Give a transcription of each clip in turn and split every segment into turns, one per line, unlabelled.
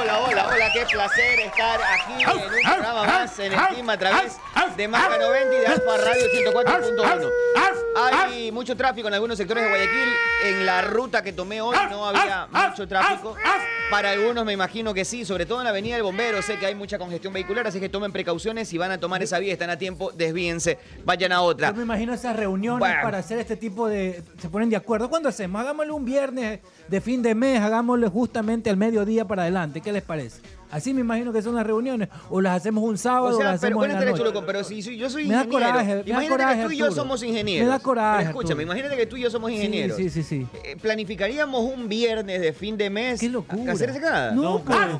hola, hola, hola, qué placer estar aquí en un programa más en Estima a través de Maca 90 y de Alfa Radio 104.1. Hay mucho tráfico en algunos sectores de Guayaquil. En la ruta que tomé hoy no había mucho tráfico. Para algunos me imagino que sí, sobre todo en la Avenida del Bombero. Sé que hay mucha congestión vehicular, así que tomen precauciones. Si van a tomar esa vía, están a tiempo, desvíense, vayan a otra.
Yo me imagino esas reuniones
Bueno.
para hacer este tipo de. Se ponen de acuerdo. ¿Cuándo hacemos? Hagámoslo un viernes de fin de mes, hagámoslo justamente al mediodía para adelante. ¿Qué les parece? Así me imagino que son las reuniones. O las hacemos un sábado
O
o,
sea,
las
pero
hacemos en
bueno,
la
tenés
noche.
Cholucón, pero si soy- yo soy
Me da
ingeniero,
coraje, me da
imagínate
coraje,
que tú y yo
Arturo.
somos ingenieros.
Me da coraje,
Pero escúchame,
Arturo.
imagínate que tú y yo somos
Sí,
ingenieros.
sí, sí, sí.
Eh, ¿Planificaríamos un viernes de fin de mes?
Qué locura.
¿Hacer esa cagada?
Nunca.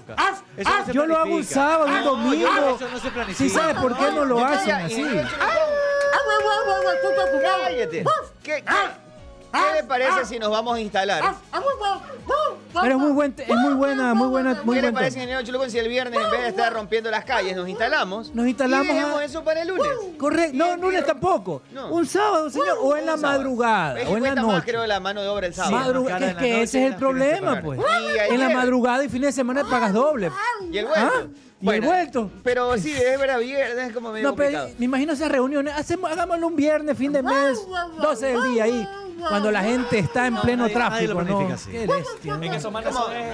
Eso no se
yo lo hago un
planifica.
sábado, un
Ah, no,
domingo.
yo- eso no se planifica.
Sí, ¿sabes por qué no lo
Yo
hacen
estaría
así?
ingeniero Cholucón. Cállate. ¿Qué, qué- qué le parece si nos vamos a instalar?
Ah. Pero es muy buen, es muy buena, muy buena, muy
¿Qué le
buen
parece,
tema.
ingeniero Cholucón, si el viernes en vez de estar rompiendo las calles nos instalamos?
Nos instalamos
Y dejemos
a-
eso para el lunes.
Correcto. No, lunes tampoco. Un sábado, señor, o en la madrugada,
Es que
o en la
cuesta más,
noche.
creo, la mano de obra el sábado.
Madru-
Más
que es
cara en la
que ese
noche
es el
y las fines de
problema,
semana.
pues.
Y ahí
En la
es.
madrugada y fin de semana pagas doble.
Y el vuelto.
Ah, Y
Bueno,
el vuelto.
Pero sí, es verdad, viernes es como medio
No, pero
complicado.
me imagino esas reuniones. Hacemos, hagámoslo un viernes, fin de mes, 12 del día ahí, cuando la gente está en pleno
nadie- nadie lo
tráfico. ¿no?
planifica así.
Qué bestia.
En esos manos
¿Cómo?
son- es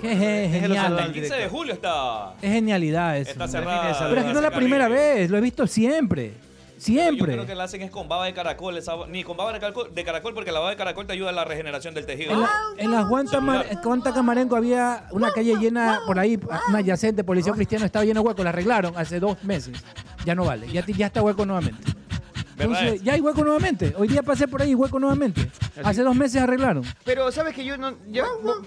Qué ge-
Déjelo
genial.
saludar
el
al
15
director.
de julio está.
Es genialidad eso.
Está
¿no?
cerrada.
Pero es que no es la
ese
primera
carril.
vez, lo he visto siempre.
Yo
Siempre.
creo que la hacen es con baba de caracol, esa- ni con baba de caracol, de caracol, porque la baba de caracol te ayuda a la regeneración del tejido.
En la, en la Juan, Tamar- en Juan Tacamarenco había una calle llena por ahí, una yacente, policía cristiana, estaba llena de huecos, la arreglaron hace dos meses. Ya no vale, ya, ti- ya está hueco nuevamente.
¿Verdad
Entonces,
es?
ya hay hueco nuevamente. Hoy día pasé por ahí y hueco nuevamente. Hace dos meses arreglaron.
Pero sabes que yo no, yo no-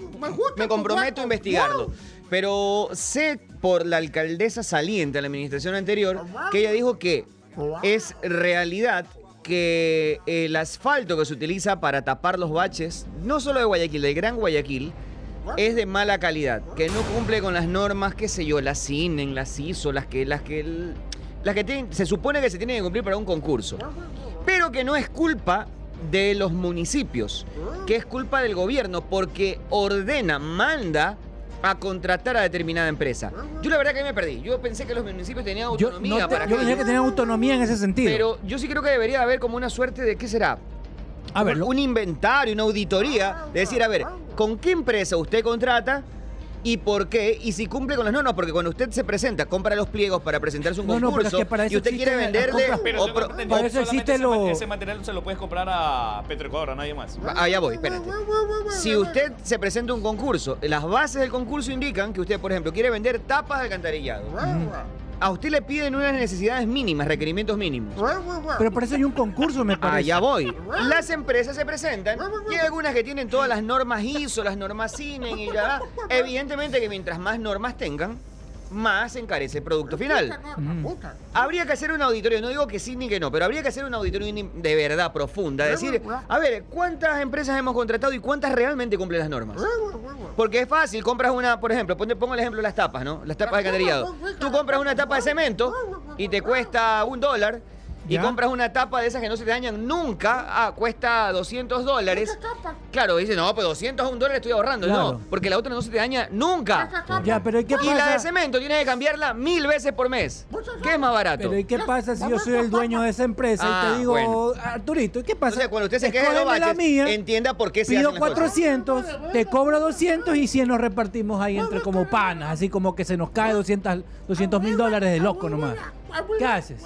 me comprometo a investigarlo. Pero sé por la alcaldesa saliente de la administración anterior que ella dijo que es realidad que el asfalto que se utiliza para tapar los baches, no solo de Guayaquil, del Gran Guayaquil, es de mala calidad, que no cumple con las normas, qué sé yo, las CINEN, las ISO, las que, las que, las que tienen- se supone que se tienen que cumplir para un concurso pero que no es culpa de los municipios, que es culpa del gobierno porque ordena, manda a contratar a determinada empresa. Yo la verdad que ahí me perdí. Yo pensé que los municipios tenían
Yo, no
autonomía
te-
para
yo pensé
aquello.
que tenía autonomía en ese sentido.
Pero yo sí creo que debería haber como una suerte de qué será.
A ver, lo-
un inventario, una auditoría, de decir, a ver, ¿con qué empresa usted contrata? ¿Y por qué? Y si cumple con las normas, porque cuando usted se presenta, compra los pliegos para presentarse a un
No, no,
concurso
pero es que para
y
eso
usted quiere
existen las
venderle
compras-
Pero
o
tengo
pro-
entendido
para
que
eso
solamente
existe
ese ma-
lo-
Ese material se lo puedes comprar a Petroecuador, a nadie más.
Allá Ah, voy, espérate. Si usted se presenta a un concurso, las bases del concurso indican que usted, por ejemplo, quiere vender tapas de alcantarillado. A usted le piden unas necesidades mínimas, requerimientos mínimos.
Pero para eso hay un concurso, me parece.
Allá voy. Las empresas se presentan y hay algunas que tienen todas las normas ISO, las normas CINEN y ya. Evidentemente que mientras más normas tengan, más se encarece el producto final. Habría que hacer un auditorio, no digo que sí ni que no, pero habría que hacer un auditorio ni- de verdad profunda. Decir, a ver, ¿cuántas empresas hemos contratado y cuántas realmente cumplen las normas? Porque es fácil, compras una, por ejemplo, ponte- pongo el ejemplo de las tapas, ¿no? Las tapas de alcantarillado. Tú compras una tapa de cemento y te cuesta un dólar. y compras una tapa de esas que no se te dañan nunca, ah, cuesta 200 dólares. Claro, dice, no, pues 200 a un dólar estoy ahorrando.
Claro.
No, porque la otra no se te daña nunca.
Ya, pero ¿y qué
Y la de
pasa?
cemento tienes que cambiarla mil veces por mes. ¿Qué es más barato?
Pero ¿y qué pasa si yo soy el dueño de esa empresa y
Ah,
te digo,
bueno.
Arturito, ¿y qué pasa?
Entonces, cuando usted se queje de los
Escógeme la
baches,
mía,
entienda por qué se
pido
hacen las cosas.
400, te cobro 200 y 100 nos repartimos ahí entre como panas, así como que se nos cae 200 mil dólares de loco nomás. ¿Qué haces?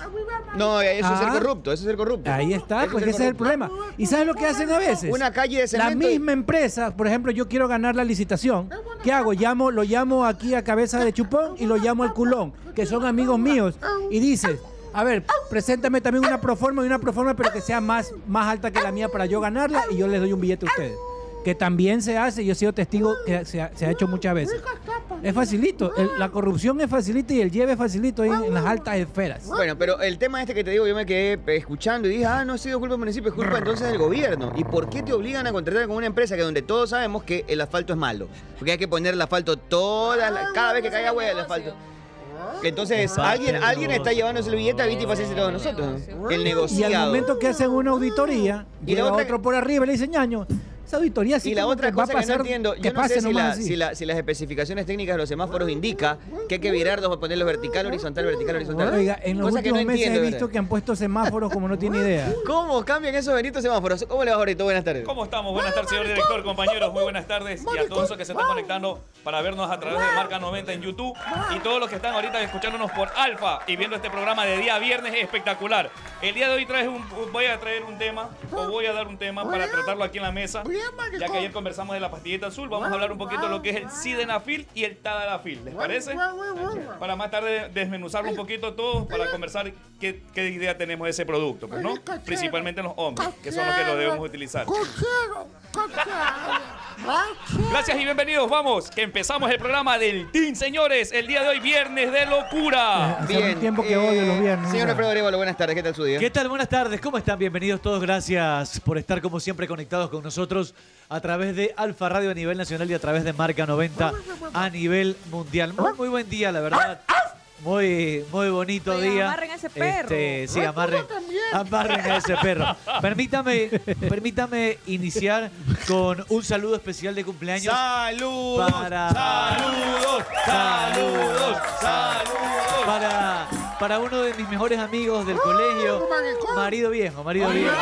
No, eh, eso es ser
Ah.
corrupto, eso es ser corrupto.
Ahí está,
Eso
porque
ser
ese es el
corrupto.
problema. ¿Y sabes lo que hacen a veces?
Una calle de
La
cemento y-
misma empresa, por ejemplo, yo quiero ganar la licitación. ¿Qué hago? Llamo, lo llamo aquí a cabeza de chupón y lo llamo al culón, que son amigos míos. Y dices, a ver, preséntame también una proforma y una proforma, pero que sea más, más alta que la mía para yo ganarla y yo les doy un billete a ustedes. Que también se hace, yo he sido testigo que se ha, se ha hecho muchas veces. Es facilito, el- la corrupción es facilita y el lleve es facilito ahí en, en las altas esferas.
Bueno, pero el tema este que te digo, yo me quedé eh, escuchando y dije, ah, no ha sido culpa del municipio, es culpa entonces del gobierno. ¿Y por qué te obligan a contratar con una empresa que donde todos sabemos que el asfalto es malo? Porque hay que poner el asfalto toda la- cada vez que caiga agua el asfalto. Entonces, alguien, alguien está llevándose el billete a Viti Paciencia y todos nosotros. El
Y al
negociado.
momento que hacen una auditoría,
Y la
llega
otra-
otro por arriba y le dicen, ñaño, esa auditoría sí
y la
como
otra
que va
cosa
a
que no
pasar
entiendo,
que
yo no sé
pase
si,
nomás
la-
así".
si la- si las especificaciones técnicas de los semáforos indica que hay que virarlos para ponerlos vertical, horizontal, vertical, horizontal.
Oiga, en los
Cosa que
últimos
no
meses
entiendo,
he
¿verdad?
visto que han puesto semáforos como no tiene idea.
¿Cómo cambian esos benditos semáforos? ¿Cómo le va, Jorito? Buenas tardes.
¿Cómo estamos? Buenas tardes, señor director, compañeros. Muy buenas tardes. Y a todos los que se están conectando para vernos a través de Marca 90 en YouTube. Y todos los que están ahorita escuchándonos por Alfa y viendo este programa de día viernes espectacular. El día de hoy traes un, voy a traer un tema, o Ah. voy a dar un tema para tratarlo aquí en la mesa. Ya que ayer conversamos de la pastillita azul, vamos a hablar un poquito de lo que es el sidenafil y el tadalafil. ¿Les parece? Para más tarde desmenuzarlo un poquito todos para conversar qué, qué idea tenemos de ese producto, pues, ¿no? Principalmente en los hombres, que son los que lo debemos utilizar. Gracias y bienvenidos. Vamos, que empezamos el programa del Team, señores. El día de hoy, viernes de
Eh,
locura.
Hace un tiempo que odio los viernes.
Eh, Señor Alfredo Arevalo, buenas tardes. ¿Qué tal su día?
¿Qué tal? Buenas tardes, ¿cómo están? Bienvenidos todos, gracias por estar como siempre conectados con nosotros a través de Alfa Radio a nivel nacional y a través de Marca 90 a nivel mundial. Muy, muy buen día, la verdad.
Ah,
Muy, muy bonito
Oigan,
día.
amarren a ese perro.
Este, sí, amarren, amarren a ese perro. Permítame, permítame iniciar con un saludo especial de cumpleaños.
Saludos,
para,
saludos, saludos, saludos. Uh,
Para, para uno de mis mejores amigos del colegio, marido viejo, marido viejo.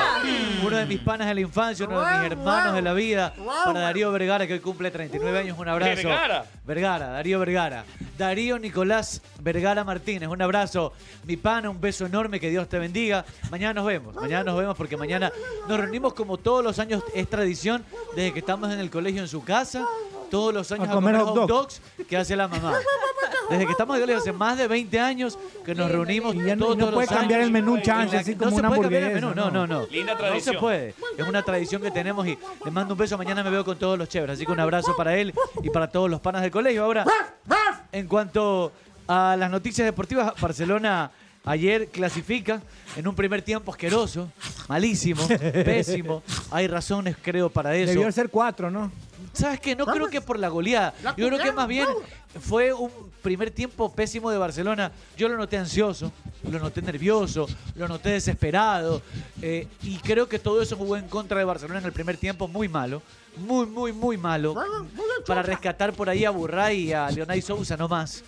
Uno de mis panas de la infancia, uno de mis hermanos de la vida. Para Darío Vergara, que hoy cumple 39 años, un abrazo.
Uh, Vergara.
Vergara, Darío Vergara. Darío Nicolás Vergara Martínez, un abrazo. Mi pana, un beso enorme, que Dios te bendiga. Mañana nos vemos, mañana nos vemos porque mañana nos reunimos como todos los años, es tradición, desde que estamos en el colegio en su casa, todos los años
A comer hot dog.
dogs que hace la mamá. Desde que estamos en el colegio hace más de 20 años que nos reunimos
Y ya no,
todos
y no
los
puede
años.
cambiar el menú un
Y
chance,
la-
así
no
como
se
una
puede cambiar
hamburguesa.
el menú, no, no, no.
Linda
No se
tradición.
puede. Es una tradición que tenemos y le mando un beso. Mañana me veo con todos los chéveres. Así que un abrazo para él y para todos los panas del colegio. Ahora, en cuanto a las noticias deportivas, Barcelona ayer clasifica en un primer tiempo asqueroso, malísimo, pésimo. Hay razones, creo, para eso.
Debió ser cuatro, ¿no?
¿Sabes qué? No creo que por la goleada. Yo creo que más bien fue un primer tiempo pésimo de Barcelona. Yo lo noté ansioso, lo noté nervioso, lo noté desesperado. eh, y creo que todo eso jugó en contra de Barcelona en el primer tiempo muy malo. Muy, muy, muy malo. Para rescatar por ahí a Burray y a Leonay Sousa no más.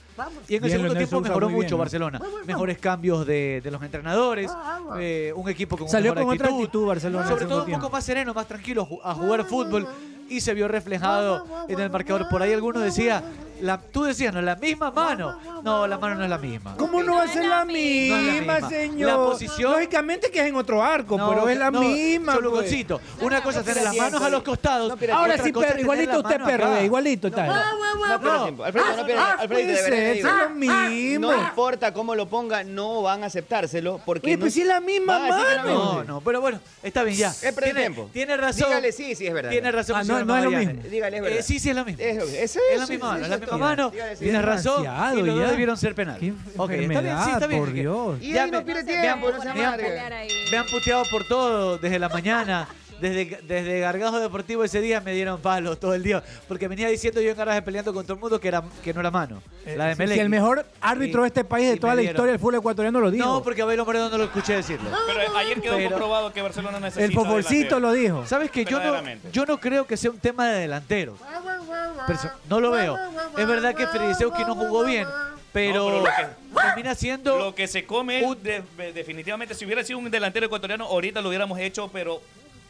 Y en
Bien,
el segundo
Leonel
tiempo
Sousa,
mejoró
muy bien,
mucho
¿no?
Barcelona. Mejores cambios de, de los entrenadores. eh, un equipo con
Salió
mejor
con otra actitud Barcelona. en el
sobre todo
segundo
un
tiempo.
poco más sereno, más tranquilo ju- a jugar fútbol y se vio reflejado en el marcador. Por ahí algunos decía, la, tú decías, no, la misma mano. No, la mano no es la misma.
¿Cómo no va a ser la misma,
misma.
señor?
La posición-
Lógicamente que es en otro arco,
No,
pero es la
no,
misma.
solo
pues.
Goncito. Una cosa es tener las
Siento,
manos a los costados.
pero
Ahora
otra
sí,
cosa es
perro,
tener
igualito
la
usted,
mano
perro,
acá.
eh, igualito tal.
No pierdas tiempo. Alfredo,
Ah,
no pierdas. Alfredo, de
Ah, puede
verdad te
ser,
digo.
es lo mismo.
Ah, No importa cómo lo ponga, no van a aceptárselo porque
Oye,
no
pues si es la misma
Ah,
van a decir que la
mano.
misma.
No, no, pero bueno, está bien ya.
Es perder
tiene,
tiempo.
tiene razón.
Dígale sí, sí es verdad.
Tiene razón.
Ah, no,
señor
no es lo
Magallanes.
mismo.
Dígale es verdad.
Eh, sí, sí, es la misma.
Es lo- es eso,
Es la misma
es
mano, es
eso
la misma
todo.
mano.
Dígale sí,
Tienes
es
razón.
demasiado
Y los
ya.
dos debieron ser penal.
Qué
Ok, está bien, sí, está
enfermedad,
bien.
por Dios.
Y ahí no pierde
me-
tiempo,
me
no se
han- me han-
amargue.
me han puteado por todo desde la mañana. Desde, desde Gargajo Deportivo ese día me dieron palos todo el día. Porque venía diciendo yo en garaje peleando con todo el mundo que, era, que no era mano. La de
si-
Melec.
si Eh, el mejor árbitro
Y-
de este país de
y
toda
me
la
dieron.
historia del fútbol ecuatoriano lo dijo.
No, porque a Belo Moreno no lo escuché decirlo.
Pero eh, ayer quedó
Pero-
comprobado que Barcelona necesita.
el foforcito
delantero.
lo dijo.
¿Sabes que yo no,
Verdaderamente.
yo no creo que sea un tema de delantero? Perso- no lo veo. Es verdad que Fridisewski no jugó bien, pero,
No, pero lo
termina siendo
Lo que se come, de- de- definitivamente, si hubiera sido un delantero ecuatoriano, ahorita lo hubiéramos hecho, pero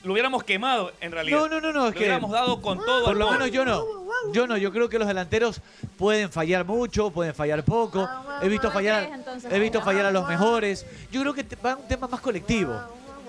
lo hubiéramos quemado en realidad.
No, no, no, no, es
Lo
que
hubiéramos dado con todo.
Por
al
lo
gol.
menos yo no. Yo no, yo creo que los delanteros pueden fallar mucho, pueden fallar poco. He visto fallar, he visto fallar a los mejores. Yo creo que te- va un tema más colectivo.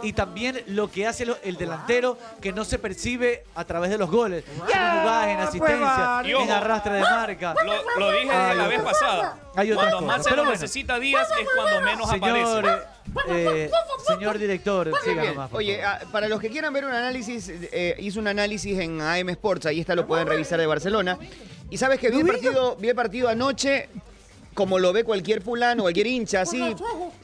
Y también lo que hace lo- el delantero que no se percibe a través de los goles. En jugadas, en asistencia,
Y ojo,
en arrastre de marca.
Lo, lo dije
Hay
la vez
otra-
pasada.
hay otra
Cuando
cosa.
más se
Pero
lo
bueno.
necesita Díaz es cuando menos
Señor,
aparece.
eh, eh, señor director,
Muy
siga
bien.
nomás. por
Oye, ah, para los que quieran ver un análisis, eh, hice un análisis en AM Sports, ahí está, lo pueden revisar de Barcelona. Y sabes que vi el partido, vi el partido anoche, como lo ve cualquier fulano, cualquier hincha, así,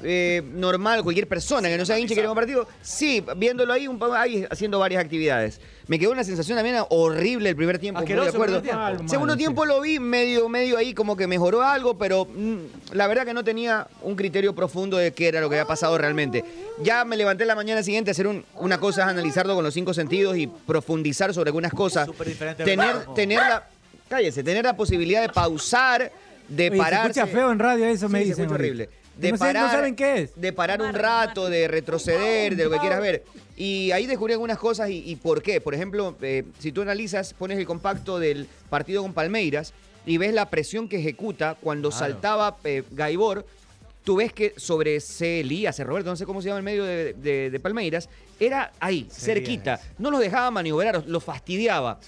eh, normal, cualquier persona que no sea hincha y quiere ver un partido, sí, viéndolo ahí, un, poco ahí haciendo varias actividades. Me quedó una sensación también horrible el primer tiempo, muy de
Asqueroso
acuerdo.
primer tiempo.
Segundo tiempo lo vi medio, medio ahí, como que mejoró algo, pero mm, la verdad que no tenía un criterio profundo de qué era lo que había pasado realmente. Ya me levanté la mañana siguiente a hacer un- una cosa, es analizarlo con los cinco sentidos y profundizar sobre algunas cosas.
diferente
Tener,
ritmo.
tener la, cállese, tener la posibilidad de pausar, de
Oye, se
parar.
escucha feo en radio eso, me
Sí, se
dicen.
escucha horrible. De
No sé- no
parar,
saben qué es.
De parar un rato, de retroceder, de lo que quieras ver. Y ahí descubrí algunas cosas y, y por qué. Por ejemplo, eh, si tú analizas, pones el compacto del partido con Palmeiras y ves la presión que ejecuta cuando
Claro.
saltaba eh, Gaibor. Tú ves que sobre Celías, Roberto, no sé cómo se llama el medio de, de- de Palmeiras, era ahí, cerquita. No los dejaba maniobrar, los- los fastidiaba.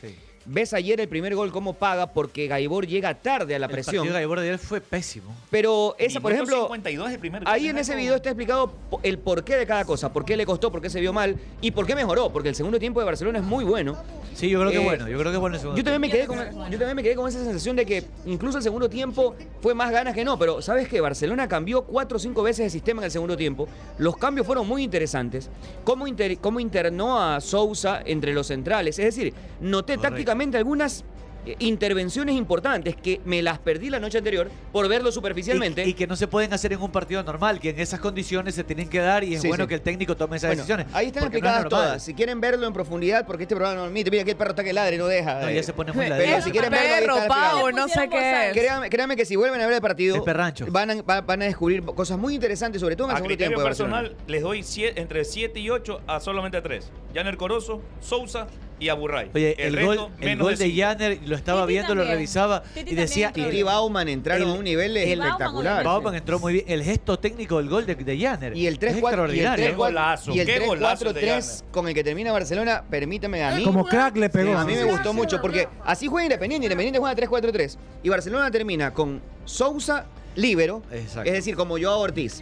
Ves ayer el primer gol cómo paga porque Gaibor llega tarde a la
El
presión.
partido de Gaibor de ayer fue pésimo.
Pero esa, por
Minuto
ejemplo,
52 el primer
ahí en ese video está explicado po- el porqué de cada cosa, por qué le costó, por qué se vio mal y por qué mejoró, porque el segundo tiempo de Barcelona es muy bueno.
Sí, yo creo que
Eh,
bueno, yo creo que bueno el segundo
Yo también, me quedé con, yo también me quedé con esa sensación de que incluso el segundo tiempo fue más ganas que no, pero ¿sabes qué? Barcelona cambió cuatro o cinco veces el sistema en el segundo tiempo. Los cambios fueron muy interesantes. ¿Cómo, inter- cómo internó a Sousa entre los centrales? Es decir, noté tácticamente algunas eh, intervenciones importantes que me las perdí la noche anterior por verlo superficialmente.
Y, y que no se pueden hacer en un partido normal, que en esas condiciones se tienen que dar y es
Sí,
bueno
sí.
que el técnico tome esas
Bueno,
decisiones.
Ahí están
porque no es
explicadas
normal.
todas. Si quieren verlo en profundidad, porque este programa no admite. Mira que el perro está que ladre, no deja.
No,
eh.
ya se pone muy
Pero
ladrillo.
si quieren
Perro,
verlo, ahí está explicado.
pavo, no sé qué es.
Créanme, créanme que si vuelven a ver el partido,
El perrancho.
Van, a, va- van a descubrir cosas muy interesantes, sobre todo en el
A
segundo
criterio
tiempo. de
personal,
Barcelona.
les doy sie- entre 7 y 8 a solamente 3. Janer Corozo, Sousa y Aburray.
Oye, el, gol, el gol de
cinco.
Janner lo estaba viendo, lo
también.
revisaba y decía.
entró. Titi Bauman entraron a un nivel espectacular.
Bauman entró muy bien. El gesto técnico del gol de, de Janner.
Y el 3-4
es
y el
extraordinario. ¿eh?
3-4 y el 3-4-3
3
con el que termina Barcelona, permítame a mí.
Como crack le pegó.
A mí me gustó mucho porque así juega Independiente. Independiente juega 3-4-3. Y Barcelona termina con Sousa Libero,
Exacto.
es decir, como Joao Ortiz.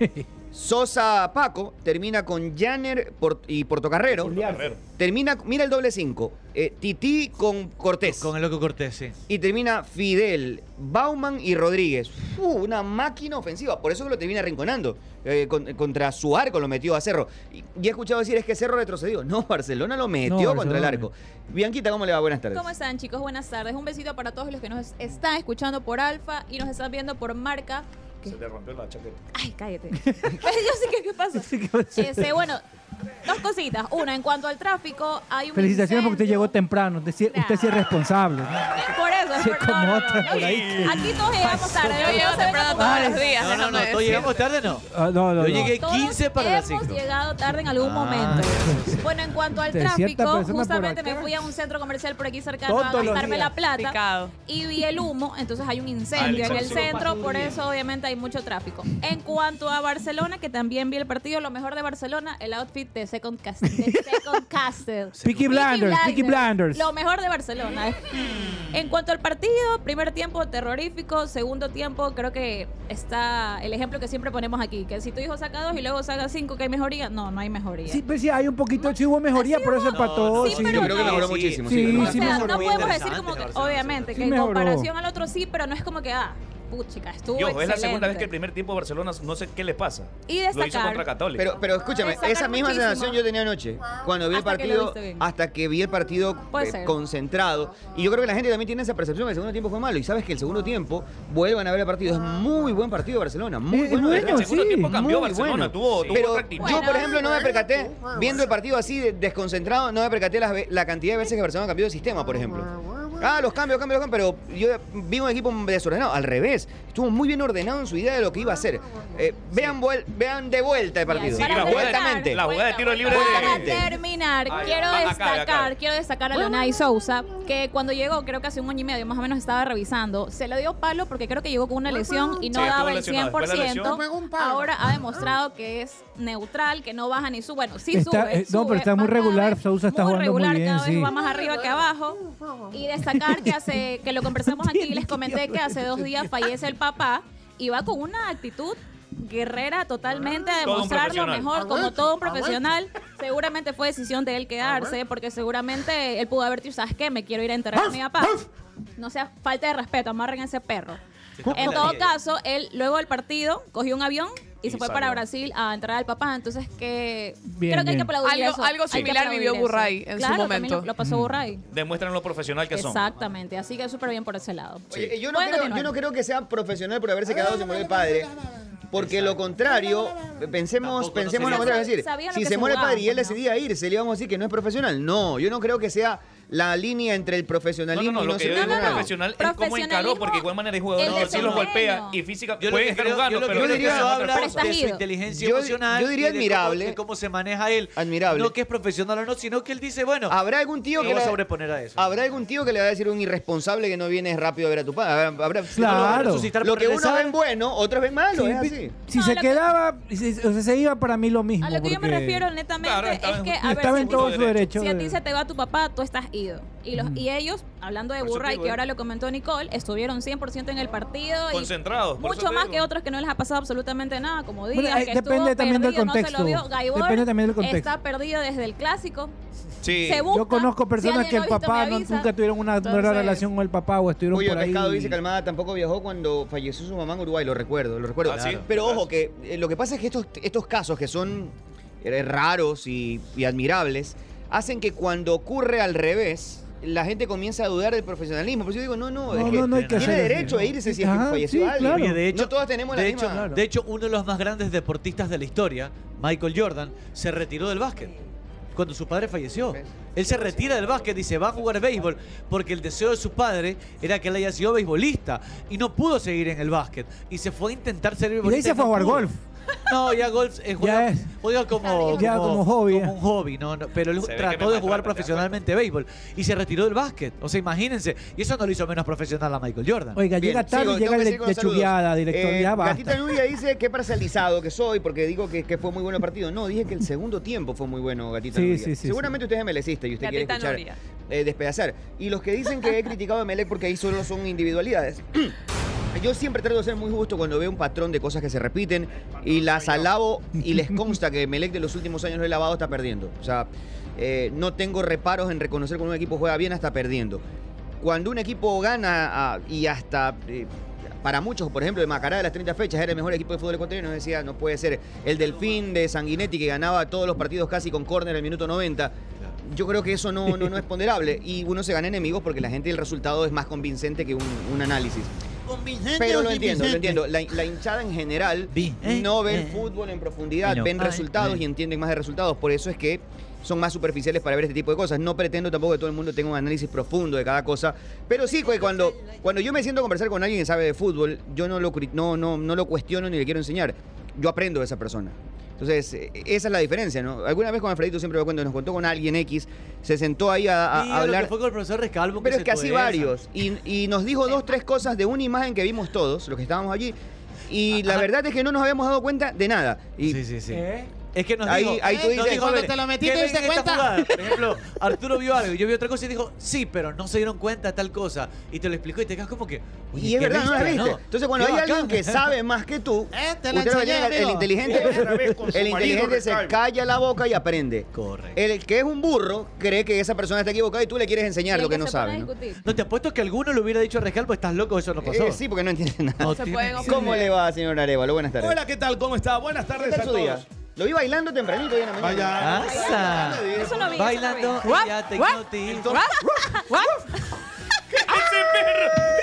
Sosa Paco termina con Janner Port- y Portocarrero. Termina, mira el doble 5. Tití con Cortés.
Con el loco Cortés, sí.
Y termina Fidel, Bauman y Rodríguez. Uh, una máquina ofensiva. Por eso que lo termina arrinconando. Eh, con- contra su arco lo metió a Cerro. Y, y he escuchado decir es que Cerro retrocedió. No, Barcelona lo metió contra el
Barcelona.
arco. Bianquita, ¿cómo le va?
Pues.
Buenas tardes.
¿Cómo están chicos? Buenas tardes. Un besito para todos los que nos están escuchando por Alfa y nos están viendo por Marca.
Se le rompió la chaqueta.
Ay, cállate. Yo sé que qué pasa. Este, bueno, dos cositas. Una, en cuanto al tráfico, hay un
Felicitaciones porque usted llegó temprano. Usted, sí- usted sí es responsable.
Por eso,
Se
por- no, no, no,
acomoda por
no.
ahí.
Aquí todos llegamos tarde.
Yo llego temprano todos
Vale.
los días,
No, no, no.
déjame
¿Todos llegamos tarde no?
Ah, no, no,
Yo
no.
llegué
Todos
15 para las 5.
Hemos llegado tarde en algún
Ah.
momento. Bueno, en cuanto al
De cierta
tráfico,
persona pues por
justamente
acá.
me fui a un centro comercial por aquí cercano
Todos
a
los
gastarme
días.
la plata y vi el humo, entonces hay un incendio
Alex,
en el
Alex,
centro,
Alex.
por eso obviamente hay mucho tráfico. En cuanto a Barcelona, que también vi el partido, lo mejor de Barcelona, el outfit de Second Castle. De Second Castle.
Peaky Blinders, Peaky Blinders.
Lo mejor de Barcelona. En cuanto al partido, primer tiempo terrorífico, segundo tiempo creo que está el ejemplo que siempre ponemos aquí, que si tu hijo saca dos y luego saca cinco, que hay mejoría. No, no hay mejoría.
Sí, pero sí, hay un poquito, sí hubo mejoría, por eso empató.
sí, pero Yo creo que no. mejoró muchísimo,
Sí,
o
sí
sea,
mejoró.
no podemos decir como que, obviamente,
Sí
que en
mejoró.
comparación al otro sí, pero no es como que, ah, puchica, estuvo
Yo, es la segunda
excelente.
vez que el primer tiempo Barcelona, no sé qué le pasa.
Y
Lo hizo
destacar-
contra Católica.
Pero, pero escúchame,
Destacar
esa misma
muchísimo.
sensación yo tenía anoche. Cuando vi el
Hasta que lo
partido,
viste bien.
hasta que vi el partido
Puede
eh,
ser.
concentrado. Y yo creo que la gente también tiene esa percepción que el segundo tiempo fue malo. Y sabes que el segundo tiempo vuelvan a ver el partido. Es muy buen partido de Barcelona. Muy
Es
bueno.
bueno, El segundo sí. tiempo cambió
Muy
Barcelona, tuvo- tuvo
pero
otra actitud.
yo, por ejemplo, no me percaté, viendo el partido así de- desconcentrado, no me percaté las ve- la, cantidad de veces que Barcelona cambió de sistema, por ejemplo. Ah, los cambios, cambios, cambios, pero yo vi un equipo desordenado. Al revés, estuvo muy bien ordenado en su idea de lo que iba a hacer. Eh, vean, vuel- vean de vuelta el partido.
Sí, la jugada,
Vueltamente.
la jugada de tiro libre
Para
de...
terminar,
Ay,
quiero
Ah, acá, acá,
destacar,
acá.
quiero destacar a Leonay Sousa, que cuando llegó, creo que hace un año y medio más o menos estaba revisando, se le dio palo porque creo que llegó con una lesión y no
Sí, estuvo
daba el
lesionado.
100%.
Después de la lesión-
Ahora ha demostrado que es neutral, que no baja ni sube. Bueno, sí
Está-
sube,
eh, no,
sube,
pero está muy
baja,
regular. Sousa está
muy
jugando
regular,
muy bien,
cada vez
sí.
va más arriba que abajo. Y destacar que hace, que lo conversamos aquí, les comenté que hace dos días fallece el papá y va con una actitud guerrera totalmente
Todo
a
un
demostrar lo
profesional.
mejor, como todo un profesional. Seguramente fue decisión de él quedarse, porque seguramente él pudo haber dicho, ¿sabes qué? Me quiero ir a enterrar a mi papá. No sea falta de respeto, amarren a ese perro. En todo caso, él luego del partido cogió un avión y,
Y
se fue
salió.
para Brasil a entrar al papá. Entonces, que
Bien,
creo que hay que
bien.
aplaudir
Algo-
eso.
algo
Hay que
similar
aplaudir
vivió
eso.
Burray en su
Claro, también
momento.
Lo, lo
Mm.
pasó Burray.
Demuestran lo profesional que son.
Exactamente. Así que súper bien por ese lado.
Oye, eh, yo, no
Pueden
creo,
continuar.
yo no creo que sea profesional por haberse quedado sin morir el padre. Porque lo contrario, pensemos, pensemos en lo
sería.
contrario, es decir,
Sabía lo
si
que
se
se
muere el
jugaba,
padre y él
pues,
decidía irse, le íbamos a decir que no es profesional. No, yo no creo que sea la línea entre el
No,
profesionalismo
no, no,
y
lo
no
que yo
ser
digo es
profesional.
profesional es cómo encaró, porque de igual manera hay
el
jugadores que sí los
desempeño.
golpea y física
Yo lo
pueden
que
estar
creo-
jugando,
yo lo que
pero
creo que
diría-
eso habla
Pero
de su
Prestagido.
inteligencia
Yo-
emocional.
yo diría
y de cómo-
admirable.
de cómo se maneja él.
Admirable.
No que es profesional o no, sino que él dice, bueno,
Habrá algún tío
me
que
voy a
le-
sobreponer a eso.
Habrá algún tío que le va a decir a un irresponsable que no vienes rápido a ver a tu padre. Habrá- habrá-
Claro.
Lo que uno ven bueno, otros ven malo,
Sí,
es
pi-
así.
Si se quedaba, si, o sea, se iba para mí lo mismo.
A lo que yo me
porque-
refiero netamente es que, a ver,
estaba
si,
en
a
todo
ti-
su derecho.
si a ti
de- Mm.
se te va tu papá, tú estás ido. Y, los, y ellos, hablando de
Por eso te
burra y
digo,
que
eh.
ahora lo comentó Nicole, estuvieron 100% en el partido y
Concentrados. por eso
mucho
te
más
digo.
que otros que no les ha pasado absolutamente nada, como digas,
Bueno, eh,
que
depende
estuvo
también del
perdido,
contexto.
no se lo vio. Gaibor
Depende también del contexto.
está perdido desde el clásico.
Sí.
Se busca.
Yo conozco
Si
personas
alguien
que
lo
el
ha visto,
papá
me
no-
avisa.
nunca tuvieron una buena
Entonces-
relación con el papá o estuvieron
Oye,
por ahí.
Pescado dice que Almada tampoco viajó cuando falleció su mamá en Uruguay, lo recuerdo, lo recuerdo.
Ah, sí.
Pero ojo, que eh, lo que pasa es que estos, estos casos que son eh, raros y, y admirables, hacen que cuando ocurre al revés, la gente comienza a dudar del profesionalismo. Por eso yo digo, no, no,
No,
es que
no, no hay que
tiene
hacer eso.
derecho a irse si es que
Ajá,
falleció
sí,
alguien.
claro. Oye,
de hecho-
no todos tenemos la
de
misma...
hecho, de hecho, uno de los más grandes deportistas de la historia, Michael Jordan, se retiró del básquet cuando su padre falleció. Él se retira del básquet y se va a jugar béisbol porque el deseo de su padre era que él haya sido beisbolista y no pudo seguir en el básquet y se fue a intentar ser
Y de
beisbolista.
ahí se fue a
no
jugar
pudo.
golf.
No, ya golf eh, juega,
es-
juega como,
Ya como hobby.
como un hobby, no, no, pero
Se
él
ve que me
trató de jugar
maltrata,
profesionalmente béisbol y se retiró del básquet. O sea, imagínense, y eso no lo hizo menos profesional a Michael Jordan.
Oiga,
Bien,
llega tarde, y
sigo, tengo
llega
que
le-
seguir con saludos.
lechugueada, director,
Eh,
ya
Gatita
basta.
Nuria dice que parcializado que soy porque digo que, que fue muy bueno el partido. No, dije que el segundo tiempo fue muy bueno, Gatita
Sí,
Nuria.
sí, sí,
Seguramente usted es melecista y usted
Gatita
quiere
Nuria.
escuchar eh, despedazar. Y los que dicen que he criticado a Melec porque ahí solo son individualidades. Yo siempre trato de ser muy justo cuando veo un patrón de cosas que se repiten y las alabo y les consta que Melec de los últimos años lo he lavado está perdiendo. O sea, eh, no tengo reparos en reconocer cuando un equipo juega bien hasta perdiendo. Cuando un equipo gana ah, y hasta eh, para muchos, por ejemplo, de Macará de las 30 fechas era el mejor equipo de fútbol ecuatoriano, nos decía, no puede ser el Delfín de Sanguinetti que ganaba todos los partidos casi con córner el minuto 90. Yo creo que eso no, no, no es ponderable y uno se gana enemigos porque la gente el resultado es más convincente que un- un análisis. Pero lo entiendo, lo entiendo. La, la hinchada en general no ve el fútbol en profundidad,
eh, Ay, eh. no.
ven
Ay,
resultados
ay.
y entienden más de resultados. Por eso es que son más superficiales para ver este tipo de cosas. No pretendo tampoco que todo el mundo tenga un análisis profundo de cada cosa. Pero sí, que cuando, cuando yo me siento a conversar con alguien que sabe de fútbol, yo no lo, cri- no, no, no lo cuestiono ni le quiero enseñar. Yo aprendo de esa persona. Entonces, eh, esa es la diferencia, ¿no? Alguna vez con Alfredito siempre me cuento, nos contó con alguien X, se sentó ahí a, a- a
Diga lo
hablar.
que fue con el profesor Rescalvo.
Pero es
se
que así
tuerza.
varios. Y, y nos dijo dos, tres cosas de una imagen que vimos todos, los que estábamos allí. Y la verdad es que no nos habíamos dado cuenta de nada. Y
Ah, Sí, sí, sí.
¿Eh?
Es que nos
Ahí-
dijo.
ahí tú
nos
dices,
dijo,
cuando
a ver,
te lo metí,
¿qué
¿te
ven
diste
en esta
cuenta?
jugada? Por ejemplo, Arturo vio algo y yo vi otra cosa y dijo, sí, pero no se dieron cuenta de tal cosa. Y te lo explicó y te quedas como que. oye,
Y es
¿qué
verdad, no la
viste?
viste. Entonces, cuando
Qué
hay
bacán.
alguien que sabe más que tú,
te
Eh, la
usted lo
enseñé,
llama el, el
amigo.
inteligente,
Otra vez con su
el
marido
inteligente se
Ricardo.
calla la boca y aprende.
Correcto.
El que es un burro cree que esa persona está equivocada y tú le quieres enseñar
Y el
lo que,
que
no
se
sabe.
pone a
¿no?
No, te apuesto que alguno le hubiera dicho a Rescalvo, estás loco, eso no pasó.
Eh, sí, porque no entiende nada.
No Se tiene- pueden ofender.
¿Cómo le va, señor Arevalo? Buenas tardes.
Hola, ¿qué tal? ¿Cómo está? Buenas tardes
¿Qué tal
a
su
todos.
día? Lo vi bailando tempranito hoy en la mañana.
Vaya.
Pasa.
Eso lo vi, eso
Bailando,
lo vi.
ella te
Guap,
hipnotiza.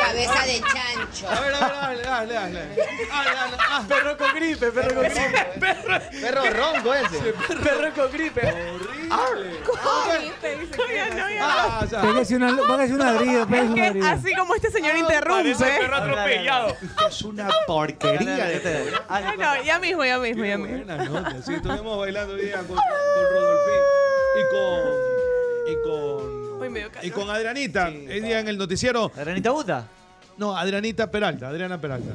Cabeza de chancho.
A ver, a ver, hazle, hazle, hazle. Hazle, hazle. Ah.
Perro con gripe, perro con gripe.
Perro,
perro ronco ese.
Perro con gripe.
Horrible.
Todavía no, ya no.
Ah, ya. Ah,
Pégase una- pégase un ladrillo, pégase un
Es que
ladrillo.
así como este señor interrumpe.
Parece perro atropellado. Es una porquería de perro.
Ah, no, ya mismo, ya mismo, ya mismo.
Buenas noches. Sí, estuvimos bailando hoy día con, con Rodolfín y con.
Uy, medio
Y con, y con Adrianita. Hoy día en el noticiero.
¿Adrianita Buda?
No, Adrianita Peralta. Adriana Peralta.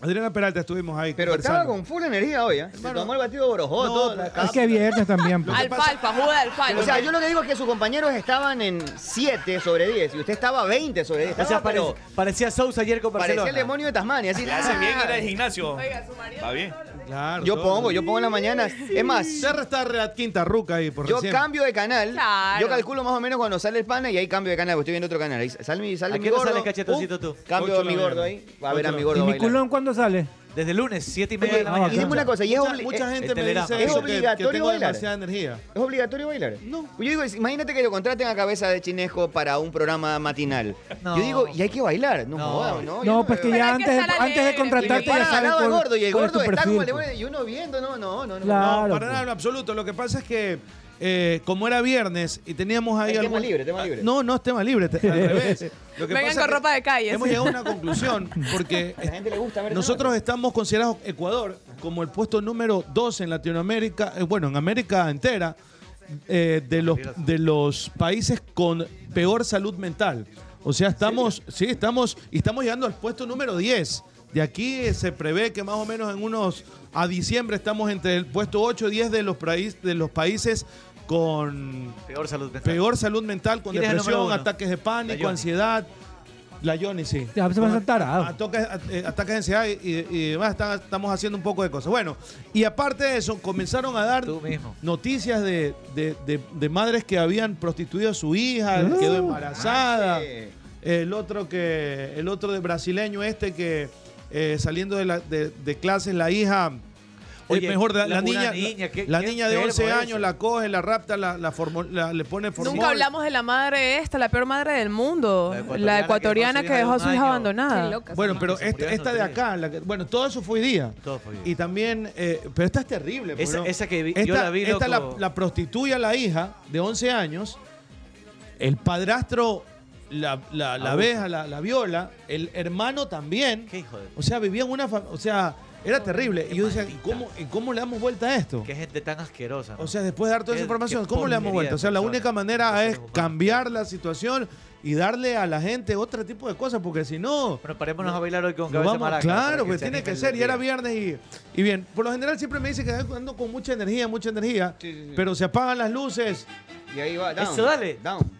Adriana Peralta estuvimos ahí.
Pero estaba con full energía hoy, ¿eh? Se tomó el batido borojó,
No,
todo. la
Es que viernes también. pues.
Alfalfa, jugo de alfalfa.
O sea, yo lo que digo es que sus compañeros estaban en 7 sobre 10 y usted estaba 20 sobre 10.
O sea,
Estaba, pero
parece- parecía Sousa ayer con
parecía el
Barcelona.
demonio de Tasmania. Así,
Le hace bien ir al
¡ah!
gimnasio. Está bien.
Claro,
Yo
todo.
pongo, yo pongo en las mañanas. Es más,
Serra está re quinta ruca ahí por
yo
recién.
cambio de canal.
Claro.
Yo calculo más o menos cuando sale el pana y ahí cambio de canal. porque Estoy viendo otro canal. Ahí sale mi, sale
¿A
mi
qué hora
gordo,
sale cachetoncito tú?
pum, Cambio
Ocho
a
de
mi
la
gordo
mañana.
ahí. Va a ver a
Ocho
mi
de la
gordo
¿Y mi
bailar.
culón cuándo sale?
Desde lunes, 7 y media de
Oye,
la mañana.
y dime una cosa, y es
Mucha,
obli-
mucha
eh,
gente me
el Telerama.
dice
¿Es
eso, que-
obligatorio
que tengo
bailar?
demasiada energía.
¿Es obligatorio bailar? No. Yo digo, es- imagínate que lo contraten a cabeza de chinesco para un programa matinal.
No.
Yo digo, y hay que bailar. No, jodas, no. yo
No, pues que
veo.
ya antes, antes de contratarte
Y el
ya
pana al
saben
lado del
cuál-
gordo y el
cuál es
gordo
tu
está como el
perfil,
demonio, y uno viendo, no, no, no, no.
Claro,
no, para nada en absoluto. Lo que pasa es que eh, como era viernes y teníamos ahí
Es tema
algún- Ah,
libre, tema libre.
No, no es tema libre, te- al revés. Lo que
Vengan
pasa
con
que
ropa de calle.
Hemos
sí.
llegado a una conclusión porque
A la gente le gusta ver esa
nosotros estamos considerados Ecuador como el puesto número 2 en Latinoamérica, eh, bueno, en América entera, eh, de, los, de los países con peor salud mental. O sea, estamos, sí, estamos, y estamos llegando al puesto número 10. De aquí eh, se prevé que más o menos en unos, a diciembre estamos entre el puesto 8 y 10 de los, praís- de los países con
Peor salud mental.
peor salud mental, con
¿Quién es el número
depresión,
uno?
ataques de pánico,
Johnny.
ansiedad. La Johnny, sí.
Ya, pues, se va a saltar, ah.
Ataques, at- eh, ataques de ansiedad y, y- y demás, están- estamos haciendo un poco de cosas. Bueno, y aparte de eso, comenzaron a dar noticias de, de- de- de madres que habían prostituido a su hija,
Uh.
Ah, quedó
Ah,
embarazada.
Sí.
El otro que, el otro de brasileño este que eh, saliendo de, la- de- de clases, la hija,
Oye,
eh, mejor, la,
la-
la niña,
una niña, qué-
la
qué
niña de
enfermo
11
eso.
años la coge, la rapta, la, la formo- la- le pone formol.
Nunca hablamos de la madre esta, la peor madre del mundo. La ecuatoriana que dejó a su hija abandonada.
Bueno, pero
se
esta,
murió,
esta
no
de
te digo.
acá, la que- bueno, todo eso fue hoy día.
Todo fue hoy
Y también, eh, pero esta es terrible.
Esa-
bro.
esa que vi- yo
esta,
la vi,
Esta la,
loco.
la prostituye a la hija de 11 años, el padrastro la, la, la
Abusa.
abeja, la, la viola, el hermano también.
Qué hijo de
O sea, vivían una fam- o sea, era terrible. Y yo decía, ¿y cómo, y cómo le damos vuelta a esto?
Qué gente tan asquerosa. ¿no?
O sea, después de dar toda
Qué-
esa información,
qué
¿cómo le damos
porquería
vuelta?
de
O sea, la
persona.
única manera es cambiar la situación y darle a la gente otro tipo de cosas, porque si no...
Bueno, parémonos a bailar hoy con
nos
cabeza
vamos-
maraca. para
Claro, pues
se
tiene
anime
que
el
ser. Y era
día.
viernes y, y bien. Por lo general siempre me dice que ando con mucha energía, mucha energía,
sí.
pero se apagan las luces.
Y ahí va, down.
Eso, dale.
Down.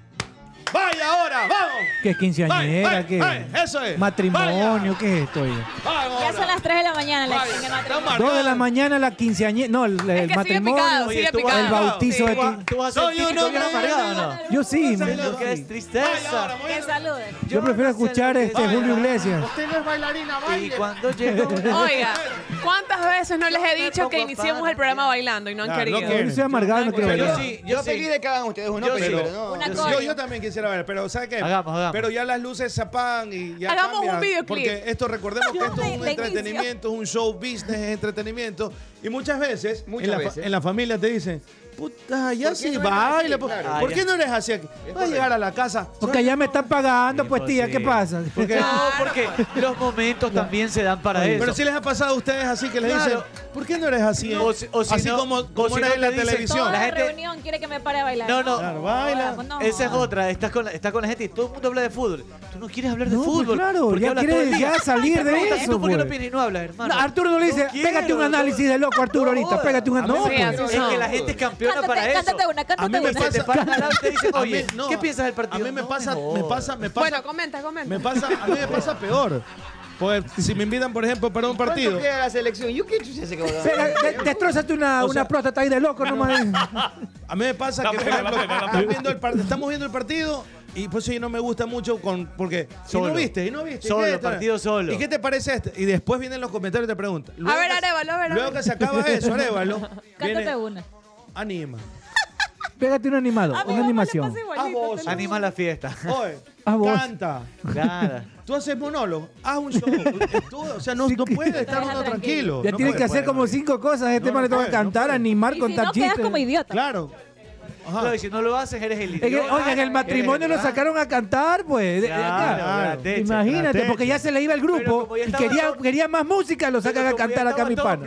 ¡Vaya ahora! ¡Vamos!
Que es quinceañera, que
ay, eso es.
matrimonio, que es esto. oye?
¡Vamos!
Ya son las 3 de la mañana. La
Vaya,
chinga madre.
estamos
Dos de la
arriba.
mañana la quinceañera, no, el, el
sigue
matrimonio,
picado, sigue
el
picado.
bautizo
Sí.
de tu-
¿Tú vas a ser
Soy
el
un
típico
hombre
viejo amargado o no?
Yo sí,
¿Sabes
man,
lo que es tristeza?
Que saluden.
yo prefiero escuchar este Julio Iglesias.
Usted no es bailarina,
Y cuando llegó...
Oiga, ¿cuántas veces no les he dicho que iniciemos el programa bailando y no han
Claro,
querido?
no
Yo
quieren.
soy amargado, no quiero
Pero yo
bailar.
sí,
Yo
yo
feliz
sí.
de que hagan ustedes una
Yo
peli,
sí.
pero no.
Una
yo sí.
cosa.
Yo, yo también quisiera ver, pero ¿sabes qué?
Hagamos, hagamos.
Pero ya las luces se apagan y ya
Hagamos un
cambian,
videoclip.
Porque esto, recordemos que
Yo
esto
de-
es un
de inicio.
entretenimiento, es un show business, es entretenimiento. Y muchas veces,
Muchas
en, la, fa-
veces.
en la familia te dicen, puta, ya sí, baila. po-
Claro.
¿Por
Ah,
qué
ya.
no eres así? aquí? Vas a llegar a la casa.
Porque ya me están pagando, pues tía, ¿qué pasa?
Porque, No, porque los momentos también se dan para eso.
Pero si les ha pasado a ustedes así que les
Claro.
dicen, ¿por qué no eres así? ¿eh?
O si- o si
así
no-
como,
o
como
si
eres
no
en la
te dicen,
televisión.
Toda
la gente-
reunión quiere que me pare a bailar.
No, no.
baila. pues no.
Esa es otra. Estás con la, estás con la gente y todo el mundo habla de fútbol. Tú no quieres hablar de
No, pues
fútbol.
claro,
¿Por qué
ya
hablas
quieres
todo el día?
ya salir
Te
de
preguntan,
eso,
¿Tú por qué no
pues.
opinas y no hablas, hermano?
No, Arturo no le dice,
quiero,
pégate un
no-
análisis de loco, Arturo, ahorita, pégate un
A mí
análisis.
me pasa- Es que la gente Este es campeona para eso.
cántate una, cántate
a mí me
una.
pasa- Te paran al lado y te dicen,
A mí-
oye,
no,
¿qué piensas del partido?
A mí me
No,
pasa,
no.
me pasa, me pasa.
Bueno, comenta, comenta.
Me pasa, a mí me pasa peor. Pues si me invitan, por ejemplo, para un partido.
¿Cuánto queda la selección? ¿Yo qué chucha se quedó?
Pega- de- Destrózate una,
O sea-
una próstata ahí de loco, no más.
A mí me pasa que, por ejemplo, están viendo el par- estamos viendo el partido y por eso yo no me gusta mucho con, porque y
Solo.
no viste, y no viste.
Solo,
¿y qué?
partido solo.
¿Y qué te parece este? Y después vienen los comentarios y te preguntan.
A
Luego
ver,
que-
Arevalo, a ver. a
Luego
ver.
que se acaba eso, Arevalo,
Cántate
viene,
una.
anima.
Pégate un animado, una animación.
Haz vos,
Anima la fiesta.
Ah, oye,
A vos.
canta.
Nada.
Tú haces monólogo, haz un show. Tú, o sea, no, no puedes estar uno tranquilo.
Ya
No
tiene
puede,
que hacer
puede,
como cinco cosas. Este
No,
man le
no
toca
puede, no
cantar, animar,
Y si
contar
no, quedas
chistes.
como idiota.
Claro.
No, y si no lo haces, eres el
En el-
idiota.
oiga, en el
Eres
matrimonio lo
idiota.
sacaron a cantar, pues. de- de acá.
Claro, claro. Teche,
Imagínate,
teche.
porque ya se le iba el
Pero
grupo
como ya
y
estaba
quería,
todo-
quería más música, lo sacan a cantar acá a mi pana.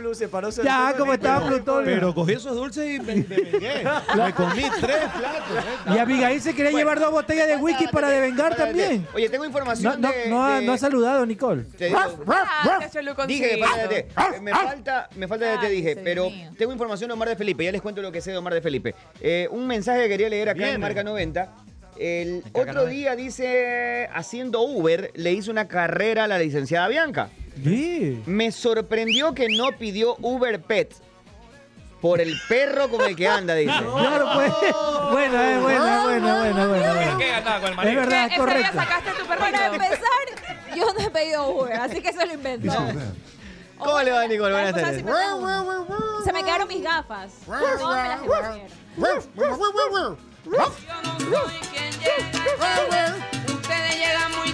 Ya, como estaba Plutón.
Pero cogí esos dulces y me, me vengué. Me comí tres platos.
Y Abigail se quería llevar dos botellas de whisky para devengar también.
Oye, tengo
No,
información
no,
de...
no ha,
de-
no ha saludado, Nicole.
Te digo-
Ah, que se lo
Dije, me falta de
consiguió.
Ah,
té. Me falta, me falta de té, dije. Pero tengo información de Omar de Felipe. Ya les cuento lo que sé de Omar de Felipe. Eh, un mensaje que quería leer acá
Viene.
en Marca 90. El
Marca
otro
90.
día dice, haciendo Uber, le hizo una carrera a la licenciada Bianca. Me sorprendió que no pidió Uber Pet por el perro con el que anda, dice.
Claro, pues. Buena, eh, buena, buena, buena, buena. buena.
¿Qué ganaba con el
Es
marido?
verdad, es
Ese día
correcto.
sacaste tu perro. Para empezar, yo no he pedido Uber, así que se lo inventó.
¿Cómo le va, Nicole? Buenas
Pues
tardes.
así me quedaron. Se me quedaron mis gafas. No, me las devolvieron.
Ustedes llegan muy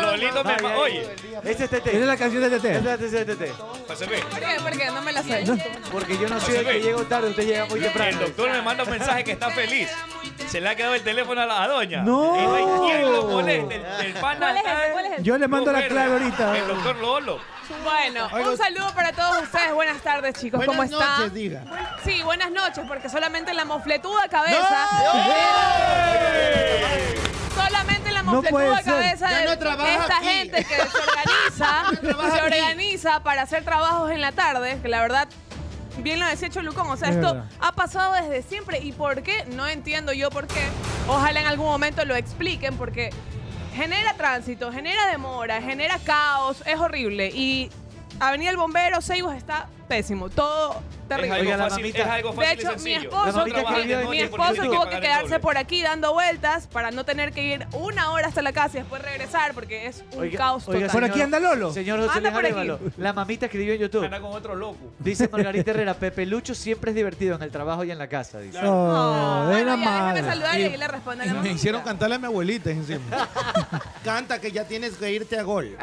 Lolito me pa- Oye,
Ese este es TT.
Esa es la canción de TT.
Ese es TT.
se ve.
¿Por qué? Porque no me la sé.
Porque yo no soy el que llego tarde, usted llega muy
El
temprano.
doctor me manda un mensaje que está feliz. Se le ha quedado el teléfono a la a doña.
No.
Y no hay quien lo moleste. El, el pana
¿Cuál es ese? ¿Cuál es ese?
Yo le mando la
Uber,
clave ahorita.
El doctor Lolo.
Bueno, un saludo para todos ustedes. Buenas tardes, chicos. ¿Cómo
Buenas
están?
noches, diga.
Sí, buenas noches, porque solamente la mofletuda cabeza.
eh.
Solamente la
No puede
mofletuda
ser.
cabeza
Ya
de
no trabaja
esta
aquí.
gente que se organiza,
trabaja
se
aquí.
organiza para hacer trabajos en la tarde, que la verdad. Bien lo decía Cholucón, o sea,
Es
esto
verdad.
ha pasado desde siempre. ¿Y por qué? No entiendo yo por qué. Ojalá en algún momento lo expliquen, porque genera tránsito, genera demora, genera caos, es horrible. Y Avenida El Bombero, Seibos está pésimo, todo terrible.
Es
Oiga,
algo
la
fácil,
mamita.
es algo
De
fácil y
hecho, mi
sencillo.
La
esposo,
mamita
tuvo
que
que-
vive en
mi
Monte,
esposo
porque
tuvo que quedarse por aquí dando vueltas para no tener que ir una hora hasta la casa y después regresar porque es un caos total.
Por aquí anda Lolo.
Señor
Anda
José Luis
por aquí.
Arévalo, la mamita escribió en YouTube.
Anda con otro loco.
Dice Margarita Herrera, Pepe Lucho siempre es divertido en el trabajo y en la casa, dice.
Oh, de la
Bueno, ya déjame
madre.
saludar y ahí le respondo a la
Me
mamita.
hicieron cantarle a mi abuelita encima. Canta que ya tienes que irte a gol.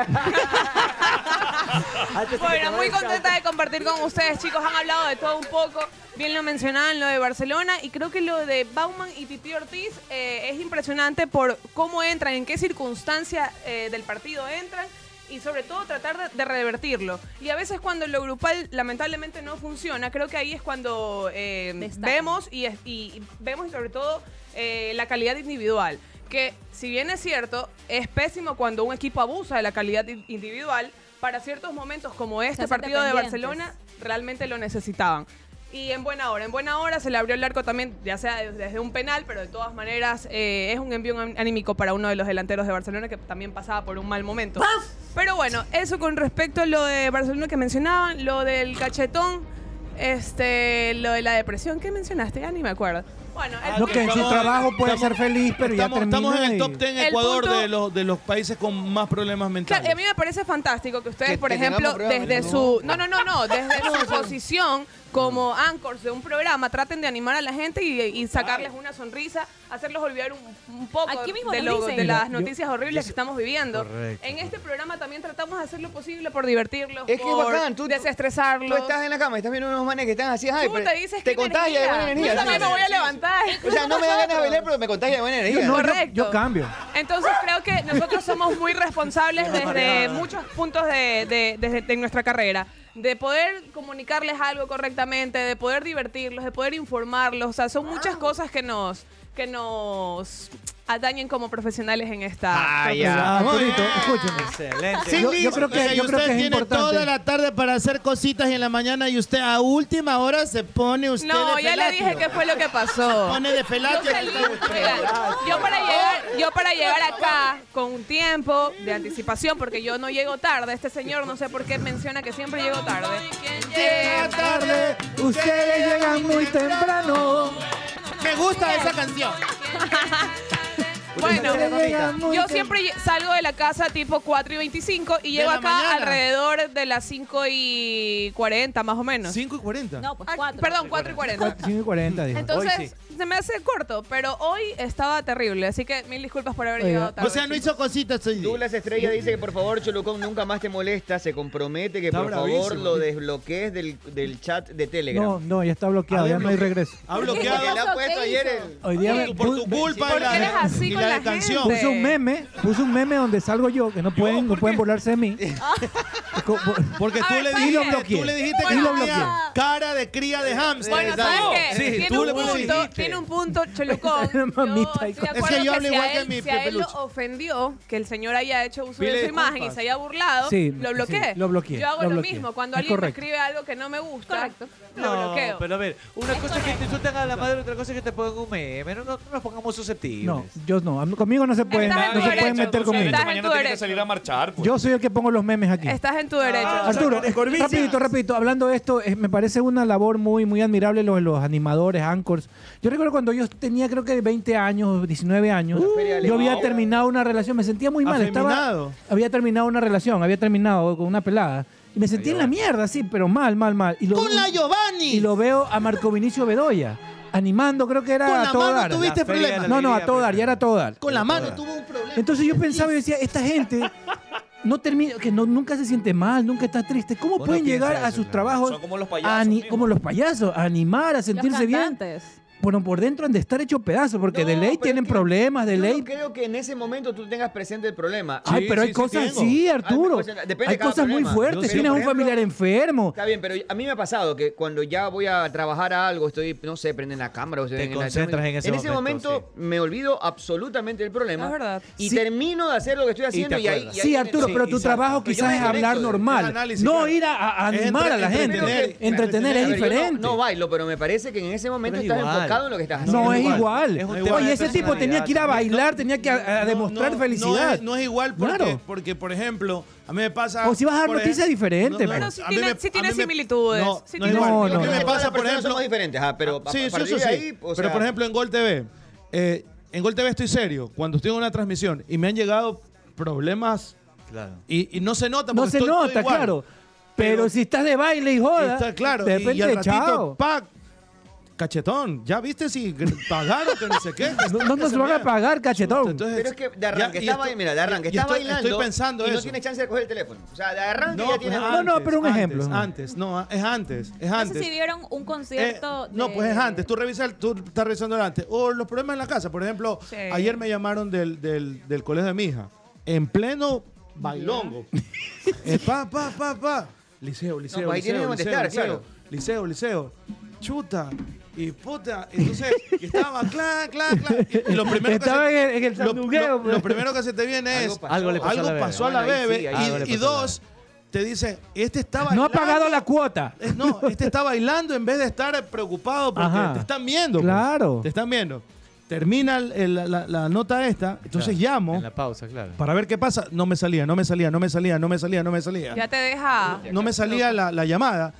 Bueno,
Este,
muy contenta de compartir con ustedes, chicos. Han hablado de todo un poco. Bien lo mencionaban, lo de Barcelona. Y creo que lo de Bauman y Titi Ortiz eh, es impresionante por cómo entran, en qué circunstancia eh, del partido entran. Y sobre todo tratar de, de revertirlo. Y a veces cuando lo grupal lamentablemente no funciona, creo que ahí es cuando eh,
Destaca.
vemos y, es- y vemos y sobre todo eh, la calidad individual. Que si bien es cierto, es pésimo cuando un equipo abusa de la calidad in- individual, para ciertos momentos como este
hacen
partido de
dependientes.
Barcelona realmente lo necesitaban. Y en buena hora, en buena hora se le abrió el arco también, ya sea de- desde un penal, pero de todas maneras eh, es un envío an- anímico para uno de los delanteros de Barcelona que también pasaba por un mal momento. Pero bueno, eso con respecto a lo de Barcelona que mencionaban, lo del cachetón, este, lo de la depresión que mencionaste, ya ni me acuerdo. Bueno,
No, que en su
Estamos-
trabajo puede ser feliz, pero ya
Estamos, estamos
termina
en el
y-
top 10 en
El
Ecuador
punto-
de, los, de los países con más problemas mentales.
Claro, y a mí me parece fantástico que ustedes,
Que
por
tengamos
ejemplo,
pruebas,
desde
¿no? Ah.
su no, no, no, no, desde su posición como anchors de un programa, traten de animar a la gente y, y sacarles una sonrisa, hacerlos olvidar un, un poco
Aquí mismo
de,
nos
lo-
dicen.
de
Mira,
las
yo-
noticias horribles que estamos viviendo.
Correcto.
En este programa también tratamos de hacer lo posible por divertirlos,
Es que es
por
bacán, tú-
desestresarlos.
Tú estás en la cama y estás viendo unos manes que están así, ay,
Tú
pero
te dices
te
qué
contagia de
energía.
buena energía.
Yo también
sí.
me voy a levantar.
O sea, no me da ganas de bailar, pero me contagia de buena energía.
Yo, no, yo-
Correcto.
yo cambio.
Entonces creo que nosotros somos muy responsables desde muchos puntos de, de- desde- de nuestra carrera. De poder comunicarles algo correctamente, de poder divertirlos, de poder informarlos. O sea, son muchas cosas que nos, que nos atañen como profesionales en esta.
Ah,
profesión.
Arturito, escúchame.
Excelente.
eh,
Yo- yo creo que- yo creo que es
tiene
importante.
toda la tarde para hacer cositas y en la mañana y usted a última hora se pone usted
No,
de
ya le
felatio.
dije que fue lo que pasó.
Pone de felatio.
Yo salí- Oigan, yo para llegar, yo para llegar acá con un tiempo de anticipación, porque yo no llego tarde. Este señor no sé por qué menciona que siempre llego tarde.
Llega tarde, ustedes llegan muy temprano.
Me gusta esa canción.
Bueno, yo siempre lle- salgo de la casa tipo 4 y 25 y llego
la
acá
mañana.
alrededor de las 5 y 40 más o menos.
¿5 y 40?
No, pues 4. perdón, 4 y 40.
5 y 40, dijo.
Entonces, se me hace corto, pero hoy estaba terrible, así que mil disculpas por haber llegado tarde.
O sea, no hizo cositas hoy. día.
Douglas Estrella dice que por favor Cholucón nunca más te molesta, se compromete que
Está
por
bravísimo.
favor lo desbloquees del, del chat de Telegram.
No, no, ya está bloqueado, ya no hay regreso.
Ha bloqueado.
¿Qué
Le ha
pasó?
puesto
¿Qué
ayer
hizo?
el-
Hoy día me-
Por tu culpa y la,
eres así
y
con
la
la
de canción.
Puse un meme, puse un meme donde salgo yo, que no pueden, no pueden burlarse de mí.
Porque tú le,
y lo
dijiste,
bloqueé.
tú le dijiste
y
que
lo
tenía
bloqueé.
cara de cría de hámster.
Bueno, ¿sabes qué? tiene, un punto, tiene un punto, Cholucón. Yo
Mamita,
estoy de
es que
acuerdo
yo hablo
si
igual
a
que
él-
mi
Si a él lo
peluche.
ofendió que el señor haya hecho uso
Pile
de su
disculpas.
imagen y se haya burlado,
Sí,
lo bloqueé.
sí, lo bloqueé,
Yo hago
lo
lo,
bloqueé.
mismo. Cuando
Es
alguien
correcto.
me escribe algo que no me gusta, lo
No,
bloqueo.
pero a ver, una cosa es que te insulten a la madre, otra cosa es que te pongan un meme. No, no, no nos pongamos susceptibles.
No, yo no, a mí- conmigo no se pueden,
Estás en
no
tu
se pueden
derecho,
meter
tú sabes,
conmigo.
estás en tu
Tiene que salir a marchar.
Yo soy el que pongo los memes aquí.
Estás en tu derecho.
Arturo, eh, rapidito, rapidito, hablando de esto, eh, me parece una labor muy, muy admirable lo de los animadores, anchors. Yo recuerdo cuando yo tenía creo que 20 años, 19 años,
Uh,
feria
yo había
alemana.
terminado una relación, me sentía muy mal. Estaba,
Afeminado.
había terminado una relación, había terminado con una pelada. Y me sentí en la mierda, sí, pero mal, mal, mal. Y lo,
¡Con la Giovanni!
Y lo veo a Marco Vinicio Bedoya, animando, creo que era
Con la
a todo
mano
dar.
tuviste La feria de la problemas.
No, no, a
alegría,
todo dar, ya era a todo dar.
Con la
Era a todo
mano
dar.
tuvo un problema.
Entonces yo pensaba y decía, esta gente no termina, que no, nunca se siente mal, nunca está triste. ¿Cómo
Uno
pueden
piensa
llegar
eso,
a sus
claro.
trabajos
Son como los payasos
a ani- como los payasos, a animar, a sentirse bien? Bueno, por dentro han de estar hechos pedazos, porque de ley tienen problemas, de
Yo
ley.
no creo que en ese momento tú tengas presente el problema.
Ay, pero hay cosas,
tengo.
sí,
Hay
Arturo.
cosas- depende de
hay
cada
cosas muy
problema.
fuertes.
Pero,
Tienes
por
un
ejemplo,
familiar enfermo.
Está bien, pero a mí me ha pasado que cuando ya voy a trabajar a algo, estoy, no sé, prenden la cámara. O estoy
Te
la-
concentras en ese
En ese momento,
momento,
me olvido absolutamente del problema.
Es verdad.
Y
Sí.
termino de hacer lo que estoy haciendo y, ahí. y ahí
sí,
viene-
Arturo, pero tu trabajo
Pero yo
quizás
me
es hablar
desconecto de-
normal.
del análisis,
no
claro.
ir a, a- a
Es
animar
entre-
a la gente. Entretener,
A
es
ver, yo no-
diferente.
No, bailo, pero me parece que en ese momento
es
estás
igual.
enfocado en lo que estás haciendo.
No es igual.
Es un
Oye,
tema de
ese tipo tenía que ir a bailar, tenía que a- a demostrar felicidad.
No es, no es igual porque,
Claro.
porque, por ejemplo, a mí me pasa.
O si vas a dar
por
noticias
ej-
diferentes,
no, no,
pero
no,
sí
a mí
tiene-
me-
sí
a mí
tiene
me-
similitudes,
No,
sí
no,
tiene
es igual.
similitudes.
A mí
No,
me pasa, por
no.
Todas las personas
ejemplo.
somos diferentes, ah, pero pa-
sí,
pa-
sí,
partir
eso sí.
de ahí,
pero,
o sea-
por ejemplo, en Gol TV. eh, en Gol TV estoy serio. Cuando estoy en una transmisión y me han llegado problemas. Y, y no se nota.
No
porque
se
estoy- estoy
nota,
igual.
claro. Pero, si estás de baile y joda,
Está claro.
de
y-
repente,
y al ratito,
chao.
pac, cachetón, ya viste si gr- pagaron que no sé qué.
No, no nos van a pagar, cachetón.
Pero es que de
Ya, y
arranque, está,
esto-
bail- mira, de arranque,
y
está
estoy-
bailando.
estoy pensando
y no
eso.
tiene chance de coger el teléfono. O sea, de arranque
No,
ya
pues
tiene.
es
arranque.
antes, antes, Antes, no, es antes, es
No sé
antes.
si vieron un concierto.
Eh, No,
de-
pues es antes. Tú revisas, tú estás revisando el antes. O los problemas en la casa. Por ejemplo,
Sí.
ayer me llamaron del, del, del colegio de mi hija. En pleno bailongo. Eh, pa, pa, pa, pa. Liceo, liceo,
pues ahí tienes
liceo,
que
liceo,
contestar,
liceo,
claro.
liceo, liceo. Chuta. Y puta, entonces y estaba clan, clan, clan. Y lo primero que
Estaba
se-
en el- en el
lo-
sandungueo,
lo-
pues.
lo primero que se te viene es
Algo pasó. Algo le pasó a la bebé.
pasó a la
Bueno, ahí sí,
bebé.
ahí sí. Algo
y,
le
y
pasó a la
dos, te dice, este está
No
bailando.
ha pagado la cuota.
Eh, No, este está bailando en vez de estar preocupado porque
Ajá.
te están viendo. pues.
Claro.
Te están viendo. Termina el- el- la, la- la nota esta, entonces llamo. En la pausa, claro. Para ver qué pasa. No me salía, no me salía, no me salía, no me salía, no me salía.
Ya te deja.
No me salía la, la llamada.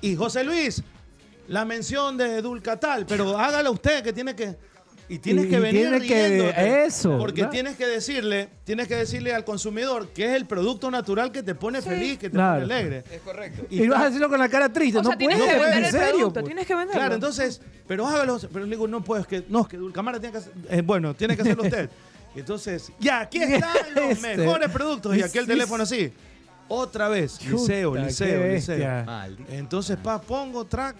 Y José Luis, la mención de Dulcatal, pero hágala usted que tiene que y tienes
Y-
que
y
venir
tiene que-
riéndote,
eso,
porque
¿verdad?
tienes que decirle, tienes que decirle al consumidor que es el producto natural que te pone feliz, que te
Claro.
pone alegre.
Es
correcto.
Y, vas a decirlo con la cara triste.
O
no
sea, tienes
puedo,
que
pues,
vender
en
el
serio.
producto,
pues.
tienes que venderlo.
Claro, entonces, pero hágalo, pero le digo, no puedes que no, es que Dulcamara tiene que hacer, eh, bueno, tiene que hacerlo usted. Entonces, ya aquí están los
Este.
mejores productos y aquí el
Sí,
teléfono así. Otra vez,
Chuta,
liceo,
qué
liceo,
bestia.
liceo. Maldita. Entonces, pa, pongo track,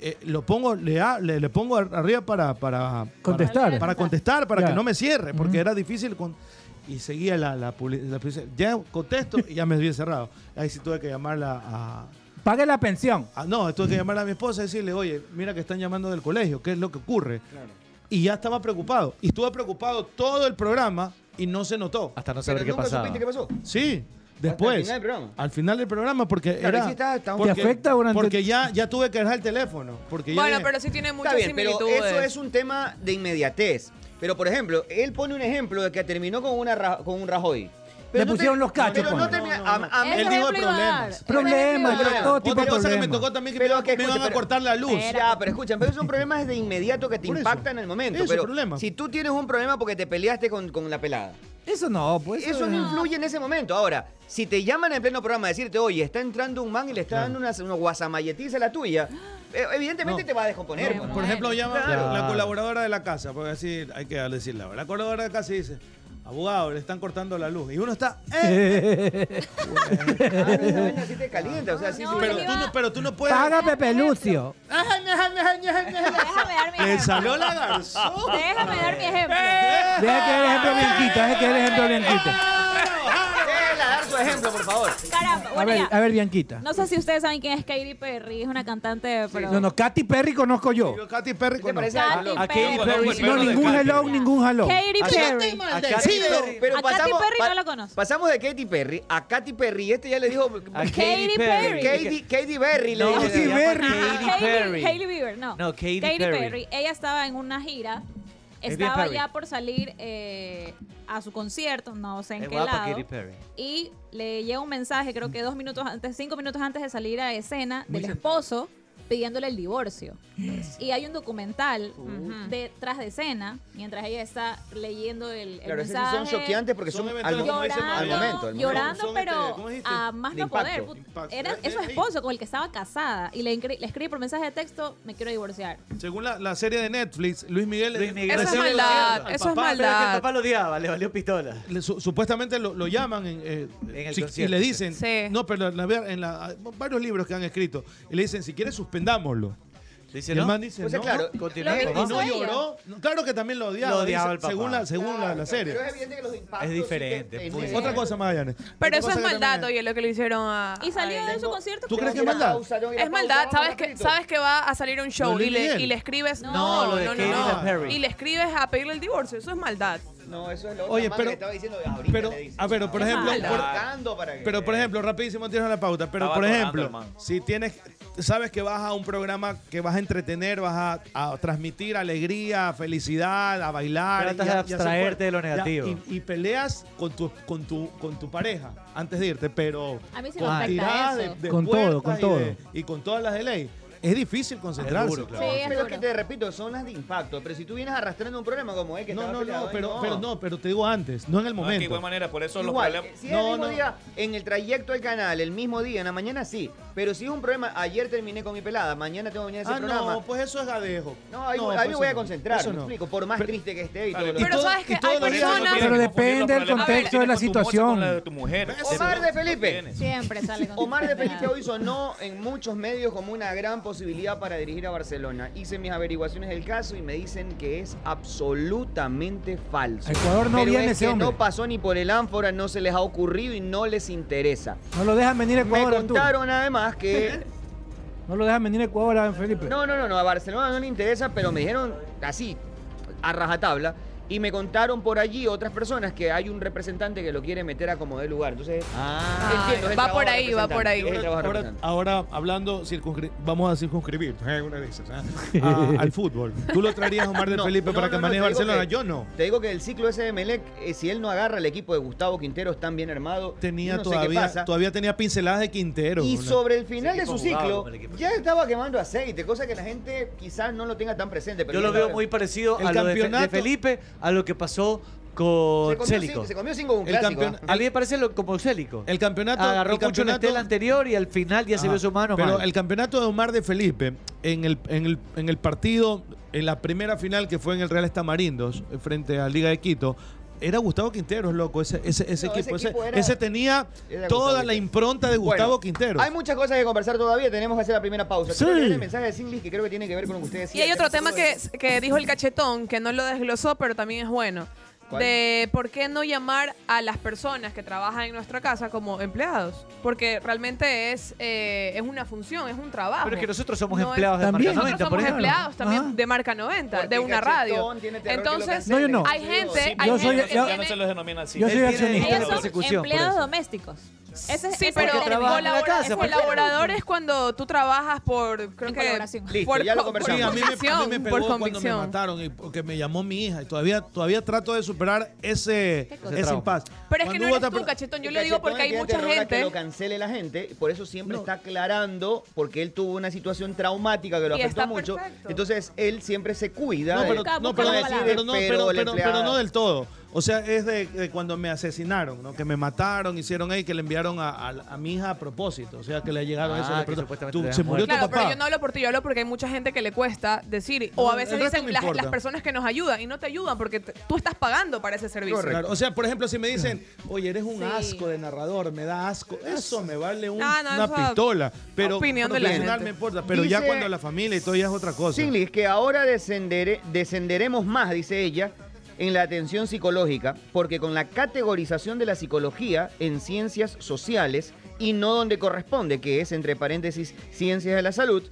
eh, lo pongo, le, ha- le, le pongo ar- arriba para, para
Contestar.
para, para contestar, para
Ya.
que no me cierre, porque era difícil con, y seguía la, la, publi- la publicidad. Ya contesto y ya me había cerrado. Ahí sí tuve que llamarla a.
Pague la pensión.
Ah, no, tuve que llamar a mi esposa y decirle, oye, mira que están llamando del colegio, ¿qué es lo que ocurre? Y ya estaba preocupado. Y estuve preocupado todo el programa y no se notó. Hasta no
saber Pero qué nunca pasaba. supiste qué pasó.
Sí,
al
después.
final del programa.
Al final del programa, porque
Claro,
era.
sí está- está-
porque,
Te afecta durante-
Porque ya, ya tuve que dejar el teléfono. Porque ya
Bueno,
dije-
pero sí tiene muchas
Está bien, pero
similitudes.
eso es un tema de inmediatez. Pero, por ejemplo, él pone un ejemplo de que terminó con, una, Ra- con un Rajoy. Pero
Le pusieron los cachos,
Pero no
ponle.
termina.
no. Él dijo de problemas. Problemas, pero todo tipo de problemas.
también
que me iban- me iban a cortar la luz.
Ya, pero escuchen, pero son problemas de inmediato que te impactan en el momento.
Eso es
pero
problema.
si tú tienes un problema porque te peleaste con, con la pelada.
Eso no, pues.
Eso no influye en ese momento. Ahora, si te llaman en pleno programa a decirte, oye, está entrando un man y le está dando una, una guasamalletiza a la tuya, eh, evidentemente te va a descomponer. pues, ¿no?
Por ejemplo, llama
Claro.
la colaboradora de la casa, porque así hay que decirle. La colaboradora de la casa y dice, abogado, le están cortando la luz. Y uno está... "Eh".
Ah, esa vaina sí te calienta, o sea, sí, sí,
pero,
te-
tú no, pero tú no puedes...
Paga Pepe Lucio.
Déjame dar mi
Eh,
Le
ejemplo.
salió la garzón.
Déjame dar mi ejemplo.
Deja que dé el ejemplo Bianquita, deja que dé el ejemplo Bianquita.
Déjela dar su ejemplo, por favor.
Caramba,
A
bueno,
ver,
ya.
a ver, Bianquita.
No sé si ustedes saben quién es Katy Perry, es una cantante, pero... Ah,
No, no, Katy Perry conozco yo.
Katy Perry
¿Te parece
Katy
algo?
A
Katy Perry.
Katy
Conozco
Perry.
el perro
No,
de
ningún
Katy.
hello, ningún hello.
Katy
A
Perry.
Katy-
A
a
Katy
Katy
Perry.
Perry, pero
A Katy
pasamos-
Perry
pa-
no la conozco.
Pasamos de Katy Perry a Katy Perry y este ya le dijo
A Katy
Katy Perry.
Katy, Katy Berry le
No,
dijo.
Katy Berry.
Ah,
Katy Perry.
Hailey Bieber, no.
No, Katy
Perry.
Perry.
Ella estaba en una gira.
Katy
Estaba
Perry.
ya por salir eh, a su concierto, no sé en
Es
qué
guapa
lado.
Katy Perry.
Y le llega un mensaje, creo que dos minutos antes, cinco minutos antes de salir a escena, del esposo pidiéndole el divorcio. Y hay un documental
Uh.
ujú, detrás de escena, mientras ella está leyendo el, el
Claro, esos sí
mensaje.
son choqueantes porque son al,
eventuales, como dice
al
Mario.
momento. al
Llorando,
Son este,
pero
¿cómo dijiste?
a más
De
no
impacto.
poder. put-
Impacto.
Era,
Eh,
es su
eh, sí.
esposo con el que estaba casada. Y le, incre- le escribe por mensaje de texto, me quiero divorciar.
Según la, la serie de Netflix, Luis Miguel... le-
Eso es
recibe la
maldad,
mierda al
eso es
papá.
maldad.
El papá lo odiaba, le valió pistola.
Le- su- supuestamente lo, lo llaman en, eh,
el
si- y
concierto,
le
sí.
dicen, no, pero la- en la- varios libros que han escrito, y le dicen, si quieres suspendámoslo.
Dice,
Y el
¿no? Pues
man dice,
O sea,
no,
Pues claro,
Continúa,
lo que
papá.
y no lloró. No, Claro que también lo odiaba,
Lo odiaba
dice,
el papá.
según la, según la- la, serie.
Pero es evidente que los impactos
Es diferente, pues.
sí te-
muy
sí.
Otra cosa, Magallanes.
Pero
Otra
eso
cosa
es
que
maldad,
Este también-
oye, lo que le hicieron a.
Y salió
a él.
de su concierto.
¿Tú
con-
crees que es maldad?
Pausa, yo voy a
Es
pausa,
maldad,
vamos
sabes que,
rapidito.
sabes que va a salir un show
Luis
y le,
Miguel.
y le escribes. No,
No, lo de
no,
Katy
no.
Perry.
Y le escribes a pedirle el divorcio, eso es maldad.
No, eso es lo
Oye,
otra
pero-
que estaba diciendo ahorita.
pero-
le dice.
a ver, por
Es
ejemplo,
maldad.
por-
Buscando para que-
Pero por ejemplo, rapidísimo tienes la pauta, pero
Estaba
por
atorando,
ejemplo,
hermano.
si tienes sabes que vas a un programa que vas a entretener, vas a, a transmitir alegría, felicidad, a bailar,
Tratas de
y a- y a hacer
abstraerte de lo
cosas. Ya,
negativo.
y, y peleas con tu con tu con tu pareja antes de irte, pero
A mí sí me
con
afecta
tiradas
eso.
de- de
Con todo,
puertas
con
y de- y con todas las de ley. Es difícil concentrarse.
duro, claro.
Sí, es
Pero es
duro.
que te repito, son las de impacto. Pero si tú vienes arrastrando un problema como es que
No,
estaba
no,
peleado,
no,
ay,
pero, pero no, pero te digo antes, no en el
No, es que de
momento.
igual manera, por eso
Igual,
los problemas.
si es el mismo día, en el trayecto al canal, el mismo día, en la mañana sí. Pero si es un problema, ayer terminé con mi pelada, mañana tengo que venir a ese
ah,
programa.
no, pues eso es gadejo.
No, ahí,
No,
ahí
pues
me
eso
voy a
no,
concentrar,
eso
me
no.
explico, por más triste que esté y todo lo
Pero
demás.
sabes que hay personas.
Pero depende del contexto de la situación.
Omar de Felipe.
Siempre sale con
Omar de Felipe
enfermedad.
hoy sonó en muchos medios como una gran posibilidad para dirigir a Barcelona. Hice mis averiguaciones del caso y me dicen que es absolutamente falso.
A Ecuador no
Pero
viene
es
ese
que
hombre.
No pasó ni por el ánfora, no se les ha ocurrido y no les interesa.
No lo dejan venir a
Me
Ecuador, Arturo.
contaron además que
No lo dejan venir a Ecuador, Felipe.
No, no, no, no, a Barcelona no le interesa, pero me dijeron así, a rajatabla, Y me contaron por allí otras personas que hay un representante que lo quiere meter a como de lugar. Entonces, entiendo, es el
Ah, va
trabajo
por
del
ahí, va por ahí.
representante, es el trabajo del
Ahora,
representante.
ahora hablando, circunscri- vamos a circunscribir eh, una de esas, ¿ah? A- al fútbol. ¿Tú lo traerías a Omar del
No,
Felipe
no,
para
no,
que
no,
maneje
te digo
Barcelona?
que-
Yo no.
Te digo que el ciclo ese de Melec, eh, si él no agarra el equipo de Gustavo Quintero, están bien armado.
Tenía
yo no sé qué
todavía,
pasa.
todavía tenía pinceladas de Quintero.
Y
¿no?
sobre el final
Ese
de su
equipo jugaba
ciclo,
con el equipo.
ya estaba quemando aceite, cosa que la gente quizás no lo tenga tan presente. Pero
Yo lo
ya
veo
sabe.
muy parecido
El
a lo de, Fe- de
campeonato-
Felipe, a lo que pasó
Se
con
comió
Célico.
cinco- se comió cinco en un
El
clásico,
campeon-
¿ah?
A mí me parece lo- como Célico.
El campeonato.
Agarró
el
mucho la
campeonato-
estela anterior y al final ya se
Ajá.
vio su mano
Pero
mal.
el campeonato de Omar de Felipe, en el, en, el, en el partido, en la primera final que fue en el Real Estamarindos, eh, frente a Liga de Quito, era Gustavo Quintero, loco, ese, ese, ese
No, ese
equipo. Ese,
equipo era-
ese tenía
era Gustavo
toda la
Quintero.
impronta de Gustavo
Bueno,
Quintero.
Hay muchas cosas que conversar todavía, tenemos que hacer la primera pausa.
Sí.
Quiero leer el mensaje de Singlis que creo que tiene que ver con lo que ustedes
Y hay otro tema que, que dijo el cachetón, que no lo desglosó, pero también es bueno.
¿Cuál?
De por qué no llamar a las personas que trabajan en nuestra casa como empleados. Porque realmente es, eh, es una función, es un trabajo.
Pero es que nosotros somos
No es-
empleados de Marca
Nosotros
90, por
somos
ejemplo.
empleados también de Marca 90, de una radio.
Cachetón tiene terror que lo
Entonces,
cancelen. No, yo no.
hay gente... hay
Yo soy-
gente
yo-
que
Ya no
tiene-
se los denomina así.
Yo soy
Él tiene-
accionista
ellos
de
son
persecución. por
Empleados
eso.
domésticos. Ese,
Sí,
ese
pero
es el
colabora-
colabor-
es colaborador es cuando tú trabajas por, creo que,
colaboración.
por,
Listo, ya lo
por
conversamos. Sí, a mí me, a mí me
convicción,
pegó
por
cuando me
convicción.
mataron y porque me llamó mi hija y todavía, todavía trato de superar ese,
cosa.
ese
Ese
impasse.
Pero es
Cuando
que no
hubo
eres
otra
tú,
per-
cachetón. Yo le digo porque hay
Tiene
mucha
terror a que
gente.
lo cancele la gente, por eso siempre está aclarando, porque él tuvo una situación traumática que lo
Y
afectó
está
mucho.
perfecto.
Entonces él siempre se cuida.
No,
de-
pero, no, pero-
de decir,
pero no,
pero
pero-
la
pero-
empleada-
pero no del todo. O sea, es de, de cuando me asesinaron, ¿no? Que me mataron, hicieron ahí, que le enviaron a, a- a mi hija a propósito. O sea, que le llegaron
Ah,
eso. de
que
pronto,
supuestamente
tú-
te
se
habían
murió
Claro,
tu
pero yo
papá.
no hablo por ti, yo hablo porque hay mucha gente que le cuesta decir, o
No,
a veces
el resto no
dicen las, las
importa.
personas que nos ayudan y no te ayudan porque te- tú estás pagando para ese servicio.
Claro, O sea, por ejemplo, si me dicen, oye, eres un asco de narrador, me da asco, eso me vale un-
Ah, no,
una
eso es
pistola. Pero
opinión de la
profesional
gente.
me importa. Pero ya
Dice-
cuando la familia y todo ya es otra cosa.
Singlis, que ahora descendere- descenderemos más, dice ella, en la atención psicológica, porque con la categorización de la psicología en ciencias sociales y no donde corresponde, que es entre paréntesis ciencias de la salud,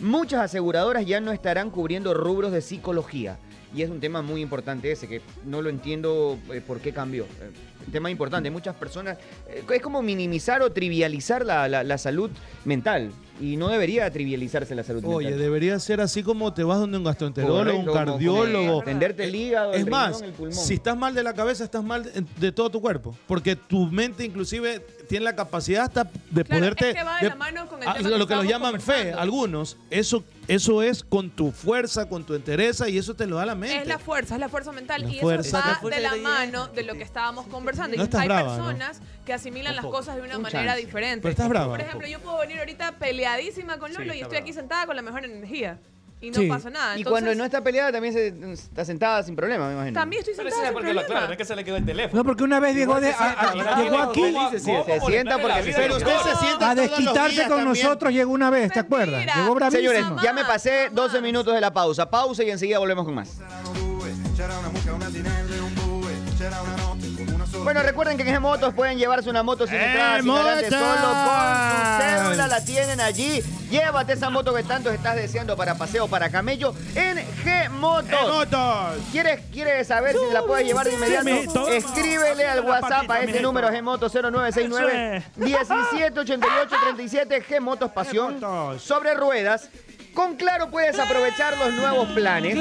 muchas aseguradoras ya no estarán cubriendo rubros de psicología. Y es un tema muy importante ese, que no lo entiendo eh, por qué cambió. Eh, tema importante, muchas personas... eh, es como minimizar o trivializar la, la- la salud mental. Y no debería trivializarse la salud
Oye,
mental.
debería ser así como te vas donde un gastroenterólogo,
Correcto,
un
como- como
cardiólogo.
Tenderte el hígado, el
Es
riñón,
más,
el pulmón.
si estás mal de la cabeza, estás mal en- de todo tu cuerpo. Porque tu mente inclusive tiene la capacidad hasta de
Claro,
poderte...
es que va de
de-
la mano con el
Ah,
tema
lo que
estábamos
los llaman fe,
conversando.
algunos, eso, eso es con tu fuerza, con tu entereza y eso te lo da la mente.
Es la fuerza, es la fuerza mental
La
y
fuerza.
eso
La
va
fuerza
de la
de la
mano de lo que estábamos conversando.
No
y
estás
hay
brava, ¿no?
personas que asimilan las cosas de una
Un
manera
chance.
diferente.
Pero estás brava.
Por ejemplo, yo puedo venir ahorita peleadísima con Lolo y
está
estoy aquí sentada con la mejor energía y no
Sí.
pasa nada.
Y
Entonces,
cuando no está peleada también se, está sentada sin problema, me imagino.
también estoy
Pero ese es
sentada sin
porque lo
problema.
aclaran, es que se le quedó el teléfono.
No, porque una vez llegó, de, a- a- llegó aquí
Se sienta porque se
Pero usted se
sienta
a desquitarse con nosotros, llegó una vez, ¿te acuerdas? Llegó bravísimo.
Señores, ya me pasé 12 minutos de la pausa. Pausa y enseguida volvemos con más. Bueno, recuerden que en G-Motos pueden llevarse una moto sin entrada, sin garante,
¡G-Motos!
solo con su cédula la tienen allí. Llévate esa moto que tanto estás deseando para paseo, para camello, en G-Motos. ¿Quieres, ¿Quieres saber si te la puedes llevar de inmediato?
Sube.
Escríbele al WhatsApp a este número G-Motos 0969
Ah.
1788 37 G-Motos Pasión sobre ruedas. Con Claro puedes aprovechar los nuevos planes.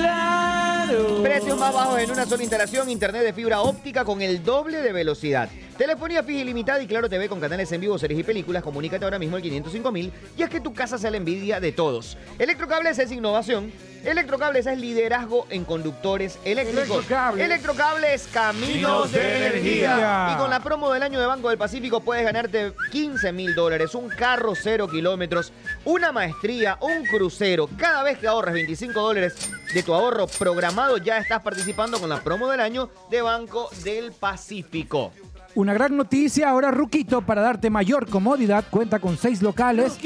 Precios más bajos en una sola instalación, internet de fibra óptica con el doble de velocidad. Telefonía fija ilimitada y Claro TV con canales en vivo, series y películas. Comunícate ahora mismo al 505.000 y es que tu casa sea la envidia de todos. Electrocables es innovación. Electrocables es liderazgo en conductores eléctricos.
Electrocables.
Electrocables caminos
Caminos de
de energía.
energía.
Y con la promo del año de Banco del Pacífico puedes ganarte 15 mil dólares, un carro cero kilómetros, una maestría, un crucero. Cada vez que ahorres 25 dólares de tu ahorro programado, ya estás participando con la promo del año de Banco del Pacífico.
Una gran noticia, ahora Ruquito, para darte mayor comodidad, cuenta con seis locales.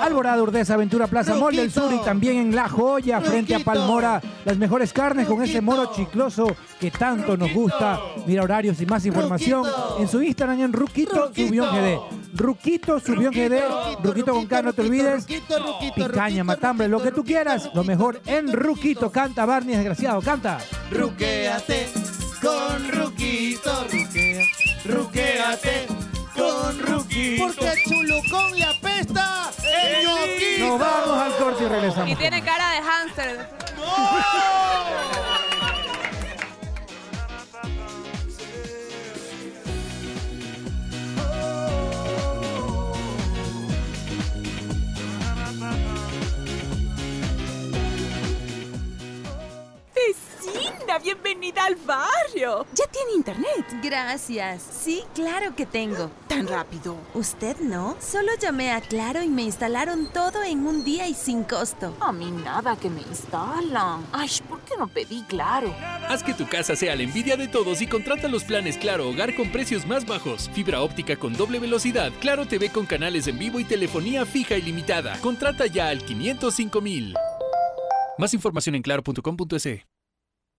Alborada, Urdesa, Aventura, Plaza, Mall del Sur y también en La Joya, frente a Palmora. Las mejores carnes con ese moro chicloso que tanto nos gusta. Mira horarios y más información en su Instagram en Ruquito, Subión GD. Ruquito, Subión GD. Ruquito con K, no te olvides. Picaña, matambre, lo que tú quieras. Lo mejor en Ruquito. Canta Barney, desgraciado, canta.
Ruquéate con Ruquito, ruquea, ruquéate con Ruquito.
Porque Chulucón le apesta el ñoquito.
Nos vamos al corte y regresamos.
Y tiene cara de hámster.
¡Vecina! ¡Bienvenida al barrio! ¿Ya tiene internet?
Gracias. Sí, claro que tengo.
Tan rápido.
¿Usted no? Solo llamé a Claro y me instalaron todo en un día y sin costo.
A mí nada que me instala. Ay, ¿por qué no pedí claro?
Haz que tu casa sea la envidia de todos y contrata los planes Claro Hogar con precios más bajos. Fibra óptica con doble velocidad, Claro TV con canales en vivo y telefonía fija y limitada. Contrata ya al 505 mil. Más información en claro.com.es.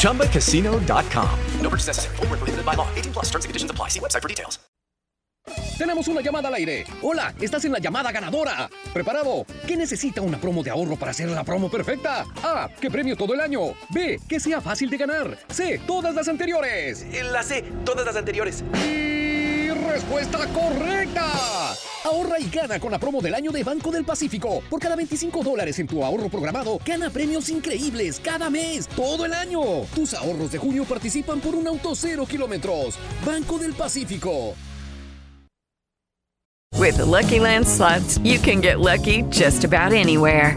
ChumbaCasino.com.
No purchase necessary. Void where prohibited by law. 18 plus terms and conditions apply. See website for details.
Tenemos una llamada al aire. Hola, estás en la llamada ganadora. ¿Preparado? ¿Qué necesita una promo de ahorro para hacer la promo perfecta? A. Que premio todo el año. B. Que sea fácil de ganar. C. Todas las anteriores.
La C, todas las anteriores.
Y respuesta correcta. Ahorra y gana con la promo del año de Banco del Pacífico. Por cada 25 dólares en tu ahorro programado, gana premios increíbles cada mes, todo el año. Tus ahorros de junio participan por un auto cero kilómetros. Banco del Pacífico.
With the Lucky Land slots, you can get lucky just about anywhere.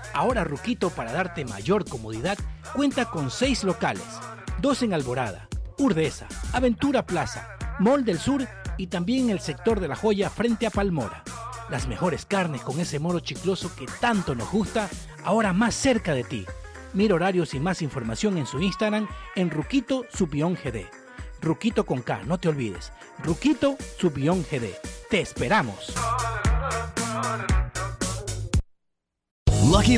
Ahora Ruquito, para darte mayor comodidad, cuenta con seis locales: dos en Alborada, Urdesa, Aventura Plaza, Mall del Sur y también en el sector de la joya frente a Palmora. Las mejores carnes con ese moro chicloso que tanto nos gusta, ahora más cerca de ti. Mira horarios y más información en su Instagram en Ruquito Supión GD. Ruquito con K, no te olvides. Ruquito Supión GD. Te esperamos.
Lucky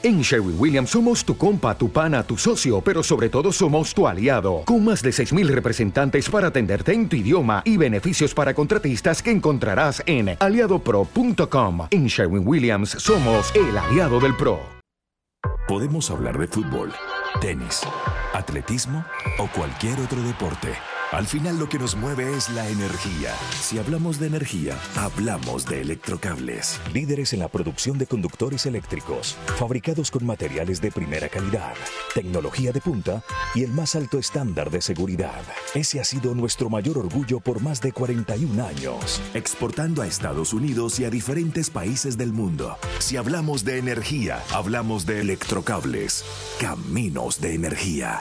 En Sherwin Williams somos tu compa, tu pana, tu socio, pero sobre todo somos tu aliado, con más de 6.000 representantes para atenderte en tu idioma y beneficios para contratistas que encontrarás en aliadopro.com. En Sherwin Williams somos el aliado del PRO.
Podemos hablar de fútbol, tenis, atletismo o cualquier otro deporte.
Al final lo que nos mueve es la energía. Si hablamos de energía, hablamos de electrocables. Líderes en la producción de conductores eléctricos, fabricados con materiales de primera calidad, tecnología de punta y el más alto estándar de seguridad. Ese ha sido nuestro mayor orgullo por más de 41 años, exportando a Estados Unidos y a diferentes países del mundo. Si hablamos de energía, hablamos de electrocables, caminos de energía.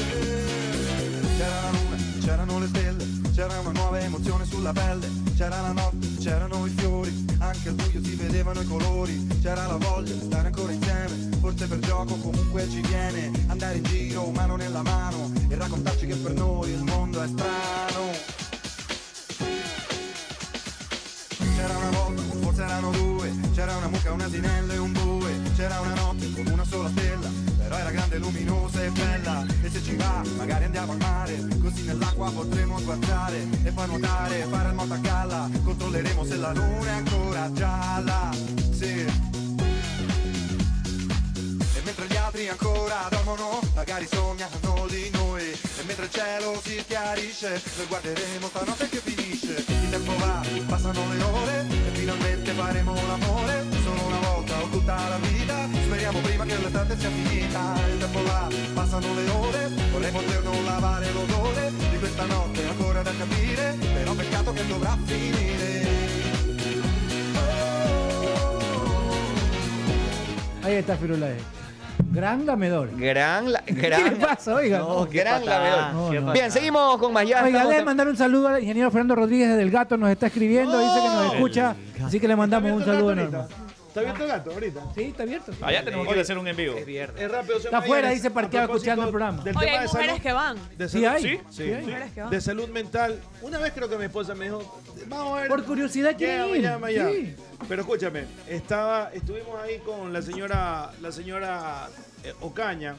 C'era la luna, c'erano le stelle, c'erano nuove emozioni sulla pelle, c'era la notte, c'erano i fiori, anche al buio si vedevano i colori, c'era la voglia di stare ancora insieme, forse per gioco comunque ci viene, andare in giro mano nella mano e raccontarci che per noi il mondo è strano. C'era una volta, forse erano due, c'era una mucca, un asinello e un bue, c'era una notte con una sola stella, però era grande, luminosa e bella, e se ci va magari andiamo al mare, così nell'acqua potremo guardare e far nuotare, fare al moto a galla, controlleremo se la luna è ancora gialla, sì. E mentre gli altri ancora dormono, magari sognano di noi. E mentre il cielo si chiarisce, noi guarderemo stanotte che finisce. Il tempo va, passano le ore, e finalmente faremo l'amore. Solo una volta o tutta la vita, speriamo prima che l'estate sia finita. Il tempo va, passano le ore, vorrei poter non lavare l'odore di questa notte ancora da capire, però peccato che dovrà finire. Oh,
Ahí está Firulay. Gran lamedor.
Gran, la,
¿Qué
gran,
le pasa, oiga?
No, gran lamedor.
No, no.
Bien, seguimos con más ya.
Oiga,
estamos
le
tam-
mandar un saludo al ingeniero Fernando Rodríguez del Gato, nos está escribiendo, dice que nos escucha, así que le mandamos un saludo enorme.
¿Está abierto el gato ahorita?
Sí, está abierto.
Allá Ah, tenemos que hacer un en vivo.
Es rápido.
Está afuera, dice, parqueado, escuchando el programa.
Del
Oye,
tema
hay
de
mujeres
salud-
que van.
De
Sí
salud-
hay.
Sí,
Sí
sí,
hay.
sí.
Mujeres que van.
De salud mental. Una vez creo que mi esposa me dijo, vamos a ver.
Por curiosidad, quiero
Llama,
ir.
llama, llama.
Sí.
Pero escúchame, estaba, estuvimos ahí con la señora, la señora eh, Ocaña,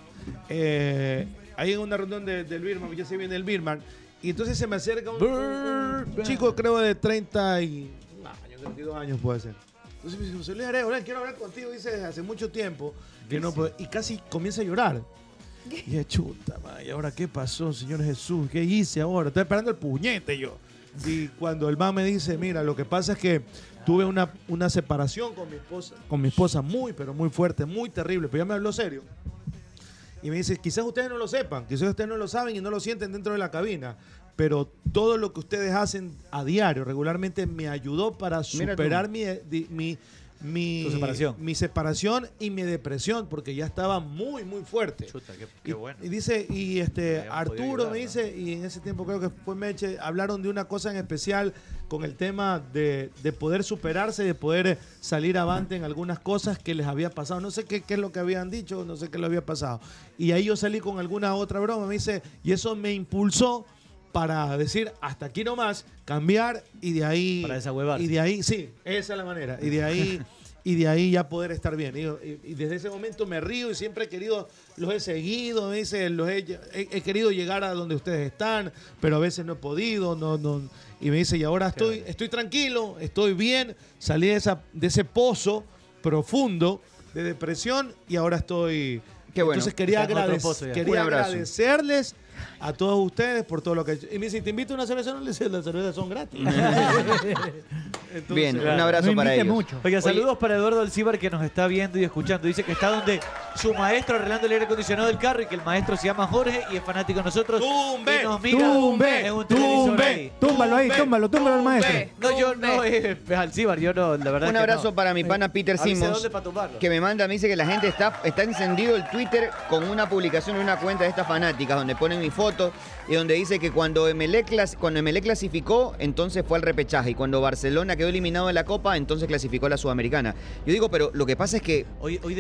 eh, ahí en una reunión de- del Birman, porque ya se viene el Birman, y entonces se me acerca un, un- un chico, creo de 30 y un año, 32 años puede ser. Entonces me dice, José Luis Areola, quiero hablar contigo, dice desde hace mucho tiempo, que no puedo- y casi comienza a llorar. Y dije, chuta, ma, ¿y ahora qué pasó, Señor Jesús? ¿Qué hice ahora? Estaba esperando el puñete yo. Y cuando el man me dice, mira, lo que pasa es que tuve una, una separación con mi esposa, con mi esposa muy, pero muy fuerte, muy terrible, pero ya me habló serio. Y me dice, quizás ustedes no lo sepan, quizás ustedes no lo saben y no lo sienten dentro de la cabina, pero todo lo que ustedes hacen a diario regularmente me ayudó para
Mira tú.
superar mi, di- mi, mi,
Tu separación.
mi separación y mi depresión, porque ya estaba muy, muy fuerte.
Qué,
Y-
qué bueno.
Y dice, y este,
Habíamos podido
Arturo
ayudar,
me dice, y en ese tiempo creo que fue Meche, hablaron de una cosa en especial con el tema de, de poder superarse, de poder eh, salir avante en algunas cosas que les había pasado. No sé qué, qué es lo que habían dicho, no sé qué le había pasado. Y ahí yo salí con alguna otra broma, me dice, y eso me impulsó para decir hasta aquí nomás, cambiar y de ahí. Para Y de ahí, sí, esa es la manera. Y de ahí. Y de ahí ya poder estar bien. Y, y- y desde ese momento me río y siempre he querido, los he seguido, me dice, los he, he- he querido llegar a donde ustedes están, pero a veces no he podido, no, no. Y me dice, y ahora estoy, estoy tranquilo, estoy bien, salí de, esa, de ese pozo profundo de depresión y ahora estoy.
bueno.
Entonces quería,
Está en otro
agradec-
pozo ya. Un
quería
abrazo.
agradecerles a todos ustedes por todo lo que han hecho. Y me dice, te invito a una cerveza, no le dice, las cervezas son gratis.
Mm. Bien, un abrazo
No
para
invite
ellos.
mucho.
Oye,
Oye, Oye, Oye, saludos saludos para Eduardo Alcibar que nos está viendo y escuchando. Dice que está donde su maestro arreglando el aire acondicionado del carro y que el maestro se llama Jorge y es fanático de nosotros. ¡Tumbe! Y nos mira
¡Tumbe!
en un televisor
¡Tumbe!
ahí.
Túmbalo ahí, túmbalo, túmbalo al maestro.
No, yo no,
eh,
es Alcibar, yo no, la verdad
Un
es que
abrazo
no.
para mi pana Peter
Avisa
Simmons,
dónde para tumbarlo.
que me manda, me dice que la gente está, está encendido el Twitter con una publicación en una cuenta de estas fanáticas, donde ponen mi foto y donde dice que cuando Emelec, clas- cuando Emelec clasificó, entonces fue al repechaje, y cuando Barcelona quedó eliminado de la Copa, entonces clasificó a la Sudamericana. Yo digo, pero lo que pasa es que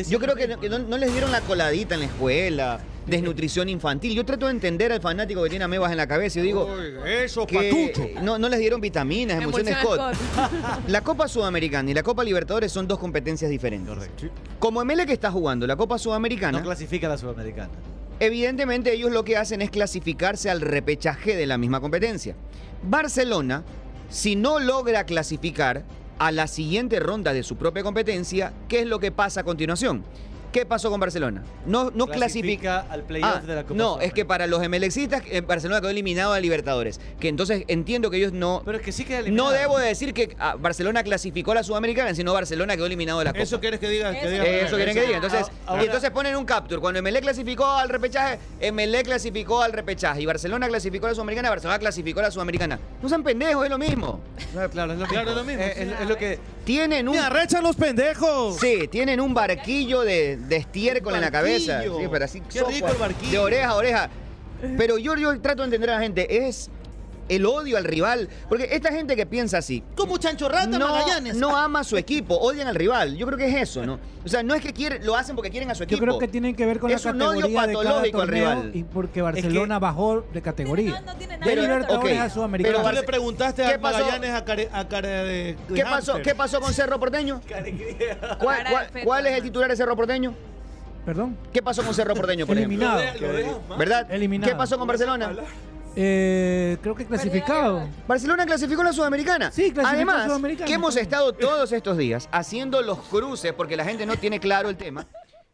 yo creo que, no, que no- no les dieron la coladita en la escuela, desnutrición infantil. Yo trato de entender al fanático que tiene amebas en la cabeza y digo,
Eso,
que no, no les dieron vitaminas, emulsiones Scott.
Emulsiones
La Copa Sudamericana y la Copa Libertadores son dos competencias diferentes. Como Emelec que está jugando la Copa Sudamericana. No clasifica la Sudamericana. Evidentemente ellos lo que hacen es clasificarse al repechaje de la misma competencia. Barcelona, si no logra clasificar a la siguiente ronda de su propia competencia, ¿qué es lo que pasa a continuación? ¿Qué pasó con Barcelona? No, no clasifica, Ah,
al playoff de la Copa
No, es que para los emelexistas eh, Barcelona quedó eliminado de Libertadores. Que entonces entiendo que ellos no. Pero es que sí queda
eliminado.
No debo de decir que ah, Barcelona clasificó a la Sudamericana, sino Barcelona quedó eliminado de la Copa.
Eso quieres que diga. Que diga Ah,
Eso quieren que diga. Entonces,
ahora-
y entonces ponen un capture. Cuando Emelec clasificó al repechaje, Emelec clasificó al repechaje. Y Barcelona clasificó a la Sudamericana, Barcelona clasificó a la Sudamericana. No sean pendejos, es lo mismo.
Claro, es lo
Claro, es lo mismo.
Eh, es- es lo que.
Tienen un.
Me arrechan los pendejos!
Sí, tienen un barquillo de, de estiércol en la
Barquillo.
cabeza. Sí, pero así
Qué
sopa,
rico el barquillo.
De oreja a oreja. Pero yo, yo trato de entender a la gente, es el odio al rival. Porque esta gente que piensa así.
Como Chancho Rata,
no,
Magallanes.
no ama a su equipo, odian al rival. Yo creo que es eso, ¿no? O sea, no es que quieren, lo hacen porque quieren a su
Yo
equipo.
creo que tienen que ver con
es
la
un odio
categoría de cada
patológico al
torneo
rival.
y porque Barcelona bajó de categoría. de
Pero-
Libertadores
ok.
a Sudamericana.
Pero tú le preguntaste a
¿Qué pasó?
Magallanes a Care- a cara de. de
¿Qué pasó,
hámster.
¿Qué pasó con Cerro Porteño? ¿Cuál, cuál- cuál es el titular de Cerro Porteño?
Perdón.
¿Qué pasó con Cerro Porteño, por
Eliminado.
ejemplo? ¿Verdad?
Eliminado.
¿Qué pasó con Barcelona?
Eh, creo que clasificado.
Barcelona clasificó a la Sudamericana. Sí,
clasificó a la
Además,
Sudamericana.
que hemos estado todos estos días haciendo los cruces, porque la gente no tiene claro el tema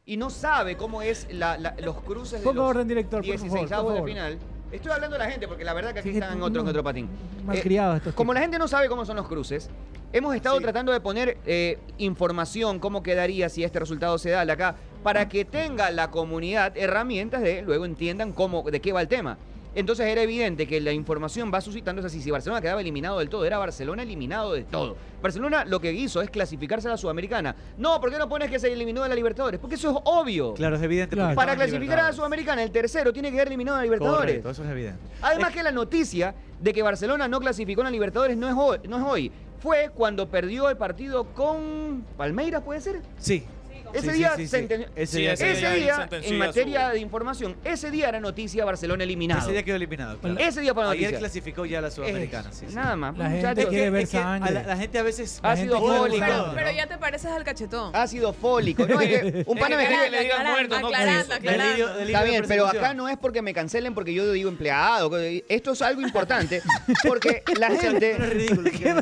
y no sabe cómo es la- la- los cruces de
Ponga
los
orden, director, por favor,
16
por
de
favor.
final. Estoy hablando de la gente, porque la verdad que aquí
Sí, que
están otros
no,
en otro patín. Eh,
malcriados estos
Como la gente no sabe cómo son los cruces, hemos estado tratando de poner eh, información, cómo quedaría si este resultado se da de acá, para que tenga la comunidad herramientas de luego entiendan cómo, de qué va el tema. Entonces era evidente que la información va suscitando así. Si Barcelona quedaba eliminado del todo, era Barcelona eliminado de todo. Barcelona lo que hizo es clasificarse a la Sudamericana. No, ¿por qué no pones que se eliminó de la Libertadores? Porque eso es obvio.
Claro, es evidente. porque
Para
estaban
clasificar a la
libertados.
Sudamericana, el tercero tiene que quedar eliminado de la Libertadores.
Correcto, eso es evidente.
Además que la noticia de que Barcelona no clasificó en la Libertadores no es hoy. No es hoy. Fue cuando perdió el partido con Palmeiras, ¿puede ser?
Sí.
Ese
Sí,
día
sí, sí,
se
sí.
entendió-
Ese
Sí,
día
ese
se
día,
entendió.
en
Sentencia
materia de información, ese día era noticia Barcelona eliminado.
Ese día quedó eliminado. claro.
Ese día fue la
Ayer
noticia.
clasificó ya a la Sudamericana. sí, sí.
Nada más.
La gente
muchachos.
quiere ver sangre. a la- la gente a veces-
Ha
la
sido
gente quiere ver
fólico.
Pero ya te pareces al cachetón.
Ácido fólico. No, es Eh, que un pana me
Aclarando,
escribe, le digan
aclarando,
muerto, no
aclarando, aclarando.
Delirio- delirio
Está
de
bien, pero
persecución.
acá no es porque me cancelen porque yo digo empleado. que- Esto es algo importante porque la gente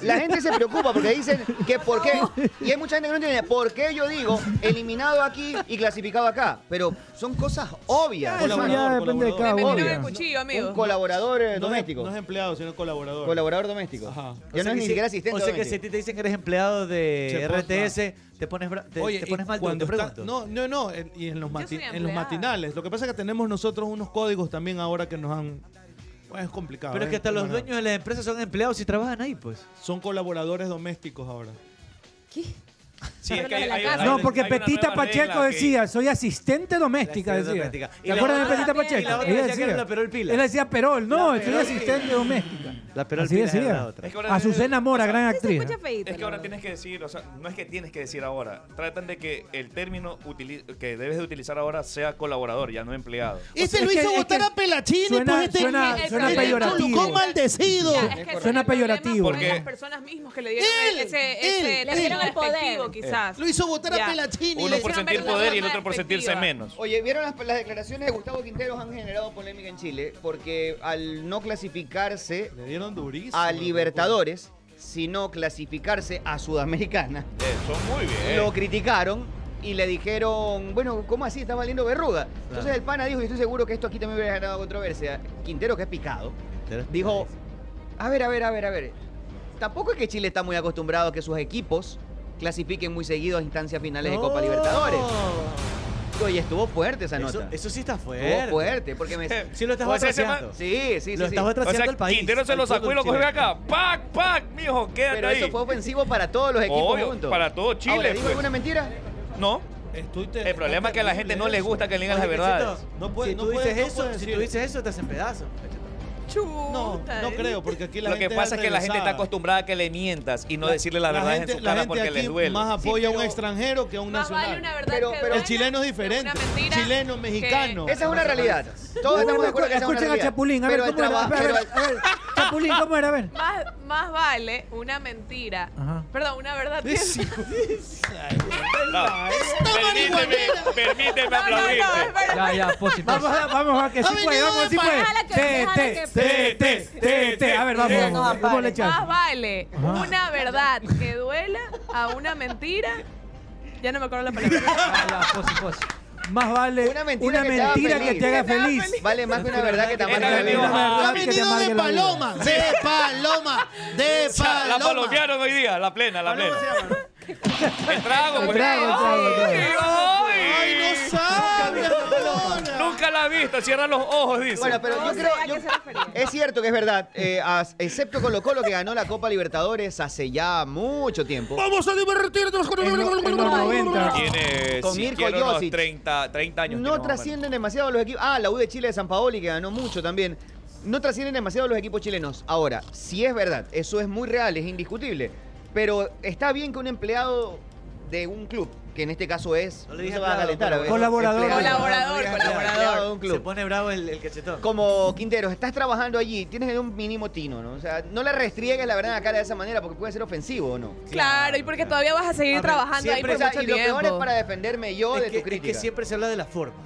la gente se preocupa porque dicen que por qué y hay mucha gente que no entiende por qué yo digo eliminado aquí y clasificado acá, pero son cosas obvias.
Ah, Eso ya Colaborador, depende de colaborador. cada
Obvias.
uno.
de cuchillo, amigo.
Un colaborador eh,
No es-
doméstico.
No es empleado, sino colaborador.
Colaborador doméstico. Ajá.
O sea
Ya no es
que
ni
si-
siquiera asistente
O sea que si a
doméstico.
ti te dicen que eres empleado
Se
de
posta.
RTS, te pones, bra- te,
Oye,
te
y
pones mal,
cuando
te
está-
pregunto.
no, no, no, en, y en los, mati- en los
empleada.
matinales. Lo que pasa es que tenemos nosotros unos códigos también ahora que nos han... Bueno, es complicado.
Pero es
eh,
que hasta los
dueños
de las empresas son empleados y trabajan ahí, pues.
Son colaboradores domésticos ahora.
Sí, es que
hay- hay-
No, porque Petita Pacheco decía, soy asistente doméstica,
La
decía.
doméstica. Y
¿Te
la
acuerdas de
otra-
Petita
y la otra
Pacheco?
decía
Ella
que era la Perol Pila.
Él decía Perol, no, soy
Perol Pila.
asistente doméstica.
La Perol
Así
Pila es
decía.
la otra.
Es que ahora
Azucena Mora, gran actriz. ¿eh?
Es que ahora tienes que decir, o sea, no es que tienes que decir ahora. Tratan de que el término utili- que debes de utilizar ahora sea colaborador, ya no empleado.
Este
Es
lo
que-
hizo
es
votar
que
a Pelachini,
suena-
pues este
suena-
este
suena
este
peyorativo.
Cholucón maldecido.
Ya, es que ese
Suena
es el problema
peyorativo.
con las
Porque-
personas mismas que le dieron ese, ese este
él,
le
él.
dieron el poder,
Despectivo,
Eh.
quizás.
Lo hizo votar a Pelachini.
Uno por sentir poder y el otro por sentirse menos.
Oye, ¿vieron las, las declaraciones de Gustavo Quinteros han generado polémica en Chile? Porque al no clasificarse
Le dieron durísimo.
a Libertadores, sino clasificarse a Sudamericana,
Eso, muy bien.
lo criticaron y le dijeron, bueno, ¿cómo así? Está valiendo verruga. Entonces el pana dijo, y estoy seguro que esto aquí también hubiera generado controversia, Quintero que es picado, dijo, a ver, a ver, a ver, a ver, tampoco es que Chile está muy acostumbrado a que sus equipos clasifiquen muy seguido a instancias finales de Copa Libertadores. Oye, estuvo fuerte esa
Eso-
nota.
Eso sí está
Estuvo
fuerte.
fuerte, porque me...
Sí lo estás
O sea, ese
batraceando.
man-
Sí, sí, sí.
Lo
sí.
estás batraceando al país.
Quintero se
al
lo sacó y
fútbol
lo cogió
chileno.
acá. ¡Pac, pac, mijo! Quédate
Pero
ahí.
eso fue ofensivo para todos los equipos
Obvio,
juntos.
para todo Chile,
Ahora, ¿digo
pues.
alguna mentira?
No. el problema es que a la gente no le gusta que le digan las
Oye,
verdades.
Cachito,
No puede-
si
no
tú
puede-
dices
no
eso,
puede
si tú
decir.
dices eso, te hacen pedazos. Cachito.
No, no creo, porque aquí la
Lo
gente
que pasa es que la gente está
atravesada.
acostumbrada a que le mientas y no decirle la,
La
verdad
gente-
en su
la
cara
gente
porque
aquí
les duele.
más apoya a un extranjero que a un
Más
nacional.
vale una verdad que
el chileno es diferente. Chileno, mexicano.
Esa es una realidad. Todos estamos de acuerdo que esa es una
Escuchen a
realidad.
Chapulín, a ver,
Pero el
¿cómo era?
trabajo-
A ver, a ver,
pero el-
Chapulín, ¿cómo era? A ver.
Más, más vale una mentira.
Ajá.
Perdón, una verdad.
Sí,
Permíteme, permíteme aplaudirte.
Ya, ya, Vamos a, vamos a que sí
Ha
puede,
venido
vamos a que sí
para-
puede.
Déjala que-
Te,
déjala
te,
que-
te, te, te, te. A ver, vamos.
Mira, no
vamos,
vamos
¿Cómo le echas?
Más vale
Ajá.
una verdad que duela a una mentira. Ya no me acuerdo la palabra.
Más vale una mentira, que, te haga feliz.
Vale más que una verdad que te amargue
Una
la vida.
verdad
Ha
que te
venido
amargue
de
la vida.
paloma, de paloma, de
O sea, La
paloma.
palomearon hoy día, la plena, la plena. El trago,
El
pues.
trago, el trago, el trago.
¡Ay,
no sabes,
Nunca la he visto, cierra los ojos, dice.
Bueno, pero yo creo. yo- es cierto que es verdad, eh, as- excepto Colo Colo que ganó la Copa Libertadores hace ya mucho tiempo.
Vamos a divertirnos con
En lo- en los 90.
Tiene,
Con
si
Mirko
quiero, unos
Josic.
30, 30 años. tiene
No
más o menos.
trascienden demasiado los equipos. Ah, la U de Chile de San Paoli que ganó mucho también. No trascienden demasiado los equipos chilenos. Ahora, si es verdad, eso es muy real, es indiscutible. Pero está bien que un empleado de un club, que en este caso es. No se va a calentar, a ver, empleado. Empleado de un club.
¿eh? Se pone bravo el, el cachetón.
Como Quinteros, estás trabajando allí, tienes que dar un mínimo tino, ¿no? O sea, no le restriegues la verdad en la cara de esa manera porque puede ser ofensivo o no.
Claro, y porque todavía vas a seguir
A ver,
trabajando ahí
siempre-
por
o sea,
mucho
y lo
tiempo.
peor es para defenderme yo
Es
de
que,
tu crítica.
es que siempre se habla de las formas.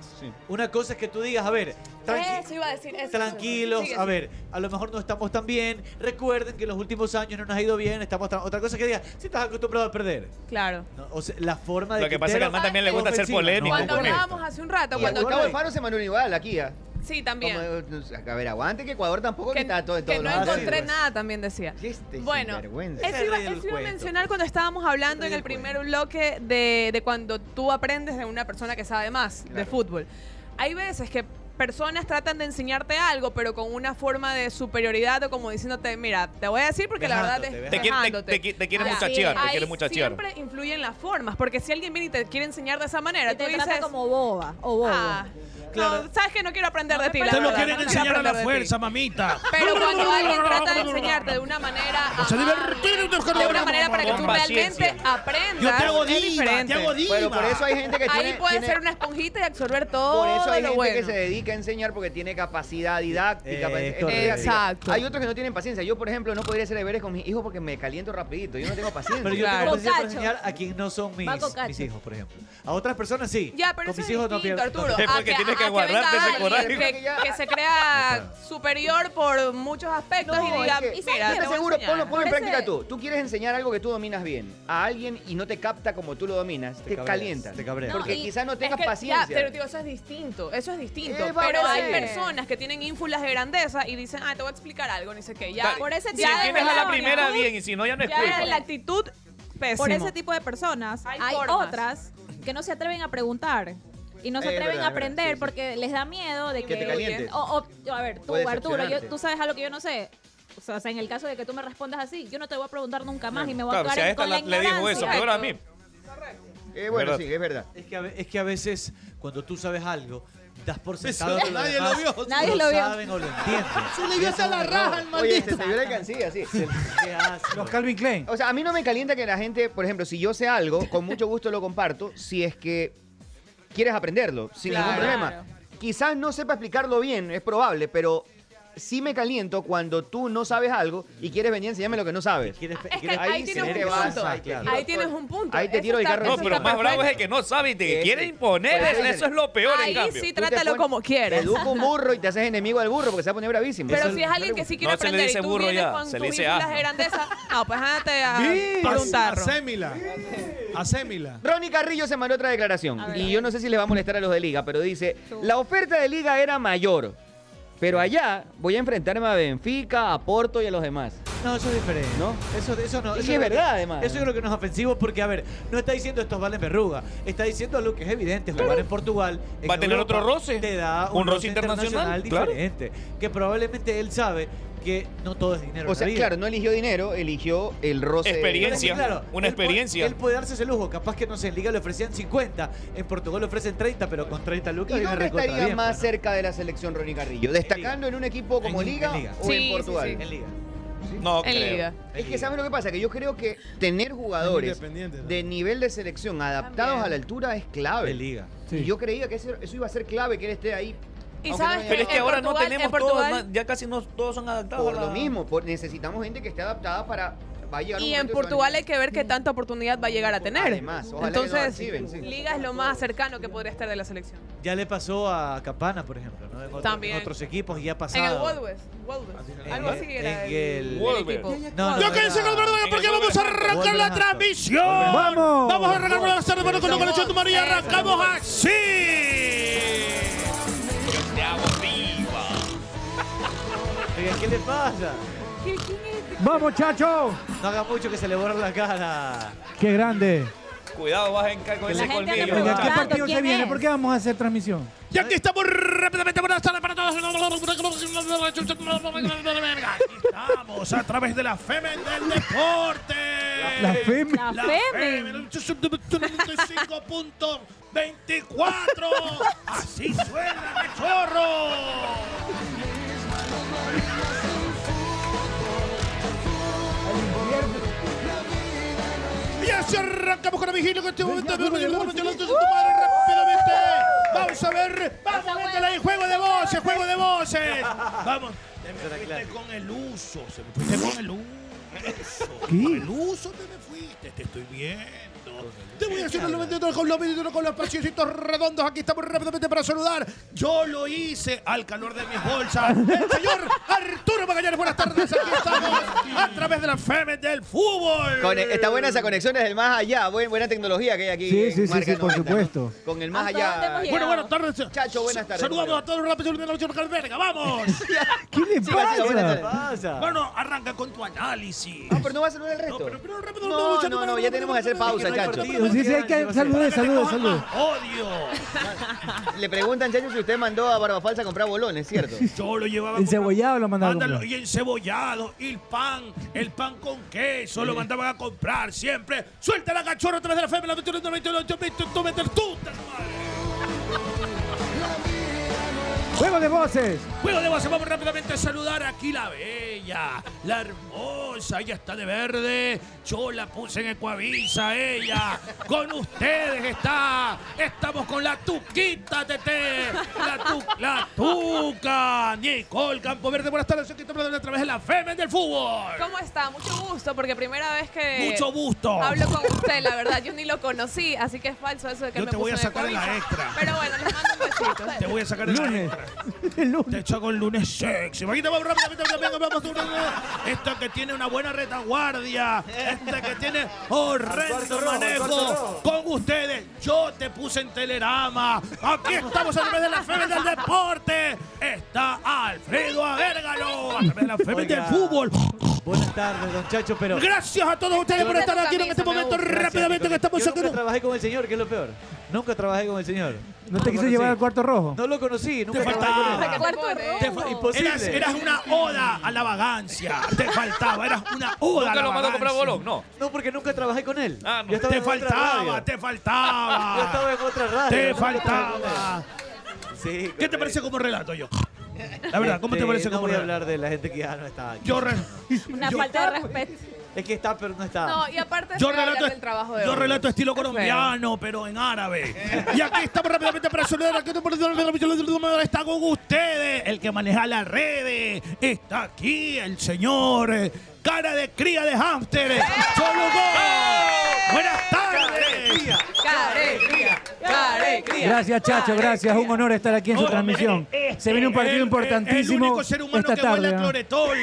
Una cosa es que tú digas, a ver, tranqui-
Eso iba a decir. eso, eso.
tranquilos,
Sigue,
a
sigue.
ver, a lo mejor no estamos tan bien. Recuerden que en los últimos años no nos ha ido bien. Estamos tan- Otra cosa es que digas, si estás acostumbrado a perder.
Claro.
No, o sea, la forma de
Lo que pasa es que al man también le gusta ser
ofensiva.
polémico,
Cuando hablábamos hace un rato,
Y a
cuando
Gustavo Alfaro se mandó igual aquí, ¿ah?
Sí, también.
Como, a ver, aguante que Ecuador tampoco que, está todo en
que
todos
no
los lados. Ah, pues,
encontré nada, también decía.
Este
bueno,
sinvergüenza.
eso iba, eso iba a mencionar cuando estábamos hablando en el primer bloque de, de cuando tú aprendes de una persona que sabe más de fútbol. Hay veces que personas tratan de enseñarte algo, pero con una forma de superioridad o como diciéndote, mira, te voy a decir porque la verdad
Dejándote,
es
te quiere- te- te- te quiere muchachear, te quiere muchachear.
Siempre influyen las formas, porque si alguien viene y te quiere enseñar de esa manera,
Y te
tú
trata
dices
como boba o bobo.
Ah, no, sabes que no quiero aprender de ti. la
Te lo
verdad,
quieren
no quiero
enseñar a la
aprender de ti".
fuerza, mamita.
Pero cuando alguien trata de enseñarte de una manera
Vamos a divertirnos con
de una manera para que tú
Con
realmente
paciencia.
aprendas.
Yo te hago
es
diva,
diferente.
te hago diva. Pero por eso hay gente que
Ahí
tiene-
puede
tiene-
ser una esponjita y absorber todo
Por eso hay
lo
gente
bueno.
que se dedica a enseñar porque tiene capacidad didáctica.
Eh,
para- es
correcto.
didáctica.
Exacto.
Hay otros que no tienen paciencia. Yo, por ejemplo, no podría hacer deberes con mis hijos porque me caliento rapidito. Yo no tengo paciencia.
Pero yo tengo paciencia para enseñar a quien no son mis,
Va cocacho.
mis hijos, por ejemplo. A otras personas sí.
Ya, pero
Con
eso
mis
es
hijos no
distinto,
pierdo.
Arturo. a a- a venga alguien Que, que se crea superior por muchos aspectos
No,
y
es
diga,
que- yo
mira, te
te
voy a
aseguro,
enseñar".
ponlo, ponlo en
Parece-
práctica tú. Tú quieres enseñar algo que tú dominas bien a alguien y no te capta como tú lo dominas, te,
cabreas,
calientas.
te cabreas.
Porque
y
quizás no
es
tengas
que- ya,
paciencia.
pero tío, eso es distinto. Eso es distinto.
Eh, va a
pero hay
ver.
personas que tienen ínfulas de grandeza y dicen, ah, te voy a explicar algo, ni sé qué. Ya,
Dale, si entiendes a la primera, bien, y si no, ya no es culpa.
la actitud pésimo.
Por ese tipo de personas hay,
formas.
otras que no se atreven a preguntar y no se
Es
atreven a
verdad, es verdad,
aprender porque les da miedo de
Que
que,
te calientes.
O, o- a ver, tú
Puede
Arturo, yo-
decepcionarte.
tú sabes algo que yo no sé. O sea, o sea, en el caso de que tú me respondas así, yo no te voy a preguntar nunca más y me voy
Claro,
a
si
quedar
a
en-
esta
con
la-
la,
le dijo eso,
ignorancia.
peor a mí.
Eh, bueno,
¿Verdad?
sí, es verdad.
Es que, a ve- es que a veces cuando tú sabes algo, das por sentado
Sí,
que los
nadie lo
demás
vio.
no
Nadie lo vio.
saben o lo entienden.
Se le vio hasta la raja al
Oye,
maldito.
este
se te vio la alcancía, sí.
Los Calvin Klein.
O sea, a mí no me calienta que la gente, por ejemplo, si yo sé algo, con mucho gusto lo comparto, si es que quieres aprenderlo, sin ningún
Claro.
problema. Quizás no sepa explicarlo bien, es probable, pero sí me caliento cuando tú no sabes algo y quieres venir a enseñarme lo que no sabes.
Es que ahí, tienes
sí te
un
vas,
punto.
ahí te-
Ahí tienes un punto.
Ahí te
Eso
tiro el
está-
carro. pues,
eso
No, pero
está
más bravo es el
perfecto.
que no sabe y te
Ese.
quiere imponer.
Pues
eso-
ese.
Eso es lo peor,
Ahí
en cambio.
sí, trátalo como quieras.
Educa un burro y te haces enemigo al burro porque se va a poner bravísimo.
Pero si es alguien que sí quiere
No se le
aprender y
dice
tú
burro
vienes
ya,
con
se le
tus
dice ah.
ínfulas
asno.
de grandeza, no, pues ándate a por un tarro.
Hacémila. Hacémila. Ronnie Carrillo se mandó otra declaración. Y yo no sé si les va a molestar a los de Liga, pero dice: La oferta de Liga era mayor. Pero allá voy a enfrentarme a Benfica, a Porto y a los demás.
No, eso es diferente. ¿No? Eso, eso no.
Y
eso
que es
creo que-
verdad, además.
Eso yo creo que no es ofensivo porque, a ver, no está diciendo estos valen verruga. Está diciendo algo que es evidente. Jugar en Portugal. en
Va a tener
Europa,
otro roce.
Te da un,
Un roce internacional, claro.
diferente. Que probablemente él sabe que no todo es dinero.
O
en
sea,
la vida.
claro, no eligió dinero, eligió el roce. de-
Pero es que, claro, él puede- Él puede darse ese lujo. Capaz que no sé, en Liga le ofrecían 50. En Portugal le ofrecen 30, pero con 30 lucas
¿Y
viene
dónde
recontra
estaría
bien,
más
pues,
cerca de la selección Ronnie Carrillo? ¿Destacando en un equipo como
En- en
Liga,
Liga.
o
Sí,
en
sí,
Portugal?
sí. En Liga.
No
En
creo.
Liga. Es que ¿sabes lo que pasa? Que yo creo que tener jugadores de nivel de selección adaptados a la altura es clave.
De Liga.
Y yo creía que eso, eso iba a ser clave que él esté ahí.
Y
aunque
sabes
haya
que Pero es que
jugado.
ahora no Portugal- tenemos en todos, Portugal-
ya casi no todos son adaptados. Por lo mismo, por- necesitamos gente que esté adaptada para va a llegar un
Y
momento
en
que
Portugal hay que ver qué tanta oportunidad va a llegar a tener.
Además, ojalá que lo
Entonces,
reciben, sí.
Liga es lo más cercano que podría estar de la selección.
Ya le pasó a Capana, por ejemplo, ¿no? En, otro- en
También.
otros equipos y ya ha
En el
pasado.
Wolves. Wolves. Algo así era.
Eh, En
el-
el,
el equipo.
No, no,
Yo que
era-
sé con verdad porque vamos a arrancar la transmisión.
¡Vamos!
Vamos a arrancar buenas tardes, hermano, con la conexión de María. Arrancamos así.
Oiga, ¿Qué le pasa?
¡Vamos, chacho!
No haga mucho que se le borra la cara.
¡Qué grande!
Cuidado, vas a encargar con
La
ese
gente anda
colmillo.
Oiga, ¿Qué
muchacho.
partido se viene? ¿Por qué vamos a hacer transmisión?
Y aquí estamos rápidamente. Buenas tardes para todos. Aquí Estamos a través de la Femen del Deporte.
La Femen.
La Femen. 85.24. Así suena, cachorro. Y así arrancamos con la vigilia con este momento. Rápidamente. Vamos a ver. Vamos a meterla ahí. Juego de voces, juego de voces. Vamos. Te me fuiste con el uso. Se me fuiste con el uso. Con el uso te me fuiste. Te estoy viendo. Te voy a hacer los 22 con los 22 con los pasillitos redondos. Aquí estamos rápidamente para saludar. Yo lo hice al calor de mis bolsas. El señor Arturo Magallanes, buenas tardes. Aquí estamos a través de la FEME del fútbol.
Con- eh, está buena esa conexión desde el más allá. Buen- buena tecnología que hay aquí.
Sí,
en
sí, sí, sí,
Marca
por
90, ¿no?
supuesto.
Con el más
¿Hasta dónde
allá.
hemos llegado? Bueno, buenas tardes.
Chacho, buenas tardes.
Saludamos a todos rápidos de la noche local verga. ¡Vamos!
¿Qué le
pasa?
pasa?
Bueno, arranca con tu análisis.
No, pero no va a saludar el resto. No, no, no, ya tenemos que hacer pausa, chacho.
Pues sí, sí, hay que saludos, saludos, saludos.
¡Odio!
Le preguntan, chacho, si usted mandó a Barba Falsa a comprar bolones, ¿cierto?
Yo lo llevaba
El cebollado lo mandaron. a
Ándalo,
comprar.
y encebollado, y el pan, el pan con queso, lo mandaban a comprar siempre. Suelta la cachorra a través de la FM, la 21, 98, 28, 28, tú, te-
¡Juego de voces!
Juego de voces, vamos rápidamente a saludar aquí la bella, la hermosa, ella está de verde. Yo la puse en Ecuavisa, ella. Con ustedes está. Estamos con la tuquita, Tete. La, tu- la tuca. Nicole Campo Verde, buenas tardes. Aquí estamos a través de la Femen del Fútbol.
¿Cómo está? Mucho gusto, porque primera vez que.
Mucho gusto.
Eh, Hablo con usted, la verdad. Yo ni lo conocí, así que es falso eso de que
Yo
me
te voy a
puso
sacar en la E.
camisa.
extra.
Pero bueno, les mando un besito.
Te voy a sacar el lunes. Te echo con lunes sexy. Aquí te vamos rápidamente, rápidamente, vamos, vamos, vamos. Esta que tiene una buena retaguardia. Esta que tiene horrendo manejo. Con ustedes, yo te puse en telerama. Aquí estamos a través de la Femen del Deporte. Está Alfredo Avérgalo. A través de la Femen del
Oiga.
Fútbol.
Buenas tardes, don Chacho, pero.
Gracias a todos ustedes por estar aquí en este momento. Rápidamente que estamos
Yo nunca
sacando.
trabajé con el señor, que es lo peor. Nunca trabajé con el señor.
¿No te quiso llevar al cuarto rojo?
No lo conocí, nunca
faltaba.
trabajé con él. Te fa- imposible.
Eras, eras una oda a la vagancia. Te faltaba, eras una oda a la
¿Nunca lo mandó a comprar
vagancia.
bolón? No, porque nunca trabajé con él. Yo estaba
Te
en otra
faltaba,
radio.
te faltaba.
Yo estaba en otra radio.
Te
Nunca
faltaba. ¿Qué te parece como relato yo? La verdad, ¿cómo te
Este,
parece
no
como
voy a
relato?
hablar de la gente que ya no está aquí.
Yo, re-
Una falta de respeto.
es que está, pero no está.
No, y aparte
yo
se va a hablar
relato,
del trabajo de
yo
hoy.
relato estilo colombiano, pero en árabe. y aquí estamos rápidamente para saludar a está con ustedes, el que maneja las redes. Está aquí el señor eh, cara de cría de hámster. eh, Solo gol. Buenas tardes.
Carecría, carecría.
Gracias, Chacho, gracias. Un honor estar aquí en su
No, eh,
transmisión. Se viene un partido
este el- El
importantísimo
único ser humano
esta
que huele
tarde.
a
¿ah?
cloretol.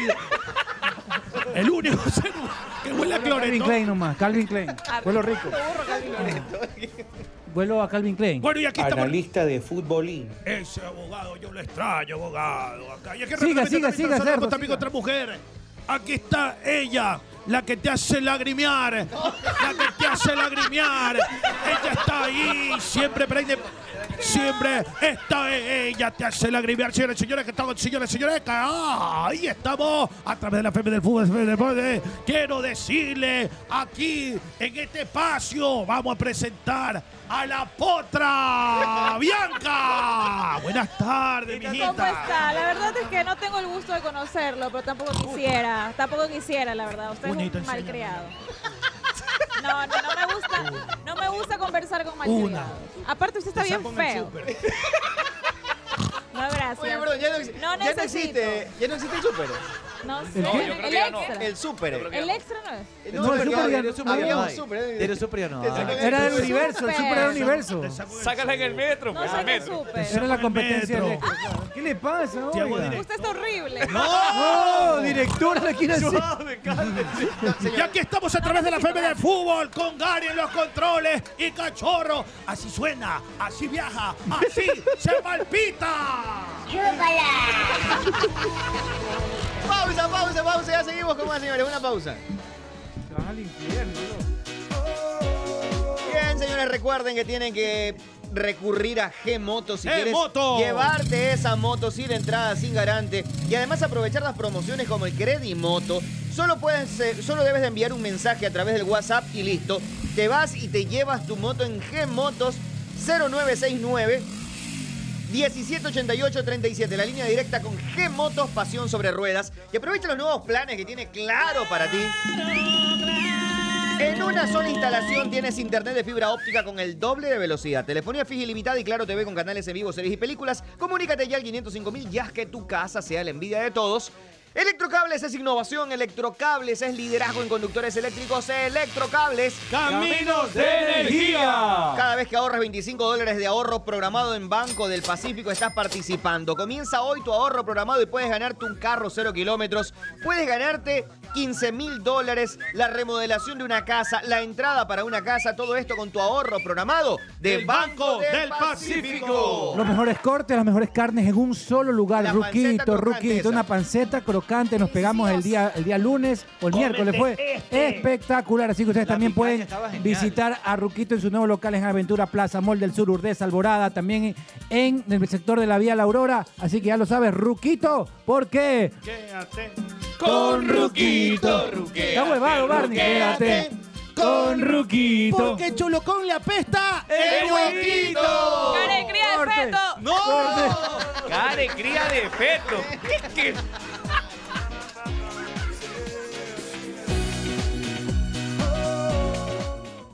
el único ser humano que huele a
Calvin
cloretol.
Klein nomás, Calvin Klein. Huelo rico. Vuelo a Calvin Klein.
Bueno, y aquí estamos-
Analista de futbolín.
Ese abogado, yo lo extraño, abogado. Acá. Y aquí
Siga,
rápidamente
siga,
también
siga,
saludamos
Cerdo,
también
siga.
otra mujer. Aquí está ella, la que te hace lagrimear. La que te hace lagrimear. Ella está ahí, siempre prende. Siempre está ella, te hace lagrimear, señores y señores, que estamos, señores y señores, que ahí estamos a través de la FM del fútbol. FM del fútbol, eh. Quiero decirle aquí en este espacio, vamos a presentar a la potra Bianca. Buenas tardes, mijita.
¿Cómo está? La verdad es que no tengo el gusto de conocerlo, pero tampoco quisiera. Tampoco quisiera, la verdad. Usted
Bonito,
es un
enséñame.
malcriado. No, no, no me gusta. No me gusta conversar con malcriados. Aparte, usted está
Empezá
bien
con el
feo. No, gracias.
Oye, bro, ya no, ex-
no
ya no
necesito.
existe, ya no existe el súper.
No
¿El
sé.
qué?
El, extra.
El súper.
El extra no es.
No, el súper ya- había un súper, eh.
Era un súper ya no.
Te
hay.
sacan el Era del súper. universo, el súper era del universo.
Sácala en el metro.
No
pues,
saca
el metro.
súper.
Esa era la competencia
Metro.
eléctrica. ¿Qué le pasa?
Te hago
oiga?
Usted está horrible.
¡No! Directora, la quiere hacer.
Y aquí estamos a través de la FM del fútbol con Gary en los controles y cachorro. Así suena, así viaja, así se palpita.
Pausa, pausa, pausa, ya seguimos con más, señores, una pausa. Bien, señores, recuerden que tienen que recurrir a G-Moto si quieres
G-Moto.
llevarte esa moto sin entrada, sin garante y además aprovechar las promociones como el Credimoto. Solo, puedes, eh, solo debes de enviar un mensaje a través del WhatsApp y listo. Te vas y te llevas tu moto en G-Motos 0969 1788-37, la línea directa con G-Motos Pasión sobre Ruedas. Y aprovecha los nuevos planes que tiene Claro para ti. En una sola instalación tienes internet de fibra óptica con el doble de velocidad, telefonía fija ilimitada y Claro TV con canales en vivo, series y películas. Comunícate ya al 505.000 y haz que tu casa sea la envidia de todos. Electrocables es innovación, Electrocables es liderazgo en conductores eléctricos, Electrocables.
Caminos de energía.
Cada vez que ahorras 25 dólares de ahorro programado en Banco del Pacífico, estás participando. Comienza hoy tu ahorro programado y puedes ganarte un carro 0 kilómetros. Puedes ganarte 15 mil dólares, la remodelación de una casa, la entrada para una casa, todo esto con tu ahorro programado de
Del
Banco,
Banco
del,
del
Pacífico.
Los mejores cortes, las mejores carnes en un solo lugar.
La panceta
ruquito,
crocante
ruquito,
esa.
una panceta crocante. Nos pegamos el día, el día lunes o el miércoles. Fue
este.
espectacular. Así que ustedes también pueden visitar a Ruquito en sus nuevos locales en Aventura Plaza, Mall del Sur, Urdesa, Alborada, también en en el sector de la Vía La Aurora. Así que ya lo sabes, Ruquito, porque
Quédate
Con Ruquito,
Ruquito.
Está huevado, Barney. Quédate con Ruquito.
Porque Cholo con le apesta
el huequito.
¡Cara de cría de feto!
¡No!
Care, cría de feto. ¿Qué?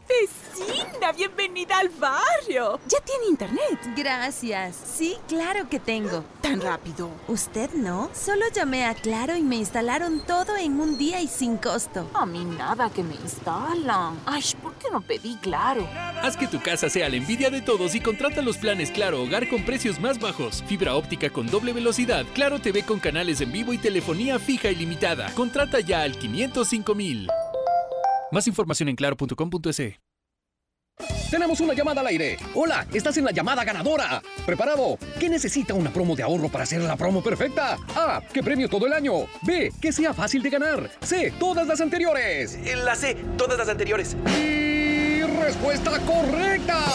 Vecina, bienvenida al barrio. ¿Ya tiene internet? Gracias. Sí, claro que tengo. Tan rápido. ¿Usted no? Solo llamé a Claro y me instalaron todo en un día y sin costo. A mí nada que me instalan. Ay, ¿por qué no pedí Claro?
Haz que tu casa sea la envidia de todos y contrata los planes Claro Hogar con precios más bajos, fibra óptica con doble velocidad, Claro TV con canales en vivo y telefonía fija y limitada. Contrata ya al 505 mil. Más información en claro.com.es.
Tenemos una llamada al aire. Hola, estás en la llamada ganadora. ¿Preparado? ¿Qué necesita una promo de ahorro para hacer la promo perfecta? A. Que premio todo el año. B. Que sea fácil de ganar. C. Todas las anteriores.
Eh, La C, todas las anteriores.
Y respuesta correcta.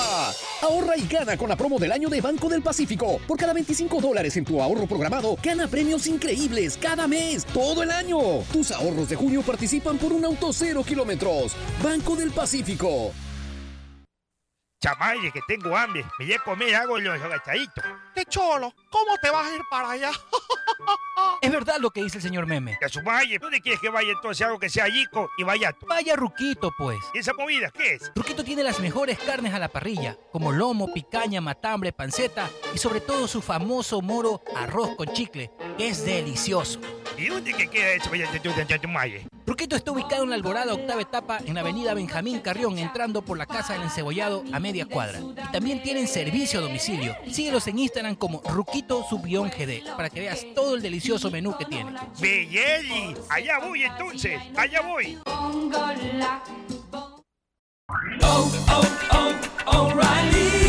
Ahorra y gana con la promo del año de Banco del Pacífico. Por cada 25 dólares en tu ahorro programado, gana premios increíbles cada mes, todo el año. Tus ahorros de junio participan por un auto cero kilómetros. Banco del Pacífico.
Chamaye, que tengo hambre. Me voy a comer algo los agachaditos. ¡Qué cholo! ¿Cómo te vas a ir para allá?
Es verdad lo que dice el señor Meme.
Ya su valle, ¿dónde quieres que vaya entonces algo que sea yico y vaya tú?
Vaya Ruquito, pues.
¿Y esa comida qué es?
Ruquito tiene las mejores carnes a la parrilla, como lomo, picaña, matambre, panceta y sobre todo su famoso moro arroz con chicle, que es delicioso.
¿Y dónde que queda eso, vaya tu- tu- tu- tu- tu malle?
Ruquito está ubicado en la Alborada Octava Etapa en la avenida Benjamín Carrión, entrando por la Casa del Encebollado a media cuadra. Y también tienen servicio a domicilio. Síguelos en Instagram como Ruquito Subión GD para que veas todo el delicioso menú que tienen.
¡Belleli! Allá voy entonces, allá voy.
O'Reilly.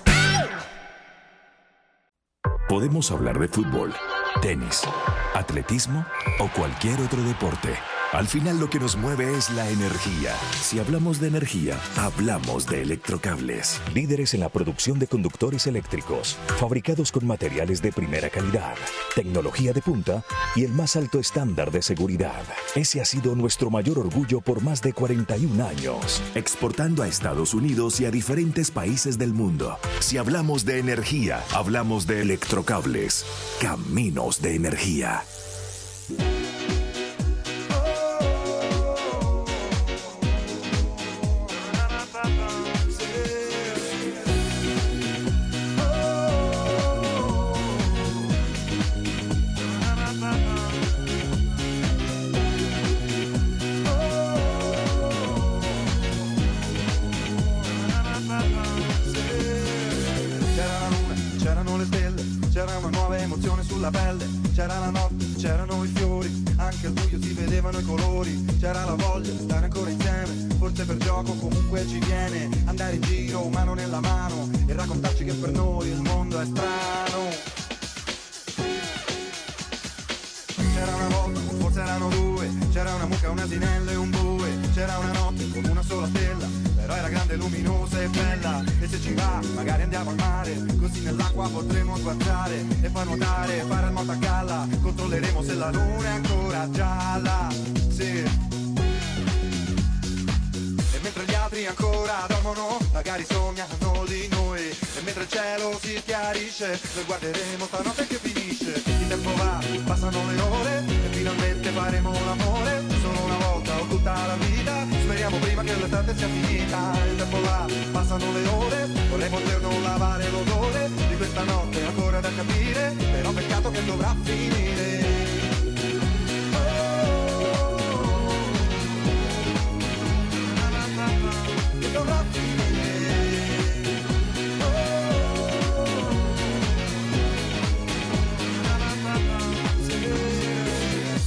Podemos hablar de fútbol, tenis, atletismo o cualquier otro deporte. Al final lo que nos mueve es la energía. Si hablamos de energía, hablamos de electrocables. Líderes en la producción de conductores eléctricos, fabricados con materiales de primera calidad, tecnología de punta y el más alto estándar de seguridad. Ese ha sido nuestro mayor orgullo por más de 41 años.
Exportando a Estados Unidos y a diferentes países del mundo. Si hablamos de energía, hablamos de electrocables. Caminos de energía.
C'era la luna, c'erano le stelle, c'era una nuova emozione sulla pelle, c'era la notte, c'erano i fiori, anche al buio si vedevano i colori, c'era la voglia di stare ancora insieme, forse per gioco comunque ci viene, andare in giro mano nella mano e raccontarci che per noi il mondo è strano. C'era una volta, forse erano due, c'era una mucca, un asinello e un bue, c'era una notte con una sola stella, però era grande, luminosa e bella, e se ci va magari andiamo al mare, così nell'acqua potremo guardare e far nuotare, fare al moto a galla, controlleremo se la luna è ancora gialla, sì. E mentre gli altri ancora dormono, magari sognano di noi. E mentre il cielo si chiarisce, noi guarderemo stanotte che finisce. Il tempo va, passano le ore, e finalmente faremo l'amore. Solo una volta o tutta la vita, speriamo prima che l'estate sia finita. Il tempo va, passano le ore, vorrei poter non lavare l'odore di questa notte ancora da capire, però peccato che dovrà finire. Oh, Che dovrà